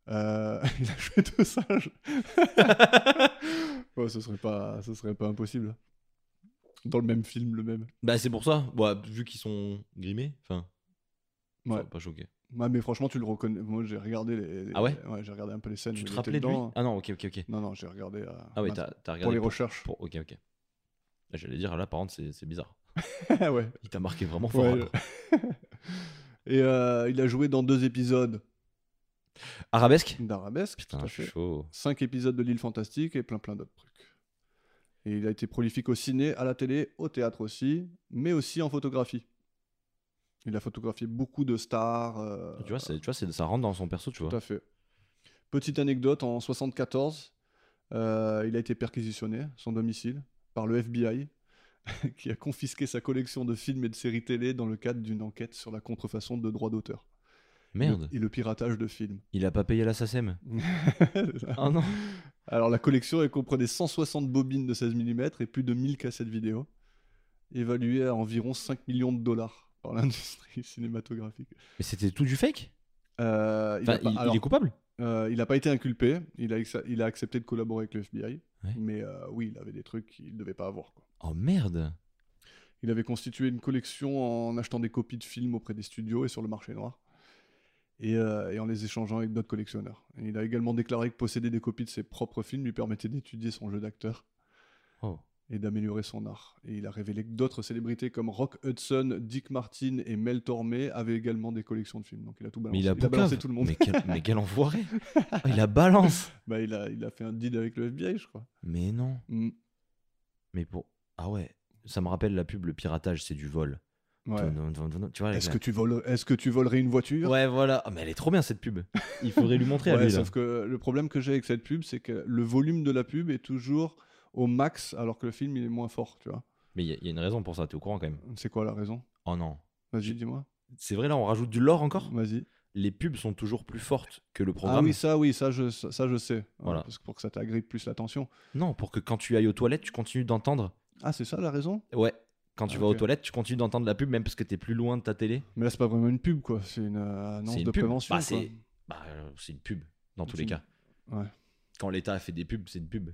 Euh, il a joué deux singes. ouais, ce serait pas, ce serait pas impossible. Dans le même film, le même.
Bah, c'est pour ça. Bah, vu qu'ils sont grimés, enfin.
Ouais.
ça va Pas choqué.
Ouais, mais franchement, tu le reconnais. Moi, j'ai regardé les. les-
Ah ouais
j'ai regardé un peu les scènes.
Tu
où
te
il était
rappelais de lui
dedans.
Ah non, ok, ok, ok.
Non, non, j'ai regardé. euh,
Ah ouais,
mince,
t'as t'as regardé.
pour les
pour-
recherches.
pour- Ok, ok. Là, J'allais dire, là, par contre, c'est c'est bizarre.
Ah ouais.
Il t'a marqué vraiment fort.
Ouais,
après.
Et euh, il a joué dans deux épisodes
Arabesque
d'Arabesque. tout
Putain,
à
je suis
fait.
chaud.
Cinq épisodes de L'île fantastique et plein plein d'autres trucs. Et il a été prolifique au ciné, à la télé, au théâtre aussi, mais aussi en photographie. Il a photographié beaucoup de stars. euh,
Tu vois, c'est- tu vois c'est- ça rentre dans son perso, tu
Tout
vois.
à fait. Petite anecdote, en 74, euh, il a été perquisitionné, son domicile, par le FBI, qui a confisqué sa collection de films et de séries télé dans le cadre d'une enquête sur la contrefaçon de droits d'auteur.
Merde,
Et le piratage de films.
il a pas payé la SACEM.
C'est ça.
Ah non.
Alors la collection elle comprenait 160 bobines de 16 mm et plus de 1000 cassettes vidéo, évaluées à environ 5 millions de dollars par l'industrie cinématographique.
Mais c'était tout du fake
Euh, il a
Enfin,
pas-
il-
alors-
il est coupable
Euh, il n'a pas été inculpé, il a, exa- il a accepté de collaborer avec le FBI,
Ouais.
mais euh, oui, il avait des trucs qu'il ne devait pas avoir. quoi.
Oh merde
Il avait constitué une collection en achetant des copies de films auprès des studios et sur le marché noir, et, euh, et en les échangeant avec d'autres collectionneurs. Et il a également déclaré que posséder des copies de ses propres films lui permettait d'étudier son jeu d'acteur
Oh.
et d'améliorer son art. Et il a révélé que d'autres célébrités comme Rock Hudson, Dick Martin et Mel Tormé avaient également des collections de films. Donc il a tout balancé,
Mais il a,
balancé
bouclave.
tout le monde.
Mais quel, mais quel enfoiré Ah, Il a balance
Bah, il, a, il a fait un deal avec le FBI, je crois.
Mais non.
Mm.
Mais pour. Ah ouais. Ça me rappelle la pub, le piratage, c'est du vol.
Ouais.
Dun, dun, dun, dun. Tu vois,
Est-ce
la-
que tu voles, est-ce que tu volerais une voiture
Ouais, voilà. Ah, mais elle est trop bien cette pub. Il faudrait lui montrer à
Ouais,
lui. là.
sauf que le problème que j'ai avec cette pub, c'est que le volume de la pub est toujours au max, alors que le film il est moins fort, tu vois.
Mais il y, a- il y a une raison pour ça, t'es au courant quand même.
C'est quoi la raison
Oh non.
Vas-y, dis-moi.
C'est vrai, là, on rajoute du lore encore
Vas-y.
Les pubs sont toujours plus fortes que le
Ah
programme.
oui, ça, oui, ça, je, ça, ça, je sais.
Voilà.
Ouais, Parce que pour que ça t'agrippe plus l'attention.
Non, pour que quand tu ailles aux toilettes, tu continues d'entendre.
Ah, c'est ça la raison
Ouais. Quand tu
Ah,
vas
ok.
aux toilettes, tu continues d'entendre la pub, même parce que t'es plus loin de ta télé.
Mais là, c'est pas vraiment une pub, quoi. C'est une euh, annonce
C'est une
de
pub.
prévention.
Bah,
quoi.
c'est bah, euh, c'est une pub, dans tous
C'est
les
une-
cas.
Ouais.
Quand l'État a fait des pubs, c'est une pub.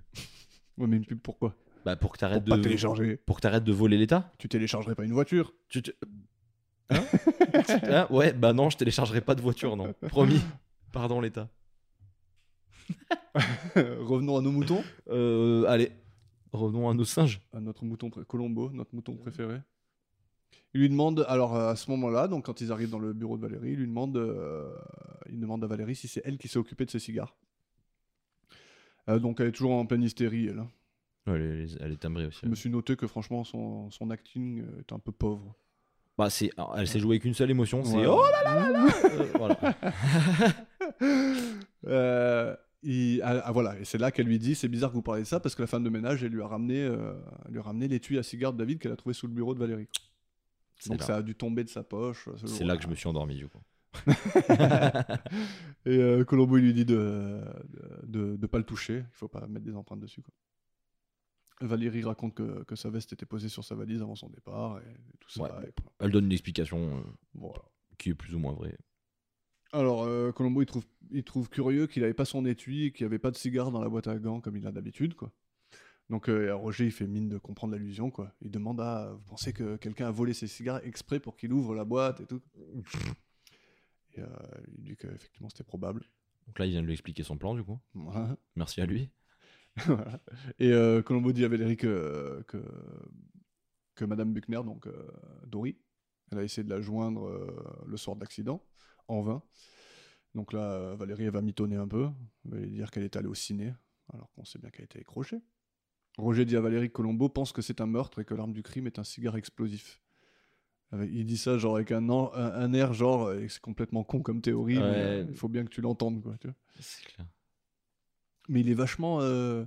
Ouais, mais une pub pourquoi
Bah, pour que
Pour
t'arrêtes
pas
de...
télécharger.
Pour que t'arrêtes de voler l'État
Tu téléchargerais pas une voiture.
Tu te- Hein Hein Ouais, bah non, je téléchargerai pas de voiture, non. Promis. Pardon l'État.
Revenons à nos moutons.
Euh, allez, revenons à nos singes.
à notre mouton pré- Colombo, notre mouton préféré. Il lui demande, alors euh, à ce moment-là, donc quand ils arrivent dans le bureau de Valérie, il lui demande, euh, il demande à Valérie si c'est elle qui s'est occupée de ses cigares. Euh, donc elle est toujours en pleine hystérie. Elle. hein.
Ouais, elle, est- elle est timbrée aussi.
Je me suis noté que franchement son, son acting euh, est un peu pauvre.
Bah, c'est... alors, Elle s'est jouée avec une seule émotion, c'est...
Ouais.
Oh là là là là Euh, voilà.
Euh, il- ah, ah, voilà, et c'est là qu'elle lui dit, c'est bizarre que vous parlez de ça parce que la femme de ménage, elle lui a ramené, euh, elle lui a ramené l'étui à cigares de David qu'elle a trouvé sous le bureau de Valérie.
C'est
Donc
là.
ça a dû tomber de sa poche. euh, ce
C'est
jour-là.
là que je me suis endormi, du coup.
Et euh, Colombo, il lui dit de de, de pas le toucher, il faut pas mettre des empreintes dessus. quoi. Valérie raconte que, que sa veste était posée sur sa valise avant son départ et tout ça.
Ouais,
et voilà.
Elle donne une explication euh,
Voilà.
qui est plus ou moins vraie.
Alors, euh, Colombo, il trouve, il trouve curieux qu'il n'avait pas son étui et qu'il n'y avait pas de cigare dans la boîte à gants comme il a d'habitude. quoi. Donc euh, Roger, il fait mine de comprendre l'allusion, quoi. Il demande à... Vous pensez que quelqu'un a volé ses cigares exprès pour qu'il ouvre la boîte et tout Et euh, il dit qu'effectivement, c'était probable.
Donc là, il vient de lui expliquer son plan, du coup.
Voilà.
Merci à lui.
Voilà. Et euh, Colombo dit à Valérie que, que, que Madame Buckner, donc euh, Dory, elle a essayé de la joindre euh, le soir de l'accident, en vain. Donc là, euh, Valérie, elle va mitonner un peu. Elle va lui dire qu'elle est allée au ciné, alors qu'on sait bien qu'elle a été écrochée. Roger dit à Valérie que Colombo pense que c'est un meurtre et que l'arme du crime est un cigare explosif. Avec- il dit ça genre avec un, an- un, un air genre, euh, c'est complètement con comme théorie, mais,
Ouais.
euh, il faut bien que tu l'entendes, quoi. tu vois.
C'est clair.
Mais il est vachement. euh,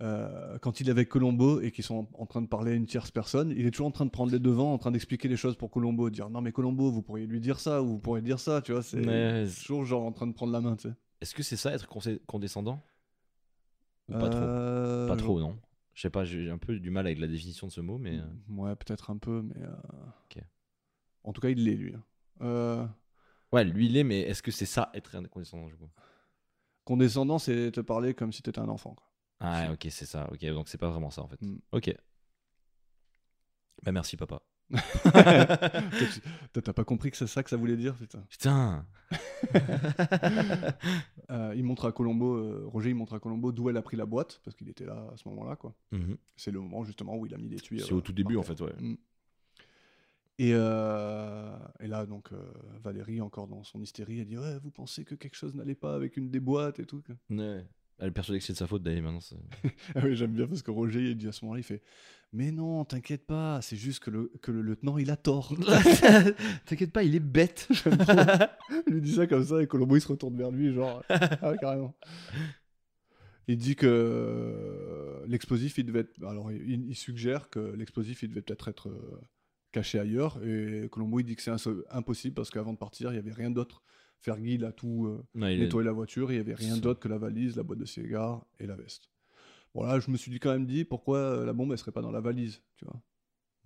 euh, quand il est avec Colombo et qu'ils sont en, en train de parler à une tierce personne, il est toujours en train de prendre les devants, en train d'expliquer les choses pour Colombo, de dire non mais Colombo, vous pourriez lui dire ça ou vous pourriez dire ça, tu vois, c'est
Ouais,
c'est toujours genre en train de prendre la main, tu sais.
Est-ce que c'est ça, être consé- condescendant Ou pas trop
Euh,
Pas trop, non. Je sais pas, j'ai un peu du mal avec la définition de ce mot, mais. euh,
Ouais, peut-être un peu, mais. euh,
Ok.
En tout cas, il l'est lui. hein. Euh,
Ouais, lui il est, mais est-ce que c'est ça, être un condescendant, du coup
condescendant, c'est te parler comme si t'étais un enfant. quoi.
Ah, ok, c'est ça. Ok, donc c'est pas vraiment ça, en fait.
Mm.
Ok. Bah, merci, papa.
Toi, tu- toi, T'as pas compris que c'est ça que ça voulait dire, putain.
Putain
Euh, il montre à Colombo, euh, Roger, il montre à Colombo d'où elle a pris la boîte, parce qu'il était là à ce moment-là, quoi.
Mhm.
C'est le moment justement où il a mis des tuyaux.
C'est au tout début, en fait, ouais.
Et, euh, et là, donc, euh, Valérie, encore dans son hystérie, elle dit Ouais, vous pensez que quelque chose n'allait pas avec une des boîtes et tout quoi.
Ouais. Elle est persuadée que c'est de sa faute d'aller maintenant. c'est-
Ah oui, j'aime bien parce que Roger, il dit à ce moment-là Il fait Mais non, t'inquiète pas, c'est juste que le, que le lieutenant, il a tort.
T'inquiète pas, il est bête.
Il lui dit ça comme ça et Colombo il se retourne vers lui, genre, ah, carrément. Il dit que euh, l'explosif, il devait être. Alors, il, il suggère que l'explosif, il devait peut-être être euh, caché ailleurs. Et Colombo, il dit que c'est inso- impossible parce qu'avant de partir, il n'y avait rien d'autre. Fergie, il a tout euh,
Ouais, il est-
nettoyé la voiture, il n'y avait rien
Ça.
d'autre que la valise, la boîte de cigares et la veste. Bon, là, je me suis dit quand même dit pourquoi euh, la bombe, elle serait pas dans la valise, tu vois.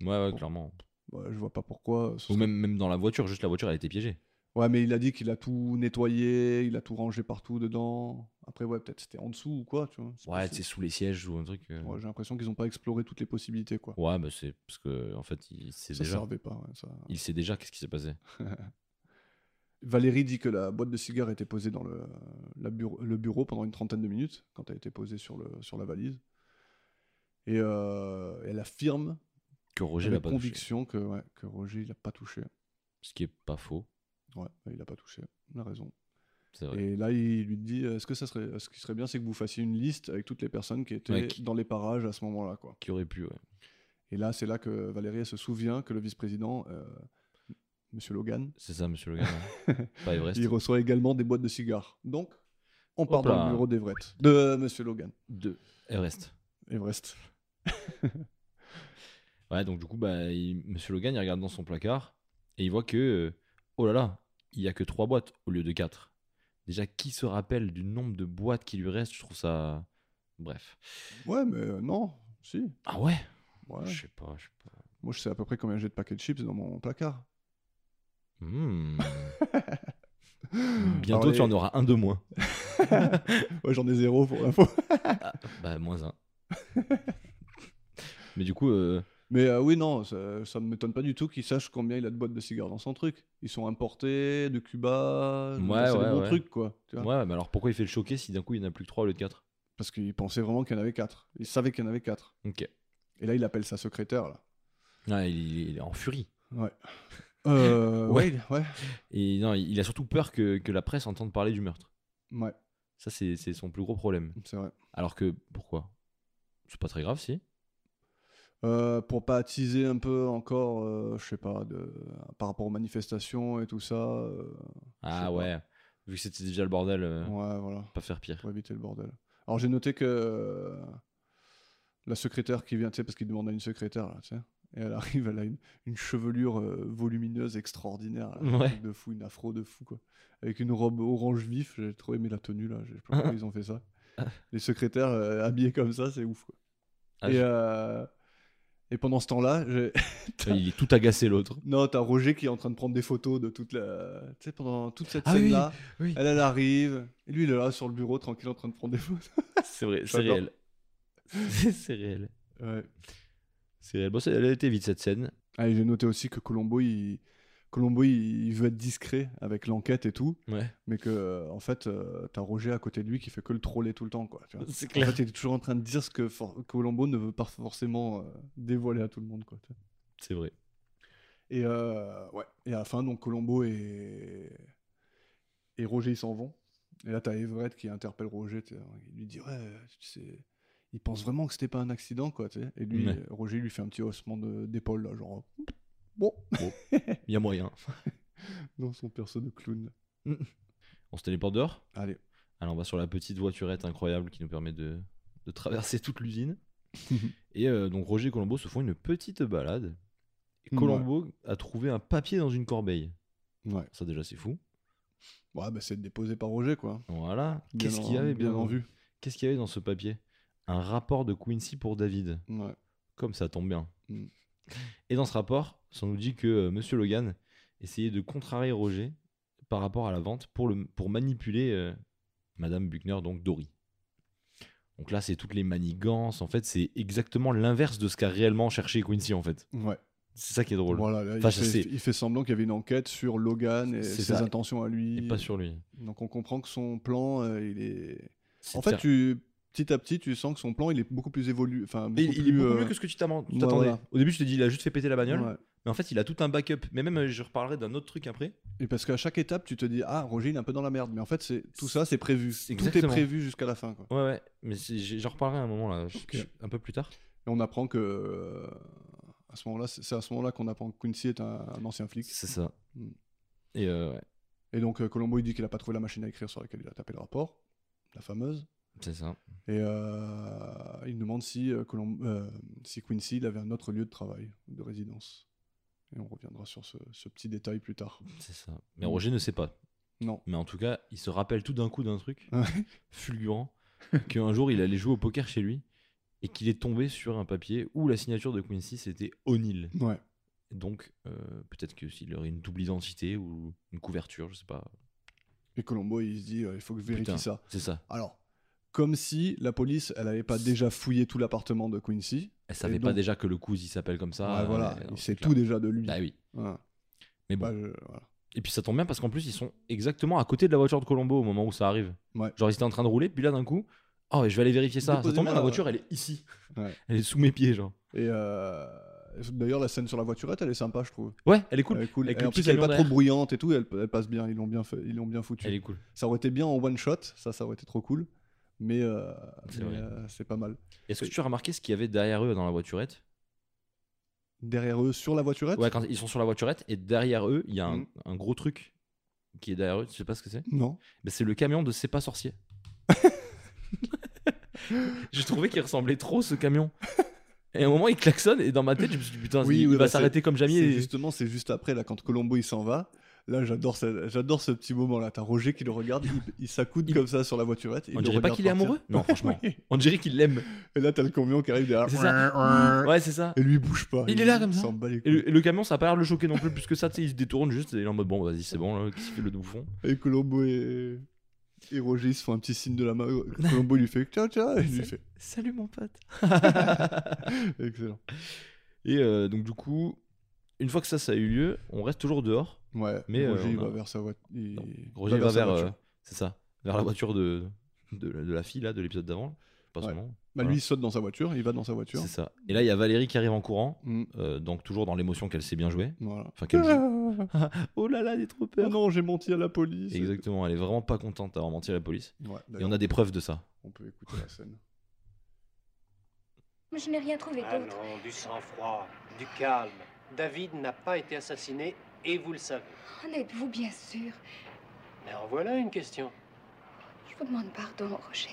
ouais, ouais, clairement.
Ouais, je vois pas pourquoi. euh, ce
Ou
serait-
même, même dans la voiture, juste la voiture, elle était piégée.
Ouais, mais il a dit qu'il a tout nettoyé, il a tout rangé partout dedans. Après, ouais, peut-être c'était en dessous ou quoi, tu vois. c'est
Ouais,
possible.
c'est sous les sièges ou un truc. euh.
Ouais, j'ai l'impression qu'ils n'ont pas exploré toutes les possibilités, quoi.
Ouais, bah c'est parce que en fait, il sait
ça
déjà.
servait pas. ouais, ça.
Il sait déjà qu'est-ce qui s'est passé.
Valérie dit que la boîte de cigares était posée dans le, la bureau, le bureau pendant une trentaine de minutes, quand elle était posée sur, le, sur la valise. Et euh, elle affirme,
Que Roger l'a
avec
pas touché.
conviction, que, ouais, que Roger, il n'a pas touché.
Ce qui est pas faux.
Ouais, il n'a pas touché, il a raison.
C'est vrai.
Et là, il lui dit euh, est-ce que ça serait, ce qui serait bien, c'est que vous fassiez une liste avec toutes les personnes qui étaient
Ouais, qui-
dans les parages à ce moment-là, quoi.
Qui aurait pu, ouais.
Et là, c'est là que Valérie elle se souvient que le vice-président, euh, Monsieur Logan,
C'est ça, monsieur le gars. hein. pas Everest.
il reçoit également des boîtes de cigares. Donc, on part
Hop
dans
là.
le bureau d'Everett, de Monsieur Logan,
Deux. Everest.
Everest.
Ouais, donc du coup, bah, il- monsieur Logan, il regarde dans son placard et il voit que, euh, oh là là, il y a que trois boîtes au lieu de quatre. Déjà, qui se rappelle du nombre de boîtes qui lui restent Je trouve ça. Bref.
Ouais, mais euh, non, si.
Ah ouais,
Ouais.
Je sais pas, je sais pas.
Moi, je sais à peu près combien j'ai de paquets de chips dans mon placard.
Hmm. Bientôt,
Alors,
tu en
les-
auras un de moins.
Ouais, j'en ai zéro pour l'info.
Bah, moins un. Mais du coup, euh,
Mais euh, oui, non, ça ne m'étonne pas du tout qu'il sache combien il a de boîtes de cigares dans son truc. Ils sont importés de Cuba,
Ouais,
c'est
ouais,
des bons
ouais.
trucs, quoi. tu
ouais.
vois.
mais alors pourquoi il fait le choquer si d'un coup il n'y en a plus que 3 au lieu de 4
Parce qu'il pensait vraiment qu'il y en avait quatre. Il savait qu'il y en avait quatre.
Ok.
Et là, il appelle sa secrétaire, là.
Ah, il, il- il est en furie.
Euh,
Ouais.
ouais, ouais.
Et non, il il a surtout peur que, que la presse entende parler du meurtre.
Ouais,
Ça, c'est c'est son plus gros problème.
c'est vrai.
Alors que, pourquoi C'est pas très grave, si.
Euh, pour pas attiser un peu encore, euh, je sais pas, de, par rapport aux manifestations et tout ça. euh, sais
Ah
pas.
ouais, vu que c'était déjà le bordel, euh,
Ouais, voilà,
pas faire pire.
pour éviter le bordel. Alors j'ai noté que euh, la secrétaire qui vient, tu sais, parce qu'il demande à une secrétaire, là, tu sais, et elle arrive, elle a une, une chevelure euh, volumineuse extraordinaire, là, un
Ouais.
truc de fou, une afro de fou, quoi. Avec une robe orange vif, j'ai trop aimé la tenue, là, je sais pas pourquoi ils ont fait ça. Les secrétaires euh, habillés comme ça, c'est ouf, quoi.
Ah,
et,
je-
euh, et pendant ce temps-là, j'ai-
Euh, Il est tout agacé, l'autre.
non, t'as Roger qui est en train de prendre des photos de toute la. Tu sais, pendant toute cette
Ah oui,
scène-là,
oui.
elle, elle arrive, et lui, il est là sur le bureau, tranquille, en train de prendre des photos.
C'est vrai, c'est
J'adore.
réel. c'est réel.
Ouais.
C'est réel. Bon, c'est- elle a été vite cette scène.
Ah, et j'ai noté aussi que Colombo, il... Colombo, il il veut être discret avec l'enquête et tout,
Ouais,
mais que euh, en fait, euh, t'as Roger à côté de lui qui fait que le troller tout le temps, quoi. tu vois.
Ah, c'est
En fait, il est toujours en train de dire ce que for- Colombo ne veut pas forcément euh, dévoiler à tout le monde, quoi. tu vois.
C'est vrai.
Et, euh, ouais. et à la fin, donc Colombo et, et Roger, ils s'en vont. Et là, t'as Everett qui interpelle Roger. tu sais, Il lui dit Ouais, tu sais, il pense vraiment que c'était pas un accident, quoi. tu sais. Et lui,
Ouais.
Roger lui fait un petit haussement de- d'épaule, là, genre Bon,
Il y a moyen.
dans son perso de clown.
On se téléporte dehors
Allez.
Alors on va sur la petite voiturette incroyable qui nous permet de, de traverser toute l'usine. et euh, donc Roger et Colombo se font une petite balade. Et
Ouais.
Colombo a trouvé un papier dans une corbeille.
Ouais,
Ça déjà c'est fou.
ouais bah, c'est déposé par Roger, quoi.
Voilà.
Bien
Qu'est-ce
en-
qu'il y avait
bien
bien
en vue
Qu'est-ce qu'il y avait dans ce papier Un rapport de Quincy pour David.
Ouais.
Comme ça tombe bien.
Mm.
Et dans ce rapport, ça nous dit que euh, Monsieur Logan essayait de contrarier Roger par rapport à la vente pour, le, pour manipuler euh, Madame Buckner, donc Dory. Donc là, c'est toutes les manigances. En fait, c'est exactement l'inverse de ce qu'a réellement cherché Quincy, en fait.
Ouais.
C'est ça qui est drôle.
Voilà, là,
Enfin,
il,
ça,
fait,
c'est-
il fait semblant qu'il y avait une enquête sur Logan et
C'est
ses
ça.
intentions à lui.
Et pas sur lui.
Donc on comprend que son plan, euh, il est.
C'est
En fait,
tiens,
tu, petit à petit, tu sens que son plan, il est beaucoup plus évolué. Enfin,
il,
beaucoup
il est
plus,
beaucoup
euh,
mieux que ce que tu t'attends- tu
ouais,
t'attendais.
voilà.
Au début, je t'ai dit, il a juste fait péter la bagnole.
ouais.
Mais en fait, il a tout un backup. Mais même, euh, je reparlerai d'un autre truc après.
Et parce qu'à chaque étape, tu te dis, ah, Roger, il est un peu dans la merde. Mais en fait, c'est tout ça, c'est prévu.
C'est
Tout est
exactement.
prévu jusqu'à la fin. Quoi.
Ouais, ouais. Mais c'est- j'- j'en reparlerai à un moment, là. Je-
Ok.
je- un peu plus tard.
Et on apprend que. euh, à ce moment-là, c'est c'est à ce moment-là qu'on apprend que Quincy est un, un ancien flic.
C'est ça.
Mm.
Et euh, ouais,
Et donc, euh, Colombo, il dit qu'il a pas trouvé la machine à écrire sur laquelle il a tapé le rapport, la fameuse.
c'est ça.
Et euh, il demande si, euh, Colom- euh, si Quincy il avait un autre lieu de travail, de résidence. Et on reviendra sur ce, ce petit détail plus tard.
C'est ça. Mais Roger ne sait pas.
Non.
Mais en tout cas, il se rappelle tout d'un coup d'un truc
Ouais.
fulgurant qu'un jour il allait jouer au poker chez lui et qu'il est tombé sur un papier où la signature de Quincy c'était O'Neill.
Ouais.
Donc euh, peut-être que s'il aurait une double identité ou une couverture, je sais pas.
Et Colombo, il se dit, euh, il faut que je vérifie
Putain.
ça.
C'est ça.
Alors, comme si la police, elle n'avait pas déjà fouillé tout l'appartement de Quincy.
Elle savait
Et
pas
donc-
déjà que le cousin il s'appelle comme ça.
Ouais, voilà,
euh, non,
il sait
c'est clair.
tout déjà de lui.
Bah oui.
Voilà.
Mais bon.
Bah, je- voilà.
Et puis ça tombe bien parce qu'en plus ils sont exactement à côté de la voiture de Colombo au moment où ça arrive.
Ouais.
Genre ils étaient en train de rouler, puis là d'un coup, oh ouais, je vais aller vérifier ça. Ça
Déposez-la,
tombe bien, la
ouais.
voiture elle est ici.
Ouais.
Elle est sous mes pieds, genre.
Et euh, d'ailleurs, la scène sur la voiturette, elle est sympa, je trouve.
Ouais, elle est cool.
Elle est cool.
Avec
Et
le
en
petit
plus, elle est
camion
pas trop
derrière.
bruyante et tout, elle, elle passe bien, ils l'ont bien, fait, ils l'ont bien foutu.
Elle est cool.
Ça aurait été bien en one shot, ça, ça aurait été trop cool. Mais euh,
C'est
mais,
vrai.
euh, c'est pas mal.
Est-ce que tu as remarqué ce qu'il y avait derrière eux dans la voiturette
Derrière eux, sur la voiturette
Ouais, quand ils sont sur la voiturette et derrière eux, il y a un,
Mhm.
un gros truc qui est derrière eux. Je sais pas ce que c'est.
Non.
Mais c'est le camion de C'est pas sorcier. J'ai trouvé qu'il ressemblait trop ce camion. Et à un moment, il klaxonne et dans ma tête, je me suis dit putain,
Oui,
il
oui,
va
bah,
s'arrêter comme jamais.
C'est
et-
justement, c'est juste après, là, quand Colombo il s'en va. Là, j'adore ce, j'adore ce petit moment-là. T'as Roger qui le regarde, il, il s'accoude
Il-
comme ça sur la voiturette. il
On
le
dirait pas
regarde
qu'il est
partir.
amoureux Non, franchement.
Oui.
On dirait qu'il l'aime.
Et là, t'as le camion qui arrive derrière.
C'est ça. Ouais, c'est ça.
Et lui, il bouge pas.
Il est là comme ça.
s'en bat les
Et
couilles.
le, et le camion, ça a pas l'air de le choquer non plus, plus que ça. Tu sais, il se détourne juste et il est en mode bon, vas-y, c'est bon, là, qui se fait le bouffon.
Et Colombo et... et Roger, ils se font un petit signe de la main. Colombo il lui fait ciao, ciao. Et il lui fait
Salut mon pote.
excellent.
et euh, donc, du coup, une fois que ça, ça a eu lieu, on reste toujours dehors.
Ouais,
Mais,
mais
euh,
Roger, il
on a-
va vers sa voiture. Il...
Roger
il
va
sa
vers.
voiture.
euh, c'est ça, vers la voiture de, de, la- de la fille, là, de l'épisode d'avant. Pas son
Ouais.
nom.
Bah,
voilà.
Lui, il saute dans sa voiture, il va dans sa voiture.
C'est ça. Et là, il y a Valérie qui arrive en courant,
Mm,
euh, donc toujours dans l'émotion qu'elle sait bien jouer.
voilà.
Enfin, qu'elle joue.
Ah,
Oh là là, elle est trop
oh
peur.
non, j'ai menti à la police.
Exactement, elle est vraiment pas contente d'avoir menti à la police.
Ouais,
Et
d'ailleurs,
on a des preuves de ça.
on peut écouter la scène.
Mais je n'ai rien trouvé
Ah
d'autre.
non, du sang-froid, du calme. David n'a pas été assassiné, et vous le savez.
En êtes-vous bien sûr
Mais en voilà une question.
Je vous demande pardon, Roger.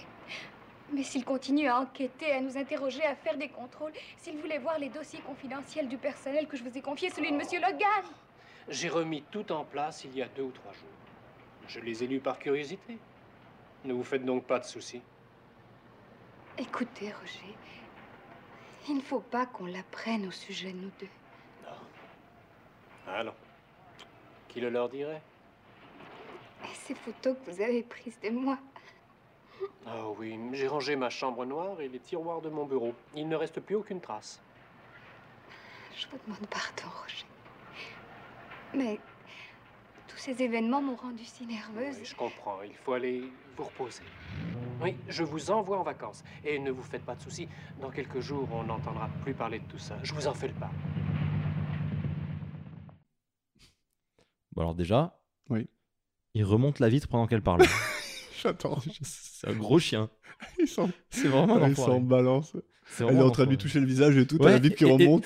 Mais s'il continue à enquêter, à nous interroger, à faire des contrôles, s'il voulait voir les dossiers confidentiels du personnel que je vous ai confié, celui de Monsieur Logan,
J'ai remis tout en place il y a deux ou trois jours. Je les ai lus par curiosité. Ne vous faites donc pas de soucis.
Écoutez, Roger, il ne faut pas qu'on l'apprenne au sujet de nous deux.
Alors, qui le leur dirait
Et ces photos que vous avez prises de moi,
Ah oui, j'ai rangé ma chambre noire et les tiroirs de mon bureau. Il ne reste plus aucune trace.
Je vous demande pardon, Roger. Mais tous ces événements m'ont rendue si nerveuse.
Oui, je comprends, il faut aller vous reposer. Oui, je vous envoie en vacances. Et ne vous faites pas de soucis, dans quelques jours, on n'entendra plus parler de tout ça. Je vous en fais le pas.
Bon, alors déjà,
Oui.
il remonte la vitre pendant qu'elle parle.
J'attends.
c'est un gros chien.
Il s'en,
C'est vraiment un
il s'en
enfoiré.
balance.
C'est
Elle est
vraiment
en
un
train de lui
enfoiré.
toucher le visage et tout. T'as
Ouais,
la vitre qui
et- et-
remonte.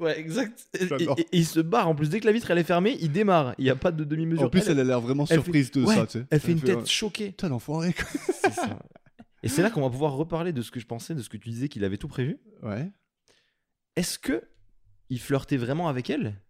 ouais, exact. Et, et-
J'adore.
et il se barre en plus. Dès que la vitre elle est fermée, il démarre. Il n'y a pas de demi-mesure.
En plus, elle a l'air vraiment
elle fait-
surprise de
ouais,
ça. tu sais. euh,
elle fait une tête
ouais,
choquée.
Putain, l'enfoiré. quoi.
C'est ça. Et c'est là qu'on va pouvoir reparler de ce que je pensais, de ce que tu disais qu'il avait tout prévu.
Ouais.
Est-ce que il flirtait vraiment avec elle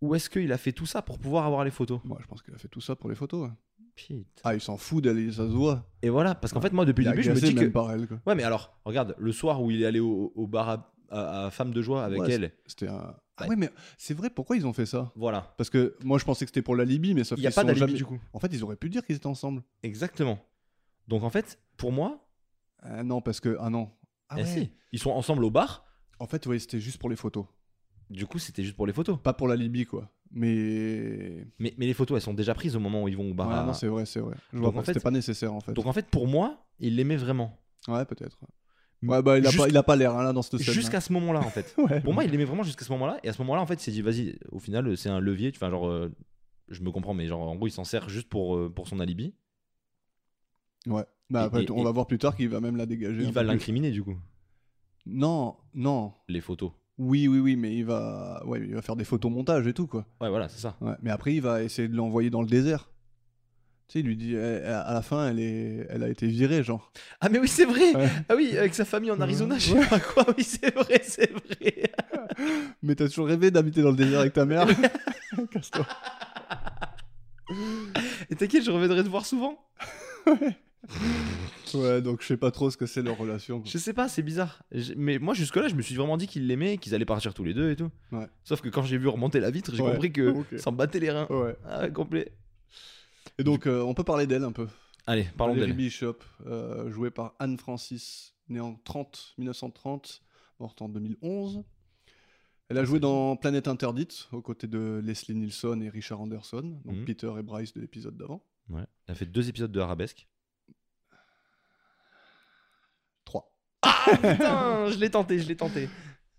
Ou est-ce qu'il a fait tout ça pour pouvoir avoir les photos
Moi, je pense qu'elle a fait tout ça pour les photos. ouais.
Putain.
Ah, il s'en fout d'aller, ça se voit.
Et voilà, parce qu'en fait, moi, depuis
Il
le
est
début, je me
agacé
dis que.
même par elle. quoi.
Ouais, mais alors, regarde, le soir où il est allé au, au bar à, à- à Femme de Joie avec
Ouais,
elle,
C'était un. Ah
Ouais.
ouais, mais c'est vrai, pourquoi ils ont fait ça
voilà.
Parce que moi, je pensais que c'était pour la Libye, mais sauf
Il n'y a
qu'ils
pas
sont
d'alibi
jamais-
du coup.
En fait, ils auraient pu dire qu'ils étaient ensemble.
Exactement. Donc en fait, pour moi,
Ah non, parce que. Ah non. Ah
eh
ouais.
si, ils sont ensemble au bar.
En fait, ouais, c'était juste pour les photos.
Du coup, c'était juste pour les photos.
Pas pour la Libye, quoi. Mais.
Mais, mais les photos, elles sont déjà prises au moment où ils vont au bar.
Ouais,
à-
non, c'est vrai, c'est vrai. Je
Bah. Donc,
vois
en
pas,
fait-
c'était pas nécessaire, en fait.
Donc en fait, pour moi, il l'aimait vraiment.
Ouais, peut-être. Ouais, bah, il a,
Jusqu'-
pas, il a pas l'air, hein, là, dans cette scène. hein.
Jusqu'à ce moment-là, en fait.
Ouais.
Pour moi, il l'aimait vraiment jusqu'à ce moment-là. Et à ce moment-là, en fait, il s'est dit, vas-y, au final, c'est un levier. Enfin, genre, euh, je me comprends, mais genre, en gros, il s'en sert juste pour, euh, pour son alibi.
Ouais. Bah,
Et-
après,
et-
on va
et-
voir plus tard qu'il va même la dégager. un
Il va
peu plus.
l'incriminer, du coup,
Non, non.
les photos.
Oui, oui, oui, mais il va, ouais, il va faire des photomontages et tout, quoi.
Ouais, voilà, c'est ça.
Ouais, Mais après, il va essayer de l'envoyer dans le désert. Tu sais, il lui dit, eh, à la fin, elle, est... elle a été virée, genre.
Ah, mais oui, c'est vrai
Ouais.
Ah oui, avec sa famille en Arizona, je sais pas quoi. Oui, c'est vrai, c'est vrai.
Mais t'as toujours rêvé d'habiter dans le désert avec ta mère Casse-toi.
Et t'inquiète, je reviendrai te voir souvent.
Ouais, donc je sais pas trop ce que c'est leur relation. quoi.
Je sais pas, c'est bizarre. Je- Mais moi, jusque-là, je me suis vraiment dit qu'il l'aimait, qu'ils allaient partir tous les deux et tout.
Ouais.
Sauf que quand j'ai vu remonter la vitre, j'ai
Ouais,
compris que
ok.
ça me battait les reins.
Ouais.
Ah, complet.
Et donc, euh, on peut parler d'elle un peu.
Allez, parlons
Valérie
d'elle.
Bishop, euh, jouée par Anne Francis, née en 30, 1930, morte en 2011. Elle a joué dans Planète Interdite, aux côtés de Leslie Nielsen et Richard Anderson, donc
Mhm.
Peter et Bryce de l'épisode d'avant.
Ouais. Elle a fait deux épisodes de Arabesque.
3.
Ah, Putain, je l'ai tenté, je l'ai tenté.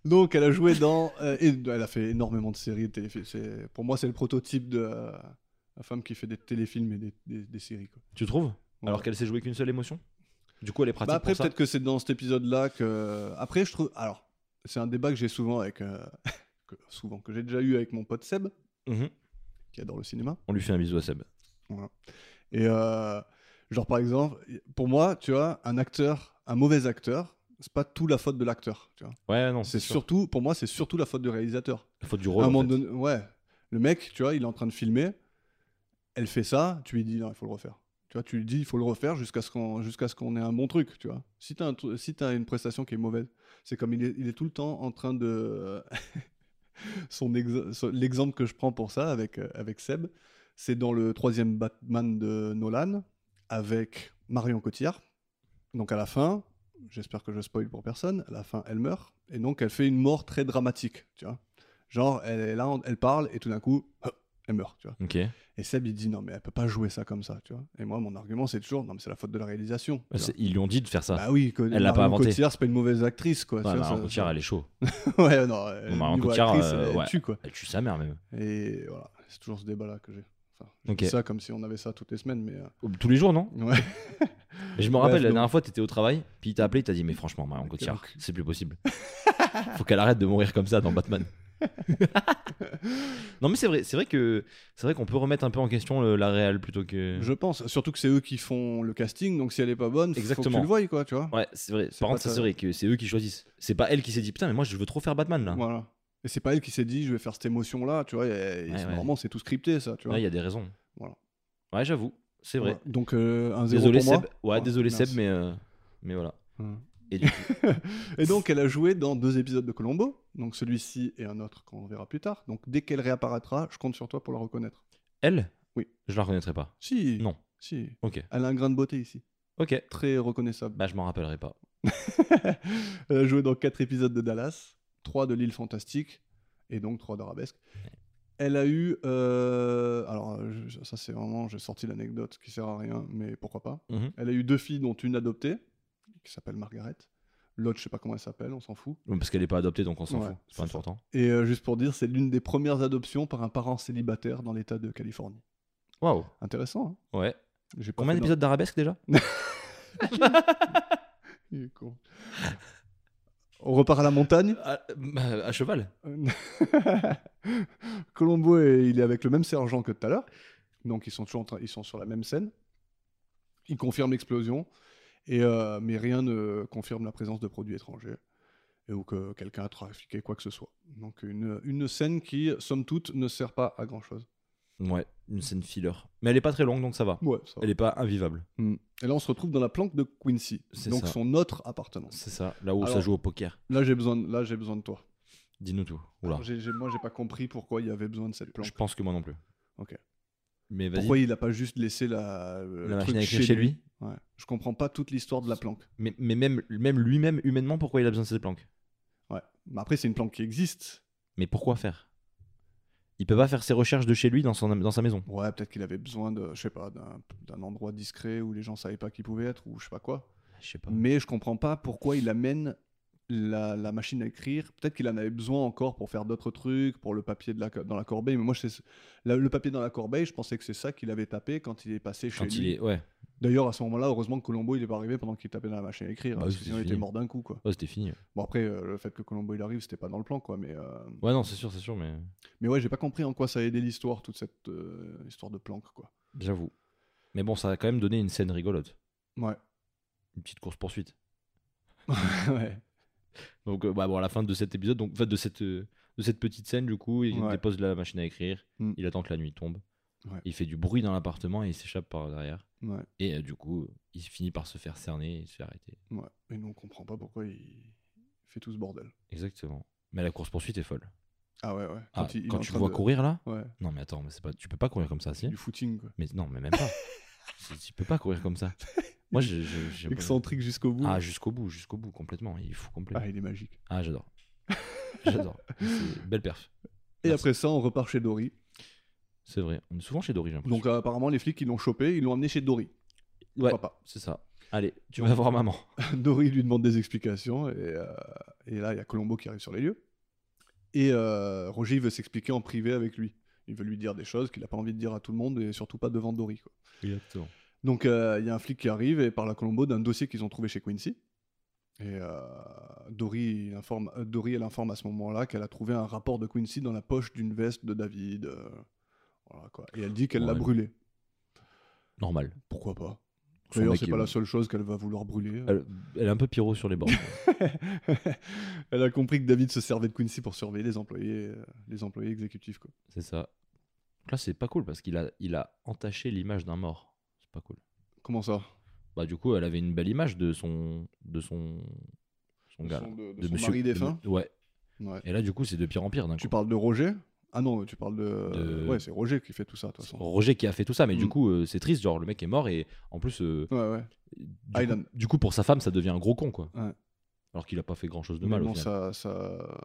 Donc, elle a joué dans. euh, et elle a fait énormément de séries. De téléfilms. C'est- Pour moi, c'est le prototype de euh, la femme qui fait des téléfilms et des, des- des séries. quoi.
Tu trouves
Ouais.
Alors qu'elle s'est jouée qu'une seule émotion Du coup, elle est pratique
Bah après,
pour ça.
peut-être que c'est dans cet épisode-là que. Après, je trouve. Alors, c'est un débat que j'ai souvent avec. euh, que- souvent, que j'ai déjà eu avec mon pote Seb,
Mhm.
qui adore le cinéma.
On lui fait un bisou à Seb.
Et euh, genre, par exemple, pour moi, tu vois, un acteur, un mauvais acteur, c'est pas tout la faute de l'acteur. tu vois.
Ouais, non,
C'est
Ah, c'est sûr.
surtout, pour moi, c'est surtout la faute du réalisateur.
La faute du
à
rôle.
un
en
moment
fait.
donné, ouais. Le mec, tu vois, il est en train de filmer, elle fait ça, tu lui dis non, il faut le refaire. Tu vois, tu lui dis il faut le refaire jusqu'à ce qu'on jusqu'à ce qu'on ait un bon truc, tu vois. Si t'as un tru- si t'as une prestation qui est mauvaise, c'est comme il est, il est tout le temps en train de son, ex- son- l'exemple que je prends pour ça avec euh, avec Seb, c'est dans le troisième Batman de Nolan avec Marion Cotillard. Donc à la fin, j'espère que je spoil pour personne, à la fin elle meurt et donc elle fait une mort très dramatique, tu vois. Genre elle est là, elle parle et tout d'un coup, hop, elle meurt, tu vois.
Ok.
Et Seb il dit non mais elle peut pas jouer ça comme ça, tu vois. Et moi mon argument c'est toujours non mais c'est la faute de la réalisation. tu
Bah,
vois.
c'est- Ils lui ont dit de faire ça.
Bah oui, que
Elle l'a pas
Marion
inventé.
Cotillard c'est pas une mauvaise actrice quoi.
Ouais,
tu vois,
Marion
ça-
Cotillard, elle est chaud.
ouais non, euh,
Marion
niveau
Cotillard,
actrice,
euh,
elle, elle
ouais.
tue quoi.
Elle tue sa mère même.
Et voilà, c'est toujours ce débat là que j'ai. Enfin, je
Ok.
dis ça comme si on avait ça toutes les semaines mais euh,
Tous les jours, non
ouais.
Je me
Bref,
rappelle la
donc-
dernière fois, t'étais au travail, puis il t'a appelé, il t'a dit Mais franchement, Marion Cotillard,
Donc-
c'est plus possible. Faut qu'elle arrête de mourir comme ça dans Batman. non, mais c'est vrai, c'est vrai que c'est vrai qu'on peut remettre un peu en question le- la réelle plutôt que.
Je pense, surtout que c'est eux qui font le casting, donc si elle est pas bonne, faut que
Exactement.
tu le voyes, quoi, tu vois.
Ouais, c'est vrai.
C'est
Par
pas
contre, ça,
ta-
c'est vrai que c'est eux qui choisissent. C'est pas elle qui s'est dit Putain, mais moi, je veux trop faire Batman là. Ouais,
Voilà. Et c'est pas elle qui s'est dit, je vais faire cette émotion-là, tu vois. et- et
Ouais,
c'est-
ouais.
Normalement, c'est tout scripté, ça, tu
Il
vois.
y a des raisons.
Voilà.
Ouais, j'avoue, c'est vrai.
Voilà. Donc, euh, un zéro
Désolé,
pour moi.
Seb. Ouais,
Ouais,
désolé,
merci.
Seb, mais, euh, mais voilà.
Ouais.
Et du coup,
Et donc, elle a joué dans deux épisodes de Colombo, donc celui-ci et un autre qu'on verra plus tard. Donc, dès qu'elle réapparaîtra, je compte sur toi pour la reconnaître.
elle
Oui.
Je la reconnaîtrai pas.
Si.
Non.
Si.
Ok.
Elle a un grain de beauté ici.
Ok.
très reconnaissable.
Bah, je m'en rappellerai pas.
Elle a joué dans 4 épisodes de Dallas, 3 de l'île fantastique, et donc 3 d'Arabesque. Elle a eu. euh, alors, je- ça, c'est vraiment. J'ai sorti l'anecdote qui sert à rien, mais pourquoi pas.
Mhm.
Elle a eu deux filles, dont une adoptée, qui s'appelle Margaret. L'autre, je sais pas comment elle s'appelle, on s'en fout.
Parce qu'elle n'est pas adoptée, donc on s'en
Ouais,
fout. C'est pas
c'est ça.
important.
Et euh, juste pour dire, c'est l'une des premières adoptions par un parent célibataire dans l'État de Californie.
Waouh.
Intéressant, hein
Ouais.
J'ai pas
Combien
fait
d'épisodes d'Arabesque déjà
d'en- Il est con. On repart à la montagne.
à, bah, à cheval.
Colombo, est- il est avec le même sergent que tout à l'heure. Donc, ils sont toujours en train, ils sont sur la même scène. Ils confirment l'explosion. Et, euh, mais rien ne confirme la présence de produits étrangers. Et ou que quelqu'un a trafiqué quoi que ce soit. Donc, une, une scène qui, somme toute, ne sert pas à grand chose.
Ouais, une scène filler. Mais elle est pas très longue, donc ça va.
Ouais, ça va.
Elle est pas invivable.
Mm. Et là, on se retrouve dans la planque de Quincy.
C'est
Donc,
ça.
son autre appartement.
C'est ça, là où ça
Alors-
joue au poker.
Là, j'ai besoin, de- là, j'ai besoin de toi.
Dis-nous tout. Oula.
Alors, Ah, j'ai- j'ai- moi, j'ai pas compris pourquoi il y avait besoin de cette planque.
Je pense que moi non plus.
Ok.
Mais vas-y.
Pourquoi il a pas juste laissé la, le
la
truc
machine à écrire chez lui,
Ouais. Je comprends pas toute l'histoire de la planque.
Mais, mais même, même lui-même, humainement, pourquoi il a besoin de cette planque
Ouais. Mais après, c'est une planque qui existe.
Mais pourquoi faire Il peut pas faire ses recherches de chez lui dans, son, dans sa maison.
Ouais, peut-être qu'il avait besoin de, je sais pas, d'un d'un endroit discret où les gens savaient pas qui pouvait être ou je sais pas quoi.
Je sais pas.
Mais je comprends pas pourquoi il amène la, la machine à écrire. Peut-être qu'il en avait besoin encore pour faire d'autres trucs, pour le papier de la, co- dans la corbeille. Mais moi, je sais- la- le papier dans la corbeille, je pensais que c'est ça qu'il avait tapé quand il est passé chez
Quand il
lui.
est. Ouais,
D'ailleurs, à ce moment-là, heureusement que Colombo, il est pas arrivé pendant qu'il tapait dans la machine à écrire.
Bah
hein,
oui,
parce que
c'est
sinon, il était
fini.
mort d'un coup, quoi.
oh, c'était fini.
Bon, après, euh, le fait que Colombo, il arrive, c'était pas dans le plan, quoi. Mais, euh,
Ouais, non, c'est sûr, c'est sûr, mais
mais ouais, j'ai pas compris en quoi ça a aidé l'histoire, toute cette euh, histoire de planque, quoi.
j'avoue. Mais bon, ça a quand même donné une scène rigolote.
Ouais.
Une petite course-poursuite.
ouais.
Donc, euh, bah, bon, à la fin de cet épisode, donc, enfin, de cette, euh, de cette petite scène, du coup, il
Ouais.
dépose la machine à écrire,
Mm.
il attend que la nuit tombe,
Ouais.
il fait du bruit dans l'appartement et il s'échappe par derrière.
Ouais.
Et euh, du coup, il finit par se faire cerner et se faire arrêter.
Ouais. Et nous, on comprend pas pourquoi il fait tout ce bordel.
Exactement. Mais la course-poursuite est folle.
Ah ouais, ouais.
Ah, Quand,
il- il est en
tu
train
le vois
de-
courir là
Ouais.
Non, mais attends, mais c'est pas... tu peux pas courir comme ça, si
c'est Du footing, quoi.
Mais non, mais même pas. Tu- tu peux pas courir comme ça. Moi, je- je- j'ai.
Excentrique jusqu'au bout.
Ah, jusqu'au bout, jusqu'au bout, complètement. Il est fou complet.
Ah, il est magique.
Ah, j'adore. J'adore. C'est- Belle perf.
Et
Merci.
après ça, on repart chez Dory.
C'est vrai. On est souvent chez Dory, j'ai l'impression.
Donc, euh, apparemment, les flics, ils l'ont chopé, ils l'ont amené chez Dory.
Ouais.
Papa.
C'est ça. Allez, tu vas voir maman.
Dory lui demande des explications et, euh, et là il y a Colombo qui arrive sur les lieux et euh, Roger il veut s'expliquer en privé avec lui. Il veut lui dire des choses qu'il n'a pas envie de dire à tout le monde et surtout pas devant Dory. quoi.
Exactement.
Donc euh, il y a un flic qui arrive et parle à Colombo d'un dossier qu'ils ont trouvé chez Quincy. Et euh, Dory, il informe, euh, Dory, elle informe à ce moment-là qu'elle a trouvé un rapport de Quincy dans la poche d'une veste de David. euh, voilà, quoi. Et elle dit qu'elle l'a
Ouais.
brûlé.
Normal.
Pourquoi pas
Son
D'ailleurs,
mec
c'est
est-
pas la seule chose qu'elle va vouloir brûler. euh.
Elle, elle est un peu pyro sur les bords.
Elle a compris que David se servait de Quincy pour surveiller les employés, euh, les employés exécutifs. Quoi.
c'est ça. Donc Là, c'est pas cool parce qu'il a, il a entaché l'image d'un mort. C'est pas cool.
Comment ça
Bah, du coup, elle avait une belle image de son. de son. son
De
gars.
son- de- de
de
son
monsieur.
mari
de-
défunt
ouais.
Ouais.
Et là, du coup, c'est de pire en pire. d'un
Tu
coup.
parles de Roger Ah non, tu parles de...
De-
Ouais, c'est Roger qui fait tout ça, de toute
C'est
façon.
Roger qui a fait tout ça, mais du
Mm.
coup, euh, c'est triste. Genre, le mec est mort et en plus. euh,
Ouais, ouais.
du,
Ah, il
coup,
a-
du coup, pour sa femme, ça devient un gros con, quoi.
Ouais.
Alors qu'il a pas fait grand chose de
Mais
mal hein. au
bon, ça,
final.
ça...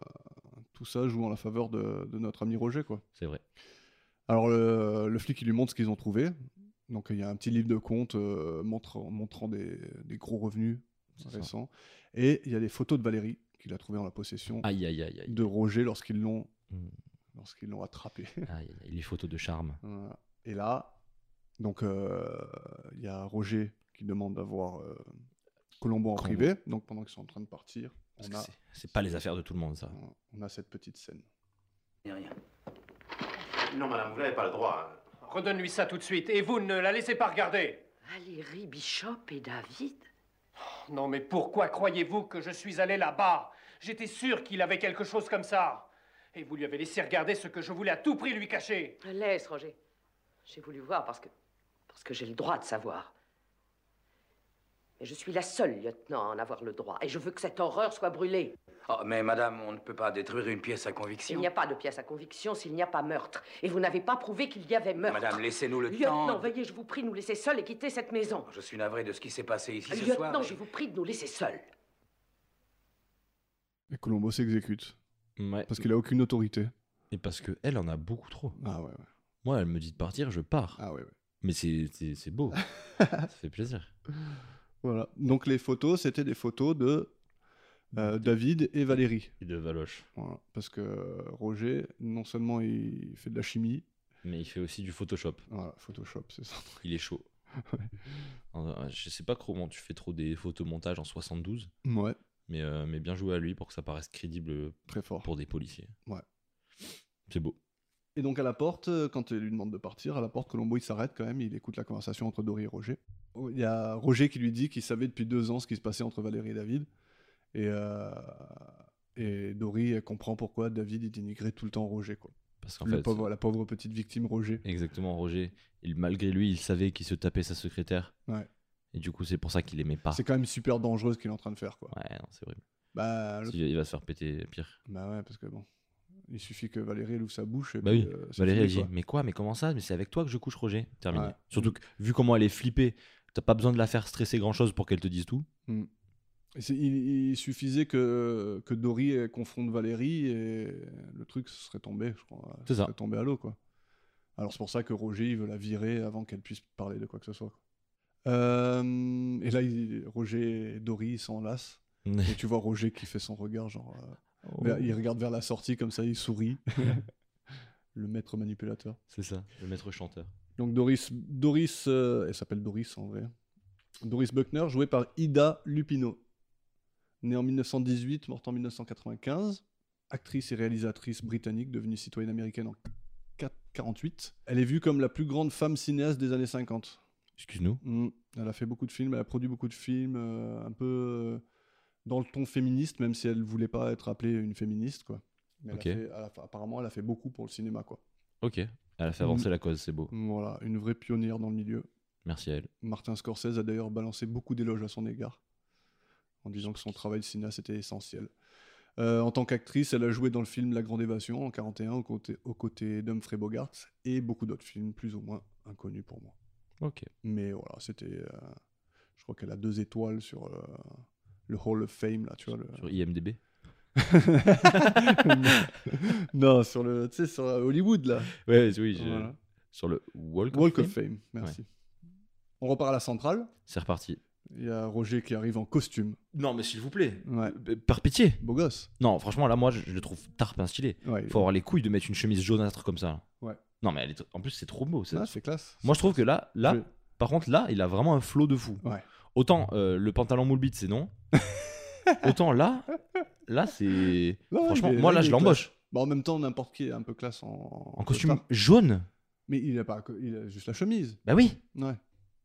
Tout ça joue en la faveur de, de notre ami Roger, quoi.
C'est vrai.
Alors, le, le flic, il lui montre ce qu'ils ont trouvé. Donc, il y a un petit livre de compte euh, montrant, montrant des, des gros revenus
C'est ça.
récents. Et il y a des photos de Valérie qu'il a trouvées en la possession
Aïe, aïe, aïe, aïe.
de Roger lorsqu'ils l'ont
Mm.
lorsqu'ils l'ont attrapé.
Aïe, aïe, aïe, Les photos de charme.
Voilà. Et là, donc euh, il y a Roger qui demande d'avoir euh, Colombo en
Colombo.
privé. Donc pendant qu'ils sont en train de partir,
Parce
on
que
a,
c'est- c'est pas les affaires de tout le monde, ça.
on a cette petite scène.
Rien.
Non, madame, vous n'avez pas le droit. hein.
Redonne-lui ça tout de suite et vous ne la laissez pas regarder.
Valérie Bishop et David
Non, mais pourquoi croyez-vous que je suis allé là-bas J'étais sûr qu'il avait quelque chose comme ça. Et vous lui avez laissé regarder ce que je voulais à tout prix lui cacher.
Laisse, Roger. J'ai voulu voir parce que. parce que j'ai le droit de savoir. Et je suis la seule, lieutenant, à en avoir le droit. Et je veux que cette horreur soit brûlée.
Oh, mais madame, on ne peut pas détruire une pièce à
Il
conviction.
n'y a pas de pièce à conviction s'il n'y a pas meurtre. Et vous n'avez pas prouvé qu'il y avait meurtre.
Madame, laissez-nous le
Lieutenant,
temps.
veuillez, je vous prie, nous laisser seuls et quitter cette maison.
Je suis navré de ce qui s'est passé ici ce soir.
Lieutenant, je vous prie de nous laisser seuls.
Et Colombo s'exécute.
Ouais.
Parce qu'il a aucune autorité.
Et parce que elle en a beaucoup trop.
Ah ouais, ouais.
Moi, elle me dit de partir, je pars.
Ah ouais, ouais.
Mais c'est- c'est c'est beau. ça fait plaisir.
Voilà. Donc les photos, c'était des photos de euh, David et Valérie.
Et de Valoche.
Voilà. Parce que euh, Roger, non seulement il fait de la chimie,
Mais il fait aussi du Photoshop.
voilà, Photoshop, c'est ça.
Il est chaud. Euh, Je sais pas comment tu fais trop des photomontages en 72,
Ouais,
mais, euh, mais bien joué à lui pour que ça paraisse crédible
très fort.
pour des policiers.
Ouais.
C'est beau.
Et donc à la porte, euh, quand elle lui demande de partir, à la porte, Colombo il s'arrête quand même, il écoute la conversation entre Dory et Roger. Oh, Il y a Roger qui lui dit qu'il savait depuis deux ans ce qui se passait entre Valérie et David. Et, euh, et Dory elle comprend pourquoi David il dénigrait tout le temps Roger. Quoi.
Parce qu'en
Le
fait,
pauvre- la pauvre petite victime Roger.
exactement, Roger, il, malgré lui, il savait qu'il se tapait sa secrétaire.
Ouais.
Et du coup, c'est pour ça qu'il aimait pas.
C'est quand même super dangereux ce qu'il est en train de faire. Quoi.
Ah. Ouais, non, c'est horrible.
Bah, le-
Il il va se faire péter pire.
bah ouais, parce que bon, il suffit que Valérie elle ouvre sa bouche. Et
Bah
puis,
oui,
euh, c'est
Valérie, elle
fini,
dit
quoi.
Mais quoi Mais comment ça Mais c'est avec toi que je couche Roger. Terminé.
Ouais.
Surtout que, vu comment elle est flippée, t'as pas besoin de la faire stresser grand chose pour qu'elle te dise tout.
Et c'est- il, il suffisait que, que Dory euh, confronte Valérie et le truc serait tombé, je crois.
C'est ça.
serait tombé à l'eau, quoi. Alors c'est pour ça que Roger, il veut la virer avant qu'elle puisse parler de quoi que ce soit. quoi. Euh, et là, il- Roger et Dory, ils s'enlacent.
Oh,
Et tu vois Roger qui fait son regard, genre... euh, vers- Il regarde vers la sortie, comme ça, il sourit. le maître manipulateur.
C'est ça, le maître chanteur.
Donc Doris, Doris euh, elle s'appelle Doris en vrai. Doris Buckner, jouée par Ida Lupino. Née en 1918, morte en 1995, actrice et réalisatrice britannique devenue citoyenne américaine en 1948. Elle est vue comme la plus grande femme cinéaste des années 50.
Excuse-nous.
Mm. Elle a fait beaucoup de films, elle a produit beaucoup de films, euh, un peu euh, dans le ton féministe, même si elle ne voulait pas être appelée une féministe. Quoi. Mais elle a
Ok.
fait- elle a- apparemment, elle a fait beaucoup pour le cinéma. Quoi.
Ok. Elle a fait
Mm.
avancer la cause, c'est beau.
Voilà, une vraie pionnière dans le milieu.
Merci à elle.
Martin Scorsese a d'ailleurs balancé beaucoup d'éloges à son égard, en disant que son travail de cinéaste était essentiel. Euh, en tant qu'actrice, elle a joué dans le film La Grande Évasion en 41 aux côtés, aux côtés d'Humphrey Bogart et beaucoup d'autres films plus ou moins inconnus pour moi.
Ok.
Mais voilà, c'était. euh, je crois qu'elle a deux étoiles sur euh, le Hall of Fame, là, tu vois. le-
Sur IMDB
non, sur le. Tu sais, sur euh, Hollywood, là.
Ouais, oui, je-
Voilà.
sur le Walk,
Walk
of
of
Fame.
Fame, merci. On repart à la centrale.
C'est reparti.
Il y a Roger qui arrive en costume.
Non, mais s'il vous plaît.
Ouais.
Euh, Par pitié.
Beau gosse.
Non, franchement, là, moi, je, je le trouve tarpin stylé.
Ouais,
Faut avoir les couilles de mettre une chemise jaunâtre comme ça.
Ouais.
Non, mais elle est- en plus, c'est trop beau. ça.
Ah, c'est classe.
moi, je trouve que là, là,
Je-
par contre, là, il a vraiment un flow de fou.
Ouais.
Autant euh, le pantalon moule bite, c'est non. Autant là, là, c'est.
Ouais, ouais,
franchement,
il est-
moi,
il
là,
est
je
classe.
l'embauche.
Bah, en même temps, n'importe qui est un peu classe en, en
En costume
costard.
jaune
Mais il a, pas, il a juste la chemise.
Bah oui.
Ouais.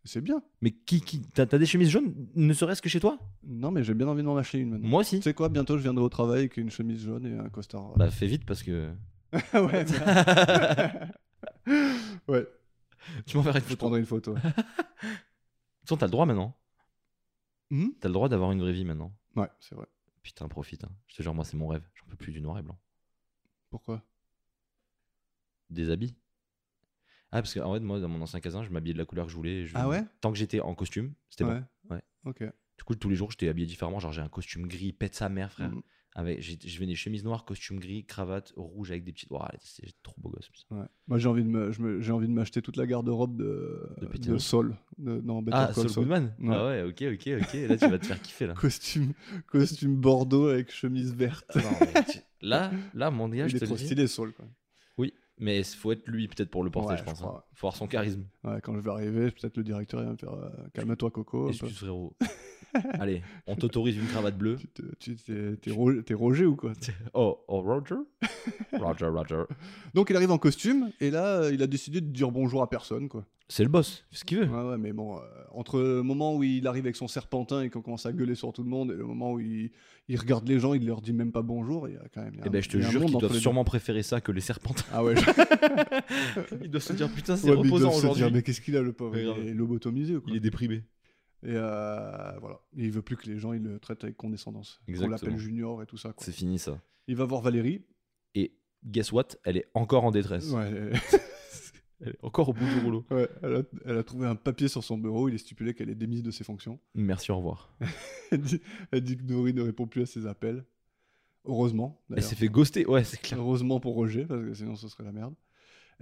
C'est bien.
Mais qui, qui T'as t'as des chemises jaunes, ne serait-ce que chez toi
Non, mais j'ai bien envie d'en lâcher une maintenant.
Moi
Tu
aussi.
sais quoi, bientôt je viendrai au travail avec une chemise jaune et un costard.
Bah fais vite parce que
ouais, bah, ouais,
tu m'enverras une
je
photo. De
prendrai une photo.
toute façon, t'as le droit maintenant.
Hmm
T'as le droit d'avoir une vraie vie maintenant.
ouais, c'est vrai.
Putain, profite. hein. Je te jure, moi, c'est mon rêve. J'en peux plus du noir et blanc.
Pourquoi
Des habits. Ah, parce qu'en fait, moi, dans mon ancien casin, je m'habillais de la couleur que je voulais. Je...
Ah ouais
Tant que j'étais en costume, c'était bon.
ouais.
Ouais.
Ok.
Du coup, tous les jours, j'étais habillé différemment. Genre, j'ai un costume gris, pète sa mère, frère.
Mhm.
Avec, j'ai- je venais chemise noire, costume gris, cravate rouge avec des petites. Ouah, c'est trop beau gosse. putain.
Ouais. Moi j'ai envie de me- je me- j'ai envie de m'acheter toute la garde-robe de,
De Peter
de
Hook.
Saul de- dans Better
Ah,
Call
Saul
Saul.
Goodman
Ouais.
Ah ouais, ok, ok, ok. Là, tu vas te faire kiffer, là.
Costume, costume bordeaux avec chemise verte.
Ah non, mais tu- là, là, mon gars,
Il
je
est
te le
trop
dis.
stylé Saul. Quoi.
Oui, mais il faut être lui peut-être pour le porter,
Ouais,
je
je
pense.
crois,
hein.
ouais.
Faut avoir son charisme.
Ouais, quand je vais arriver, peut-être le directeur il va me faire euh, calme-toi Coco. un peu.
Excuse frérot. Allez, on t'autorise une cravate bleue.
Tu te- tu- T'es t'es Ro- t'es Roger ou quoi
Oh, oh Roger Roger, Roger.
Donc il arrive en costume et là euh, il a décidé de dire bonjour à personne quoi.
C'est le boss, il fait ce qu'il veut.
Ouais ouais mais bon euh, entre le moment où il arrive avec son serpentin et qu'on commence à gueuler sur tout le monde et le moment où il, il regarde les gens il leur dit même pas bonjour il y a quand même. il y a
Eh
un-
ben, je te
il y a un
jure
monde
qu'ils
entre
doivent
les deux.
sûrement préférer ça que les serpentins.
Ah ouais. je-
Ils doivent se dire putain, c'est
ouais, mais ils
reposant
doivent se dire,
aujourd'hui.
mais qu'est-ce qu'il a le pauvre
Mais
Il
grave.
est lobotomisé ou quoi
Il est déprimé.
Et euh, voilà. Et il veut plus que les gens ils le traitent avec condescendance. On
Exactement.
l'appelle Junior et tout ça. quoi.
C'est fini ça.
Il va voir Valérie.
Et guess what Elle est encore en détresse.
Ouais.
Elle est encore au bout du rouleau.
Ouais, elle, a, elle a trouvé un papier sur son bureau. Il est stipulé qu'elle est démise de ses fonctions.
Merci, au revoir.
Bah, elle, dit, elle dit que Dory ne répond plus à ses appels. Heureusement.
Elle
d'ailleurs.
s'est fait ghoster, ouais, c'est clair.
Heureusement pour Roger, parce que sinon ce serait la merde.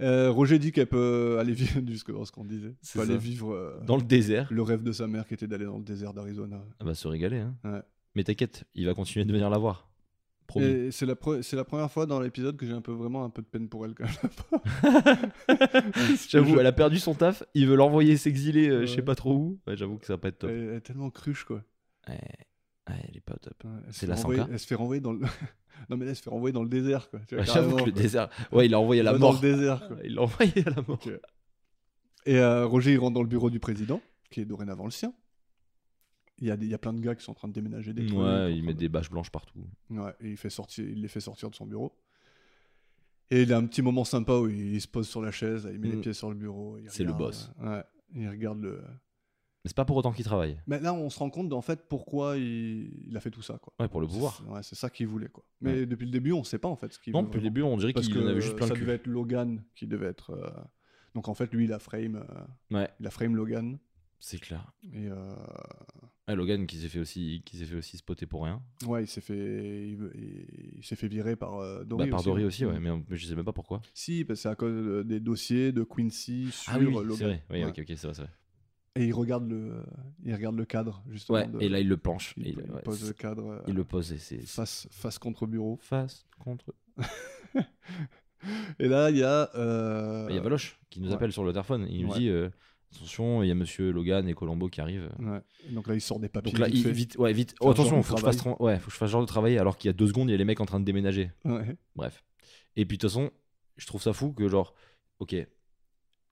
Euh, Roger dit qu'elle peut aller vivre, jusque dans ce qu'on disait, Elle
C'est
peut aller
ça.
vivre euh,
Dans le désert.
le rêve de sa mère qui était d'aller dans le désert d'Arizona.
Elle va se régaler, hein.
Ouais.
Mais t'inquiète, il va continuer de venir la voir. Promis.
Et c'est la, pre- c'est la première fois dans l'épisode que j'ai un peu vraiment un peu de peine pour elle quand même.
J'avoue,
Je-
elle a perdu son taf, il veut l'envoyer s'exiler, euh, je sais
Ouais.
pas trop où. Ouais, J'avoue que ça va pas être top.
Elle, elle est tellement cruche quoi.
Ouais, elle est pas au top.
Ouais, elle se
C'est
fait
la
renvoyer-
100K.
Elle se fait renvoyer dans le. non mais elle se fait renvoyer dans le désert quoi. Tu vois,
Ouais, Ah, J'avoue
carrément,
que le
quoi.
désert. Ouais, il l'a envoyé à la
Va dans
mort.
le désert quoi.
Il l'a envoyé à la mort.
Ok. Et euh, Roger, il rentre dans le bureau du président, qui est dorénavant le sien. Il y a, des- il y a plein de gars qui sont en train de déménager des trucs, en
Ouais,
train
il met
de-
des bâches blanches partout.
Ouais, et il, fait sortir, il les fait sortir de son bureau. Et il a un petit moment sympa où il, il se pose sur la chaise, là, il met les
Mm.
pieds sur le bureau. il
C'est le
regarde,
boss.
euh, ouais, il regarde le.
Mais c'est pas pour autant qu'il travaille.
Mais là, on se rend compte d'en fait pourquoi il, il a fait tout ça, quoi.
Ouais, pour le pouvoir.
C'est- ouais, c'est ça qu'il voulait, quoi. Mais depuis le début, on sait pas en fait ce qu'il
Non,
veut
depuis le
vraiment.
début, on dirait
Parce
qu'il
que
en avait juste plein
ça
le cul.
devait être Logan qui devait être. euh, Donc en fait, lui, il a frame. euh,
Ouais.
Il a frame Logan.
C'est clair.
Et euh,
Ah, Logan qui s'est fait aussi, qui s'est fait aussi spotter pour rien.
ouais, il s'est fait, il, veut- il- il s'est fait virer par euh, Dory.
bah, par
aussi,
Dory
hein.
aussi, ouais, mais, mais je sais même pas pourquoi.
Si, parce que c'est à cause euh, des dossiers de Quincy sur
Ah oui,
euh,
c'est
Logan.
vrai. Oui,
Ouais.
ok, ok, c'est vrai, c'est vrai.
Et il regarde le, il regarde le cadre justement.
Ouais,
de-
et là, il le planche.
il,
Et Il,
il
ouais,
pose le
c'est-
cadre euh,
il le pose et c'est.
face, face contre bureau.
Face contre.
Et là, il y a. euh,
Il y a Valoche qui nous
ouais.
appelle sur le téléphone. Il nous
Ouais.
dit euh, Attention, il y a monsieur Logan et Colombo qui arrivent.
ouais. Et Donc là, il sort des papiers.
Donc là,
vite
il-
fait.
vite, ouais, vite. Oh,
Faire genre
attention,
de
faut que, je fasse
travail.
tran- ouais, faut que je fasse genre de travail alors qu'il y a deux secondes, il y a les mecs en train de déménager.
Ouais.
Bref. Et puis de toute façon, je trouve ça fou que genre, ok,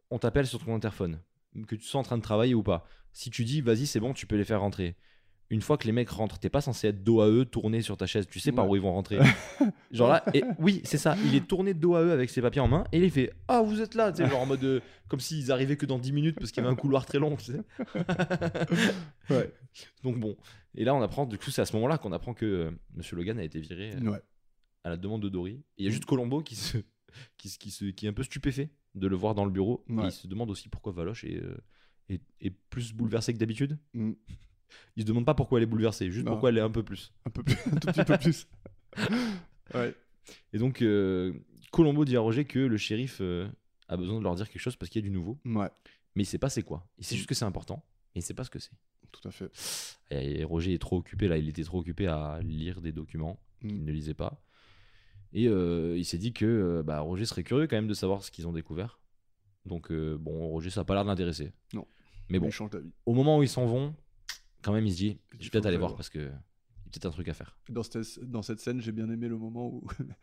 on t'appelle sur ton interphone, que tu sois en train de travailler ou pas. Si tu dis, vas-y, c'est bon, tu peux les faire rentrer. Une fois que les mecs rentrent, t'es pas censé être dos à eux, tourné sur ta chaise. Tu sais par
Ouais.
où ils vont rentrer. genre là, et oui, c'est ça. Il est tourné dos à eux avec ses papiers en main et il fait Ah, vous êtes là, tu sais, genre en mode euh, comme s'ils arrivaient que dans 10 minutes parce qu'il y avait un couloir très long, tu sais.
Ouais.
Donc bon. Et là, on apprend, du coup, c'est à ce moment-là qu'on apprend que euh, Monsieur Logan a été viré. euh,
Ouais.
à la demande de Dory. Et
Mm.
il y a juste Colombo qui, se, qui, se- qui, se, qui est un peu stupéfait de le voir dans le bureau. Et
Ouais.
il se demande aussi pourquoi Valoche est, euh, est, est plus bouleversée que d'habitude.
Mm.
Il se demande pas pourquoi elle est bouleversée, juste
Non.
pourquoi elle est un peu plus.
Un peu plus, un tout petit peu plus. ouais.
Et donc, euh, Colombo dit à Roger que le shérif euh, a besoin de leur dire quelque chose parce qu'il y a du nouveau.
Ouais.
Mais il sait pas c'est quoi. Il
Mm.
sait juste que c'est important. Mais il sait pas ce que c'est.
Tout à fait.
Et, et Roger est trop occupé là, il était trop occupé à lire des documents. il
Mm.
ne lisait pas. Et euh, il s'est dit que euh, bah, Roger serait curieux quand même de savoir ce qu'ils ont découvert. Donc euh, bon, Roger, ça n'a pas l'air de l'intéresser.
Non.
Mais bon,
Il change d'avis.
au moment où ils s'en vont, quand même, il se dit,
Il
je vais
faut
peut-être
que
aller
j'aille
voir
voir.
parce que il y a peut-être un truc à faire.
Dans cette, dans cette scène, j'ai bien aimé le moment où,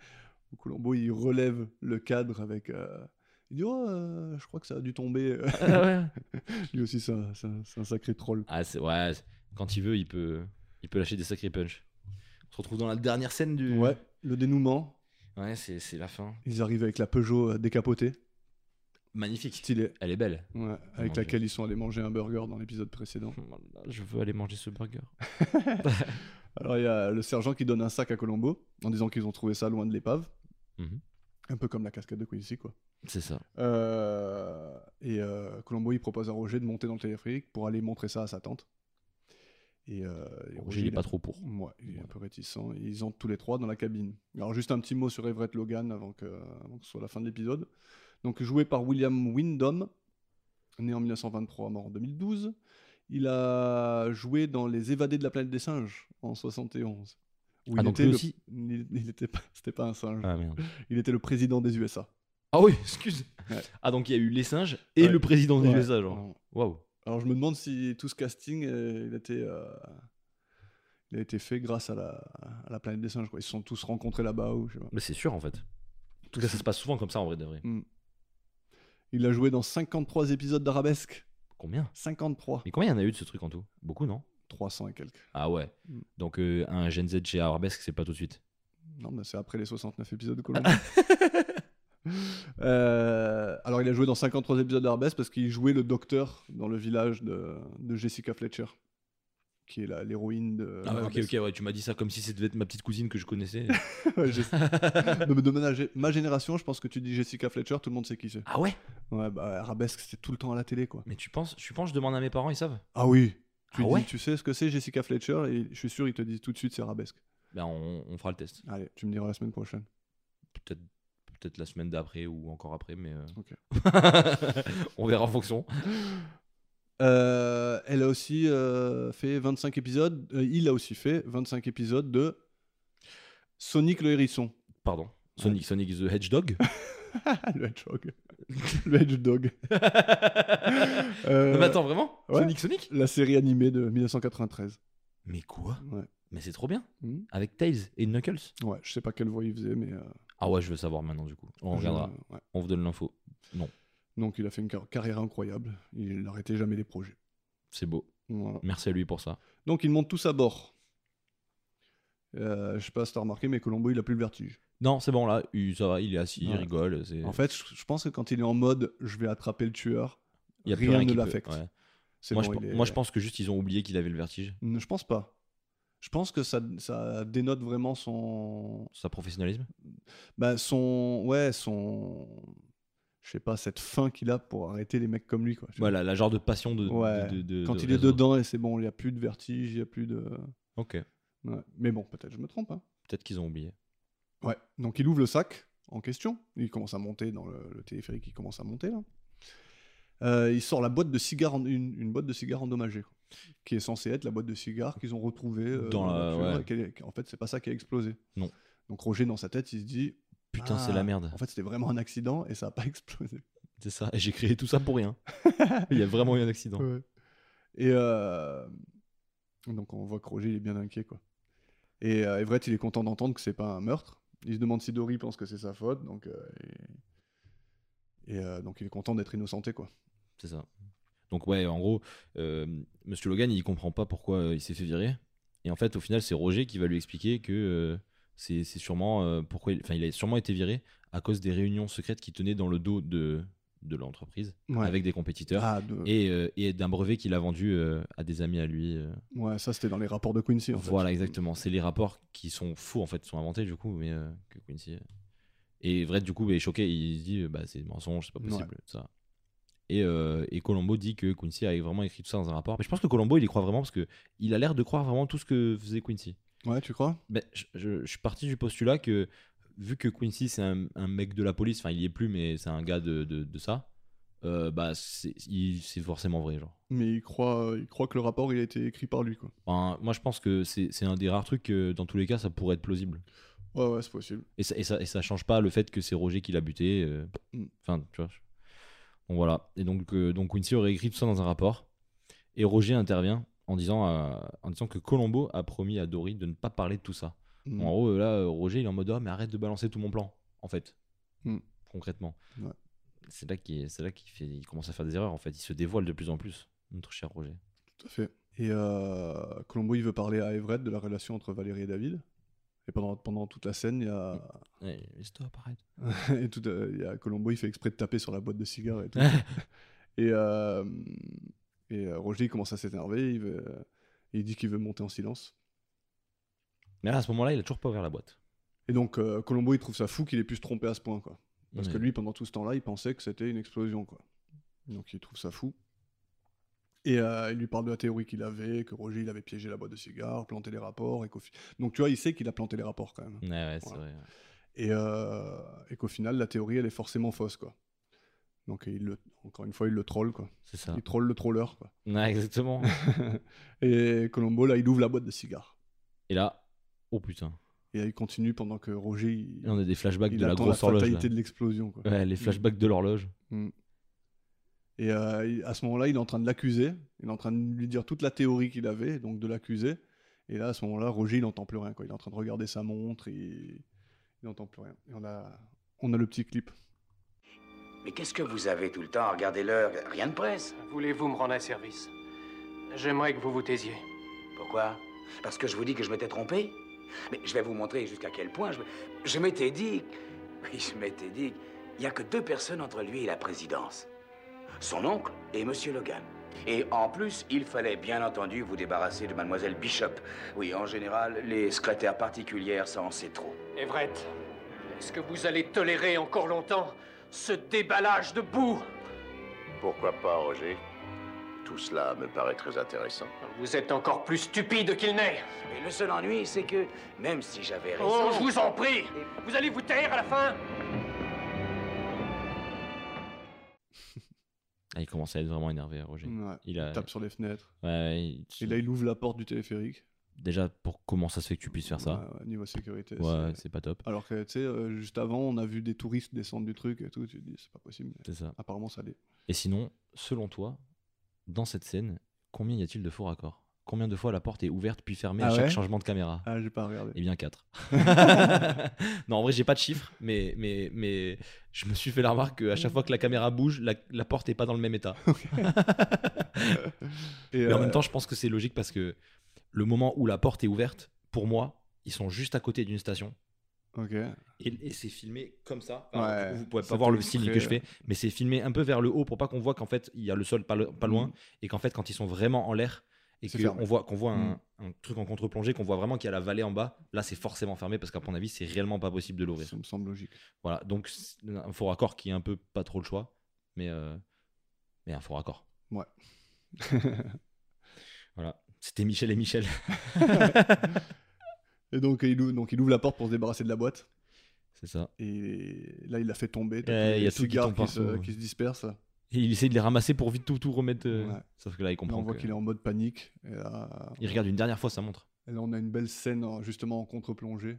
où Colombo il relève le cadre avec. euh, il dit Oh, euh, je crois que ça a dû tomber. euh,
Ah ouais.
Lui aussi, c'est un, c'est un- c'est un sacré troll.
Ah, c'est- ouais, c'est- quand il veut, il peut, il peut lâcher des sacrés punch. On se retrouve dans la dernière scène du.
Ouais, le dénouement.
Ouais, c'est c'est la fin.
Ils arrivent avec la Peugeot euh, décapotée,
Magnifique.
stylée,
Elle est belle.
ouais,
Mon
avec
Dieu.
laquelle ils sont allés manger un burger dans l'épisode précédent.
Oh Je veux aller manger ce burger.
Alors il y a le sergent qui donne un sac à Colombo en disant qu'ils ont trouvé ça loin de l'épave.
Mhm.
Un peu comme la cascade de Quincy, quoi.
C'est ça.
Euh, et euh, Colombo, il propose à Roger de monter dans le téléphérique pour aller montrer ça à sa tante. Et, euh, et
Roger, il est
a-
pas trop pour.
Ouais, il est un
Voilà.
peu réticent. Et Ils entrent tous les trois dans la cabine. Alors, juste un petit mot sur Everett Logan avant que, avant que ce soit la fin de l'épisode. Donc, joué par William Wyndham, né en 1923, mort en 2012. Il a joué dans Les Évadés de la planète des singes en 71. Où
Ah,
il
donc
était
lui
le-
aussi
il, il était pas, c'était pas un singe.
Ah merde.
Il était le président des USA.
Ah oui, excuse.
Ouais.
Ah donc il y a eu les singes et
Ouais.
le président des
Ouais.
USA, genre.
Alors,
Waouh.
Alors je me demande si tout ce casting, euh, il, était, euh, il a été fait grâce à la, à la planète des singes. Quoi. Ils se sont tous rencontrés là-bas. ou je sais pas.
Mais c'est sûr en fait. En tout cas, ça se passe souvent comme ça en vrai de vrai.
Il a joué dans 53 épisodes d'Arabesque.
Combien
53.
Mais combien il y en a eu de ce truc en tout Beaucoup, non
300 et quelques.
Ah ouais.
Mm.
Donc euh, un Gen Z chez Arabesque, c'est pas tout de suite.
Non, mais c'est après les 69 épisodes de Colombo. Euh, alors, il a joué dans 53 épisodes d'Arbès parce qu'il jouait le docteur dans le village de, de Jessica Fletcher, qui est la- l'héroïne de.
Ah, ouais, ok,
Arbès.
ok, ouais, tu m'as dit ça comme si c'était ma petite cousine que je connaissais.
Ouais, je- de, de ma, gé- ma génération, je pense que tu dis Jessica Fletcher, tout le monde sait qui c'est.
ah ouais
Ouais, bah, Arabesque, c'était tout le temps à la télé, quoi.
Mais tu penses, tu penses, que je demande à mes parents, ils savent
Ah oui tu,
Ah
dis,
ouais
tu sais ce que c'est Jessica Fletcher et je suis sûr ils te disent tout de suite c'est arabesque.
Ben, on, on fera le test.
Allez, tu me diras la semaine prochaine.
Peut-être peut-être la semaine d'après ou encore après, mais. euh,
Ok.
on verra en fonction.
Euh, elle a aussi euh, fait 25 épisodes. euh, il a aussi fait 25 épisodes de Sonic le hérisson.
Pardon. Sonic, Sonic the Hedgehog
Ah, le hedgehog. le hedgehog.
Non,
Euh,
Mais attends, vraiment
ouais.
Sonic, Sonic
Euh, La série animée de 1993.
Mais quoi
Ouais.
Mais c'est trop bien.
Mhm.
Avec Tails et Knuckles
Ouais, je sais pas quelle voix il faisait, mais. euh,
Ah ouais, je veux savoir maintenant du coup. On
je-
regardera.
ouais.
On vous donne l'info.
Donc il a fait une car- carrière incroyable. Il n'arrêtait jamais les projets.
C'est beau.
Voilà.
Merci à lui pour ça.
Donc ils montent tous à bord. Euh, je sais pas si t'as remarqué, mais Colombo il a plus le vertige.
Non, c'est bon là. Il, ça va, il est assis, il
Ouais.
rigole. c'est-
En fait, je je pense que quand il est en mode je vais attraper le tueur,
il y a plus
rien
rien
ne
qui peut-
l'affecte.
ouais.
c'est
moi,
bon,
je,
il est-
moi, je pense que juste ils ont oublié qu'il avait le vertige.
Mm, Je pense pas. Je pense que ça, ça dénote vraiment son.
Sa professionnalisme.
Bah, son. Ouais, son. Je sais pas, cette fin qu'il a pour arrêter les mecs comme lui, quoi.
Voilà, la genre de passion de. de-
Ouais.
de- de-
Quand
de
il est
réseau.
dedans et c'est bon, il n'y a plus de vertige, il n'y a plus de.
Ok.
Ouais. Mais bon, peut-être je me trompe. hein.
Peut-être qu'ils ont oublié.
Ouais. Donc il ouvre le sac en question. Il commence à monter dans le, le téléphérique, il commence à monter, là. Euh, il sort la boîte de cigares, en- une, une boîte de cigares endommagée, quoi, qui est censée être la boîte de cigares qu'ils ont retrouvée euh,
Dans la-
nature
ouais.
et qu'elle est- En fait, c'est pas ça qui a explosé.
Non.
Donc Roger, dans sa tête, il se dit
Putain, c'est
Ah,
la merde.
En fait, c'était vraiment un accident et ça n'a pas explosé.
C'est ça. Et j'ai créé tout ça pour rien. il y a vraiment eu un accident.
Et euh, donc, on voit que Roger, il est bien inquiet, quoi. Et euh, Everett, il est content d'entendre que c'est pas un meurtre. Il se demande si Dory pense que c'est sa faute, donc. euh, et... et, euh, donc, il est content d'être innocenté, quoi.
C'est ça. Donc ouais, en gros, euh, Monsieur Logan, il comprend pas pourquoi euh, il s'est fait virer. Et en fait, au final, c'est Roger qui va lui expliquer que euh, c'est c'est sûrement euh, pourquoi, il- enfin, il a sûrement été viré à cause des réunions secrètes qui tenaient dans le dos de de l'entreprise
Ouais.
avec des compétiteurs
Ah, de-
et, euh, et d'un brevet qu'il a vendu euh, à des amis à lui. euh.
ouais, ça, c'était dans les rapports de Quincy, en fait.
Voilà, exactement. C'est les rapports qui sont fous en fait, sont inventés du coup, mais euh, que Quincy. euh, Et Vred du coup est choqué, il se dit euh, bah c'est mensonge, c'est pas
Ouais.
possible tout ça. Et, euh, et Colombo dit que Quincy a vraiment écrit tout ça dans un rapport. Mais je pense que Colombo il y croit vraiment parce que il a l'air de croire vraiment tout ce que faisait Quincy.
Ouais, tu crois
Ben, je, je- je suis parti du postulat que vu que Quincy c'est un, un mec de la police, enfin il y est plus mais c'est un gars de, de, de ça, euh, bah c'est il- c'est forcément vrai genre.
Mais il croit, il croit que le rapport, il a été écrit par lui, quoi.
Enfin, moi je pense que c'est c'est un des rares trucs que dans tous les cas ça pourrait être plausible.
Ouais, ouais, c'est possible.
Et ça, et, ça, et ça change pas le fait que c'est Roger qui l'a buté. euh,
Mm.
Enfin, tu vois. je- Donc voilà. Et donc, euh, donc Quincy aurait écrit tout ça dans un rapport. Et Roger intervient en disant, à- en disant que Colombo a promis à Dory de ne pas parler de tout ça.
Mm.
Bon, en gros, là, euh, Roger, il est en mode Ah, mais arrête de balancer tout mon plan, en fait.
Mm.
Concrètement.
Ouais.
C'est là qu'il c'est là qu'il fait, il commence à faire des erreurs, en fait. Il se dévoile de plus en plus, notre cher Roger.
Tout à fait. Et euh, Colombo, il veut parler à Everett de la relation entre Valérie et David. Et pendant, pendant toute la scène, il y a,
Eh, stop, arrête.
et tout, euh, il y a Colombo, il fait exprès de taper sur la boîte de cigares et tout. et euh, et euh, Roger, il commence à s'énerver. Il, veut- euh, il dit qu'il veut monter en silence.
Mais là, à ce moment-là, il a toujours pas ouvert la boîte.
Et donc, euh, Colombo, il trouve ça fou qu'il ait pu se tromper à ce point. Quoi. Parce que
Ouais.
lui, pendant tout ce temps-là, il pensait que c'était une explosion. Quoi. Donc, il trouve ça fou. Et euh, il lui parle de la théorie qu'il avait, que Roger, il avait piégé la boîte de cigares, planté les rapports. Et qu'au fi- Donc, tu vois, il sait qu'il a planté les rapports quand même.
Ouais, ouais, c'est
Voilà.
vrai.
et, euh, et qu'au final la théorie elle est forcément fausse quoi. Donc il le, encore une fois il le troll quoi.
C'est ça.
Il troll le troller quoi.
Ouais, exactement.
et Colombo là il ouvre la boîte de cigares
Et là, oh putain.
et il continue pendant que Roger il,
Et on a des flashbacks
il
de la
attend
grosse horloge.
fatalité
là.
de l'explosion quoi.
Ouais, les flashbacks de l'horloge.
Et euh, il- à ce moment-là il est en train de l'accuser, il est en train de lui dire toute la théorie qu'il avait donc de l'accuser. Et là à ce moment-là Roger il n'entend plus rien quoi. Il est en train de regarder sa montre et il n'entend plus rien. Et on a on a le petit clip.
Mais qu'est-ce que vous avez tout le temps Regardez l'heure, rien ne presse.
Voulez-vous me rendre un service J'aimerais que vous vous taisiez.
Pourquoi Parce que je vous dis que je m'étais trompé Mais je vais vous montrer jusqu'à quel point je... Je m'étais dit... Oui, je m'étais dit... Il n'y a que deux personnes entre lui et la présidence. Son oncle et Monsieur Logan. Et en plus, il fallait bien entendu vous débarrasser de Mademoiselle Bishop. Oui, en général, les secrétaires particulières, ça en sait trop.
Everett, est-ce que vous allez tolérer encore longtemps ce déballage de boue
Pourquoi pas, Roger Tout cela me paraît très intéressant.
Vous êtes encore plus stupide qu'il n'est.
Mais le seul ennui, c'est que, même si j'avais raison...
Oh, je vous en prie Vous allez vous taire à la fin
Ah, il commence à être vraiment énervé, Roger.
Ouais.
Il a.
Il Mm. tape sur les fenêtres.
Ouais, il-
Et là, il ouvre la porte du téléphérique.
Déjà, pour comment ça se fait que tu puisses faire ça
Ouais, ouais, niveau sécurité.
Ouais,
c'est-
c'est pas top.
Alors que, tu sais, euh, juste avant, on a vu des touristes descendre du truc et tout. Tu te dis, c'est pas possible. mais
C'est ça.
apparemment, ça l'est.
Et sinon, selon toi, dans cette scène, combien y a-t-il de faux raccords Combien de fois la porte est ouverte puis fermée à
Ah
chaque
ouais
changement de caméra
Ah, j'ai pas regardé.
Eh bien, 4. non, en vrai, j'ai pas de chiffres, mais, mais, mais je me suis fait la remarque qu'à chaque fois que la caméra bouge, la, la porte est pas dans le même état.
Et,
Mais en
euh,
même temps, je pense que c'est logique parce que le moment où la porte est ouverte, pour moi, ils sont juste à côté d'une station.
euh, ok.
Et, et c'est filmé comme ça.
Ouais,
Alors, vous pouvez
ça
pas voir le
fait
signe
très-
que je fais, mais c'est filmé un peu vers le haut pour pas qu'on voit qu'en fait il y a le sol pas, lo- pas loin
Mhm.
et qu'en fait quand ils sont vraiment en l'air et
C'est
qu'on
fermé.
voit qu'on voit un,
Mhm.
un truc en contre-plongée, qu'on voit vraiment qu'il y a la vallée en bas, là c'est forcément fermé parce qu'à mon avis c'est réellement pas possible de l'ouvrir.
Ça me semble logique.
Voilà, donc c'est un faux raccord qui est un peu pas trop le choix, mais euh, mais un faux raccord. Voilà, c'était Michel et Michel.
et donc il, ouvre, donc, il ouvre la porte pour se débarrasser de la boîte.
c'est ça.
Et là, il l'a fait tomber. T'as
Ouais,
tous
il y
les
a tout qui
cigares
tombe
qui, se,
partout.
qui se dispersent. là.
Et il essaie de les ramasser pour vite tout tout remettre. euh,
Ouais.
Sauf que là il
Là,
comprend.
on voit
que-
qu'il est en mode panique. Et là,
Il regarde une dernière fois sa montre.
et là, on a une belle scène en- justement en contre-plongée.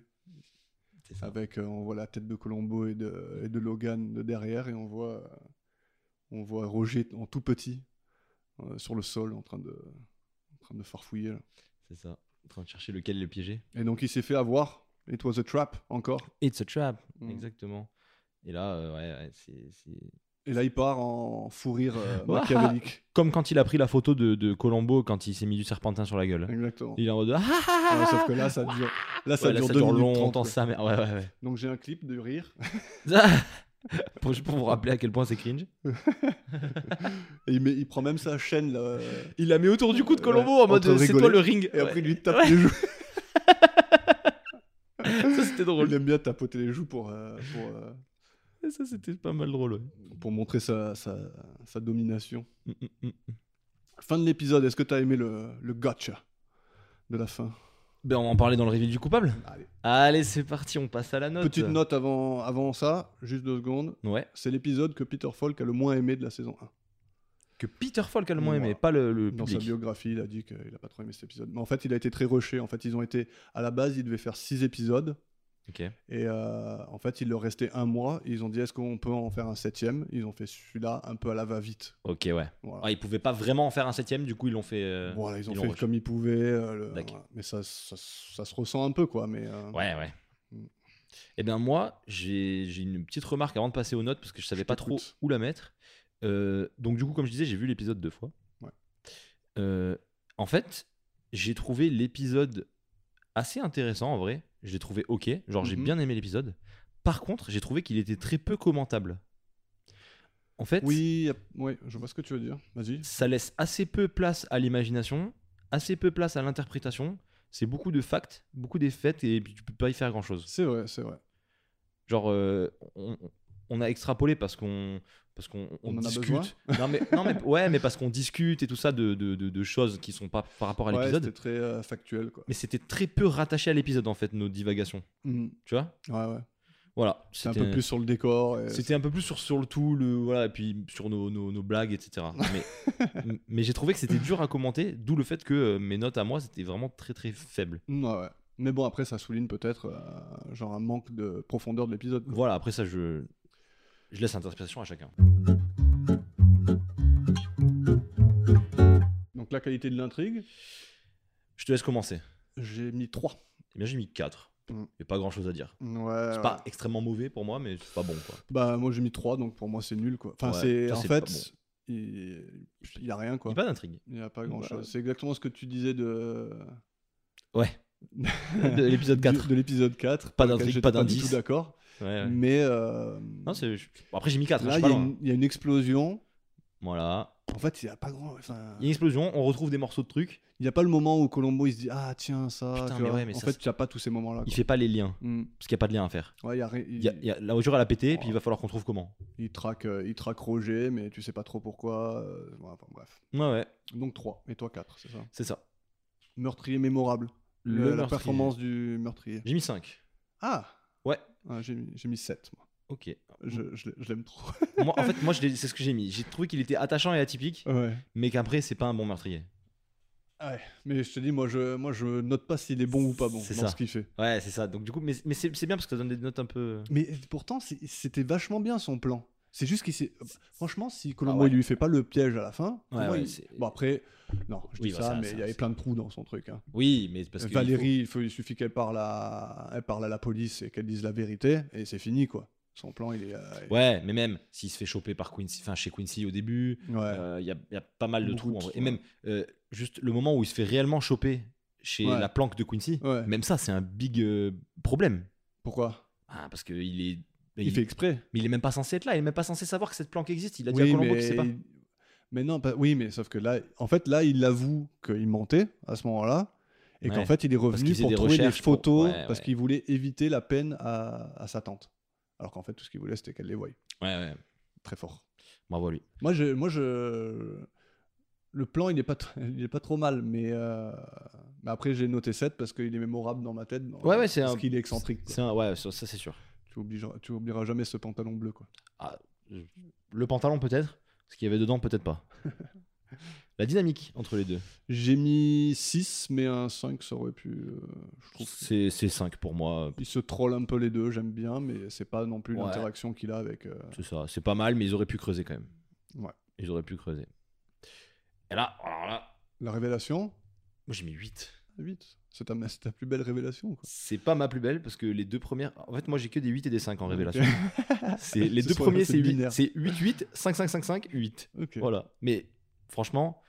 C'est ça.
Avec, euh, on voit la tête de Colombo et de, et de Logan de derrière. Et on voit, euh, on voit Roger en tout petit euh, sur le sol en train de, en train de farfouiller. là.
C'est ça. En train de chercher lequel le piéger.
Et donc, il s'est fait avoir. It was a trap encore.
It's a trap.
Mm.
Exactement. Et là, euh, ouais, ouais, c'est, c'est-
Et là, il part en fou rire euh, machiavélique.
Comme quand il a pris la photo de, de Colombo quand il s'est mis du serpentin sur la gueule.
Exactement.
Il est en mode. Ah, ah, ah,
Ouais,
ah.
sauf que là, ça dure, là, ça
Ouais, là,
dure
ça
deux
dure
minutes
longtemps,
30,
ça. Mais... Ouais, ouais, ouais.
Donc j'ai un clip de rire
pour, juste pour vous rappeler à quel point c'est cringe.
et il, met- il prend même sa chaîne là, euh,
Il la met autour du cou de
Ouais,
Colombo en
en
mode
train de
c'est toi
rigoler.
le ring.
et après
Ouais.
il lui tape les joues.
Ça c'était
Il
drôle.
aime bien tapoter les joues pour, euh, pour, euh,
Ça c'était pas mal drôle. ouais.
pour montrer sa, sa, sa domination.
Mm, mm, mm.
Fin de l'épisode, est-ce que t'as aimé le, le gotcha de la fin
Ben on en parlait dans le reveal du coupable.
Allez.
Allez, c'est parti, on passe à la note.
Petite note avant, avant ça, juste deux secondes.
Ouais.
C'est l'épisode que Peter Falk a le moins aimé de la saison 1.
Que Peter Falk a le moins aimé,
Voilà.
pas le, le
Dans sa
public.
biographie, il a dit qu'il a pas trop aimé cet épisode. Mais en fait, il a été très rushé. En fait, ils ont été. À la base, ils devaient faire six épisodes.
Ok.
Et euh, en fait, il leur restait un mois. Ils ont dit est-ce qu'on peut en faire un septième Ils ont fait celui-là un peu à la va-vite.
Ok, ouais.
Voilà.
Ah, ils pouvaient pas vraiment en faire un septième, du coup ils l'ont fait. euh,
Voilà, ils ont
ils l'ont
fait
reçu.
comme ils pouvaient. euh, le-
D'accord.
voilà. Mais ça, ça, ça se ressent un peu, quoi. Mais euh,
Ouais, ouais.
Mm.
Eh bien moi, j'ai j'ai une petite remarque avant de passer aux notes parce que je savais pas trop
t'écoute.
où la mettre. Euh, donc du coup, comme je disais, j'ai vu l'épisode deux fois.
Ouais.
Euh, en fait, j'ai trouvé l'épisode assez intéressant en vrai. Je l'ai trouvé ok. Genre j'ai
Mhm.
bien aimé l'épisode. Par contre, j'ai trouvé qu'il était très peu commentable. En fait,
Oui, y a- ouais, je vois ce que tu veux dire. Vas-y.
ça laisse assez peu place à l'imagination, assez peu place à l'interprétation. C'est beaucoup de facts, beaucoup des faits, et puis tu peux pas y faire grand chose.
C'est vrai, c'est vrai.
Genre, euh, on, on a extrapolé parce qu'on parce qu'on on
On en a besoin
discute. non, mais, non, mais- ouais, mais parce qu'on discute et tout ça de, de, de- de choses qui sont pas par rapport à
Ouais,
l'épisode.
c'était très euh, factuel, quoi.
mais c'était très peu rattaché à l'épisode en fait nos divagations.
Mm.
Tu vois
Ouais, ouais.
Voilà.
C'est un peu plus euh, sur le décor. et-
C'était un peu plus sur, sur le tout, le, voilà, et puis sur nos, nos- nos blagues, etc. Mais, m- mais j'ai trouvé que c'était dur à commenter, d'où le fait que euh, mes notes à moi, c'était vraiment très très faible.
Mm, ouais, ouais. Mais bon, après, ça souligne peut-être euh, genre un manque de profondeur de l'épisode. quoi.
Voilà, après ça, je, je laisse l'interprétation à chacun.
Donc la qualité de l'intrigue,
Je te laisse commencer.
j'ai mis 3.
Eh bien, j'ai mis 4. Il
Mm.
a pas grand chose à dire.
Ouais,
C'est
Ah ouais.
pas extrêmement mauvais pour moi, mais c'est pas bon, quoi.
Bah moi j'ai mis 3 donc pour moi c'est nul quoi. Enfin
Ouais,
c'est
ça,
en
c'est
fait
pas bon.
il il y a rien
Il y
quoi.
a pas Bah, d'intrigue.
Il y a pas grand chose. C'est exactement ce que tu disais de
Ouais. De l'épisode
du-
4.
de l'épisode 4.
Pas
dans lequel
d'intrigue,
j'étais
pas
du tout
d'indice.
d'accord.
Ouais, ouais.
Mais euh,
Non, c'est- je- Après, j'ai mis 4.
là, il y, a une- il y a une explosion.
Voilà.
En fait, il n'y a pas grand. enfin,
Il y a une explosion, on retrouve des morceaux de trucs.
Il n'y a pas le moment où Colombo il se dit Ah, tiens, ça.
Putain,
tu
mais
vois.
ouais, mais
en
ça,
fait,
c'est-
tu n'as pas tous ces moments-là.
Il
quoi.
fait pas les liens.
Mm.
Parce qu'il n'y a pas de lien à faire.
Ouais, il y a ri- il-
Il y a- il y a- la voiture, elle a pété,
Oh.
puis il va falloir qu'on trouve comment.
il traque, euh, il traque Roger, mais tu sais pas trop pourquoi. euh, ouais, enfin, bref.
Ouais, ouais,
Donc 3, et toi 4, c'est ça
c'est ça.
Meurtrier mémorable.
Le
Le- la
meurtrier.
performance du meurtrier.
J'ai mis 5.
Ah
Ouais.
Ah, J'ai mis- j'ai mis 7, moi.
Ok.
Je, je l'ai- je l'aime trop.
moi, en fait, moi, je l'ai- c'est ce que j'ai mis. J'ai trouvé qu'il était attachant et atypique,
ouais.
mais qu'après, c'est pas un bon meurtrier.
Mais je te dis, moi je, moi, je note pas s'il est bon ou pas bon
C'est
dans
ça.
ce qu'il fait.
Ouais, c'est ça. Donc, du coup, mais, mais c'est c'est bien parce que ça donne des notes un peu.
Mais pourtant, c'est- c'était vachement bien son plan. C'est juste qu'il s'est. Franchement, si Colombo
Ah ouais.
il lui fait pas le piège à la fin.
Ouais,
comment
ouais,
il-
c'est-
Bon, après, non, je dis
Oui, bah,
ça,
ça-
mais
ça-
il y avait
ça-
plein de trous dans son truc. hein.
Oui, mais c'est parce que.
Valérie, il, faut- il suffit qu'elle parle, à... elle parle à la police et qu'elle dise la vérité, et c'est fini, quoi. Son plan, il est. euh,
il faut- Ouais, mais même s'il se fait choper par Quincy, enfin chez Quincy au début,
ouais.
euh, il y, a, il y a pas mal de
Beaucoup
trous.
de
en vrai.
trous,
Et même euh, juste le moment où il se fait réellement choper chez
Ouais.
la planque de Quincy,
Ouais.
même ça, c'est un big euh, problème.
Pourquoi
Ah, parce que il est.
il... fait exprès.
Mais il est même pas censé être là, il est même pas censé savoir que cette planque existe. Il a dit à
oui,
Colombo qu'il
mais...
sait pas.
mais non, pas- oui, mais sauf que là, en fait, là, il avoue qu'il mentait à ce moment-là, et qu'en
Ouais.
fait, il est
qu'il
revenu
faisait
pour
des
trouver des
recherches pour-
photos
ouais,
parce
ouais.
qu'il voulait éviter la peine à, à sa tante. Alors qu'en fait, tout ce qu'il voulait, c'était qu'elle les voie.
Ouais, ouais.
Très fort.
Bravo à lui.
Moi, je, moi, je, le plan, il est pas, tr- il est pas trop mal, mais, euh, mais après, j'ai noté 7 parce qu'il est mémorable dans ma tête. dans-
Ouais, ouais, c'est
parce
un-
qu'il est excentrique. quoi.
C'est un- ouais, ça, ça, c'est sûr.
Tu oublieras, tu oublieras jamais ce pantalon bleu, quoi.
Le pantalon peut-être, ce qu'il y avait dedans peut-être pas. la dynamique entre les deux.
J'ai mis 6, mais un 5, ça aurait pu. euh, je trouve. que-
C'est 5 pour moi.
Ils se trollent un peu les deux, j'aime bien, mais c'est pas non plus
Ouais.
l'interaction qu'il a avec. euh,
C'est ça. C'est pas mal, mais ils auraient pu creuser quand même.
Ouais.
Ils auraient pu creuser. Et là, alors là,
La révélation
moi j'ai mis 8.
8. C'est ta, c'est ta plus belle révélation, quoi.
C'est pas ma plus belle parce que les deux premières. En fait, moi j'ai que des 8 et des 5 en révélation. C'est- Les
Ce
deux
soir,
premiers,
c'est
c'est 8.
binaire.
C'est 8, 8, 5, 5, 5, 5, 8.
Ok.
Voilà. Mais franchement,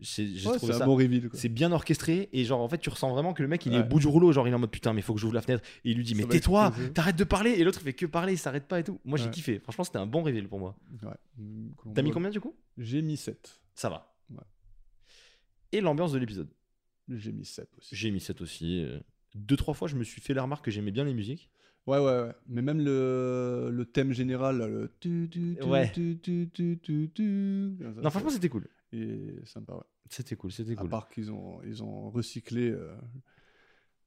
j'ai j'ai
Ouais,
trouvé
c'est un
ça.
bon reveal, quoi.
C'est bien orchestré et genre en fait tu ressens vraiment que le mec il est
Ouais.
au bout du rouleau genre il est en mode putain mais faut que j'ouvre la fenêtre et il lui dit
Ça
mais
va
tais-toi
exploser.
t'arrêtes de parler et l'autre il fait que parler il s'arrête pas et tout moi j'ai
Ouais.
kiffé franchement c'était un bon réveil pour moi
Ouais. Mm,
t'as mis
Colombo-
combien du coup
J'ai mis 7.
ça va
Ouais.
et l'ambiance de l'épisode
J'ai mis 7 aussi.
j'ai mis 7 aussi euh, deux trois fois je me suis fait la remarque que j'aimais bien les musiques
Ouais, ouais, ouais. Mais même le, le thème général, là, le. tu, tu, tu,
Ouais.
tu, tu, tu, tu, tu, comme ça,
non franchement
c'est-
c'était cool
et sympa, ouais.
c'était cool c'était
À
cool
part qu'ils ont, ils ont recyclé euh,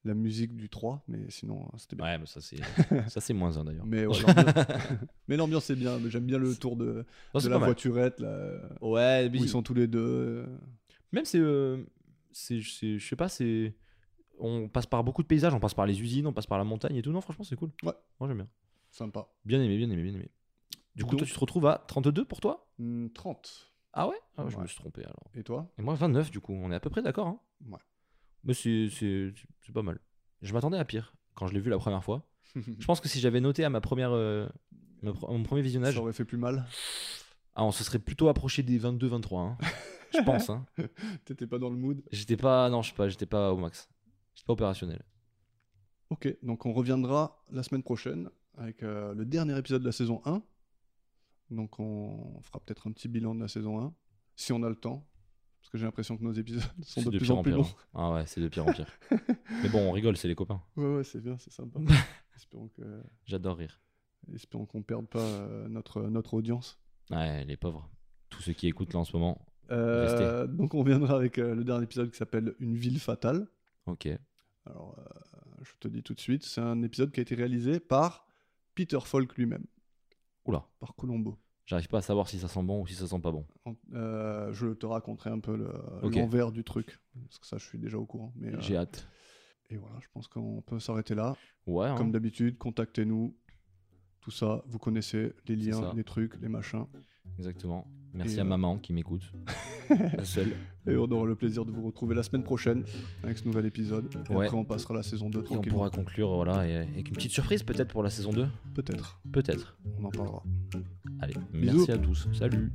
la musique du 3, mais sinon, euh, c'était bien.
ouais mais ça c'est ça c'est moins un d'ailleurs
Mais, ouais, l'ambiance- mais l'ambiance est bien. mais J'aime bien le tour de,
Non,
de
c'est
la
pas mal
voiturette, là, euh,
ouais
où
mais
ils
ils-
sont tous les deux. euh,
Même c'est, euh, c'est, c'est- je sais pas, c'est, on passe par beaucoup de paysages, on passe par les usines, on passe par la montagne et tout. Non, franchement, c'est cool.
Ouais.
Moi j'aime bien.
Sympa.
Bien aimé, bien aimé, bien aimé. Du coup,
Donc-
toi, tu te retrouves à 32 pour toi
Hmm, 30.
Ah ouais Ah, Je
Ouais.
me suis trompé alors.
Et toi
Et moi, 29 du coup. On est à peu près d'accord. Hein
Ouais.
Mais c'est, c'est, c'est- c'est pas mal. Je m'attendais à pire quand je l'ai vu la première fois. Je pense que si j'avais noté à ma première, euh, ma pre- mon premier visionnage,
Ça aurait fait plus mal.
ah, on se serait plutôt approché des 22-23. hein. je pense. Hein.
T'étais pas dans le mood.
J'étais pas, non, je sais pas, j'étais pas au max. J'étais pas opérationnel.
Ok, donc on reviendra la semaine prochaine avec euh, le dernier épisode de la saison 1. Donc on fera peut-être un petit bilan de la saison 1, si on a le temps. Parce que j'ai l'impression que nos épisodes sont
C'est
de, plus en plus longs.
hein. Ah ouais, c'est de pire en pire. Mais bon, on rigole, c'est les copains.
Ouais, ouais, c'est bien, c'est sympa. espérons que-
J'adore rire.
espérons qu'on perde pas euh, notre, notre audience.
Ouais, les pauvres. Tous ceux qui écoutent là en ce moment.
Euh, donc on reviendra avec euh, le dernier épisode qui s'appelle Une ville fatale.
Ok.
Alors, euh, je te dis tout de suite, c'est un épisode qui a été réalisé par Peter Falk lui-même,
Oula,
par Colombo.
j'arrive pas à savoir si ça sent bon ou si ça sent pas bon.
En- euh, je te raconterai un peu le-
Ok.
l'envers du truc, parce que ça, je suis déjà au courant. Mais, euh,
J'ai hâte.
et voilà, je pense qu'on peut s'arrêter là.
Ouais, hein.
Comme d'habitude, contactez-nous. Tout ça, vous connaissez les
C'est
liens,
ça.
les trucs, les machins.
exactement. Merci
Et,
à
euh,
maman qui m'écoute. La seule.
Et on aura le plaisir de vous retrouver la semaine prochaine avec ce nouvel épisode. Et
Ouais.
après, on passera à la saison 2
Et on
tranquillement.
pourra conclure, voilà, et, avec une petite surprise peut-être pour la saison 2.
Peut-être,
Peut-être.
on en parlera.
Allez,
Bisous.
merci à tous. Salut.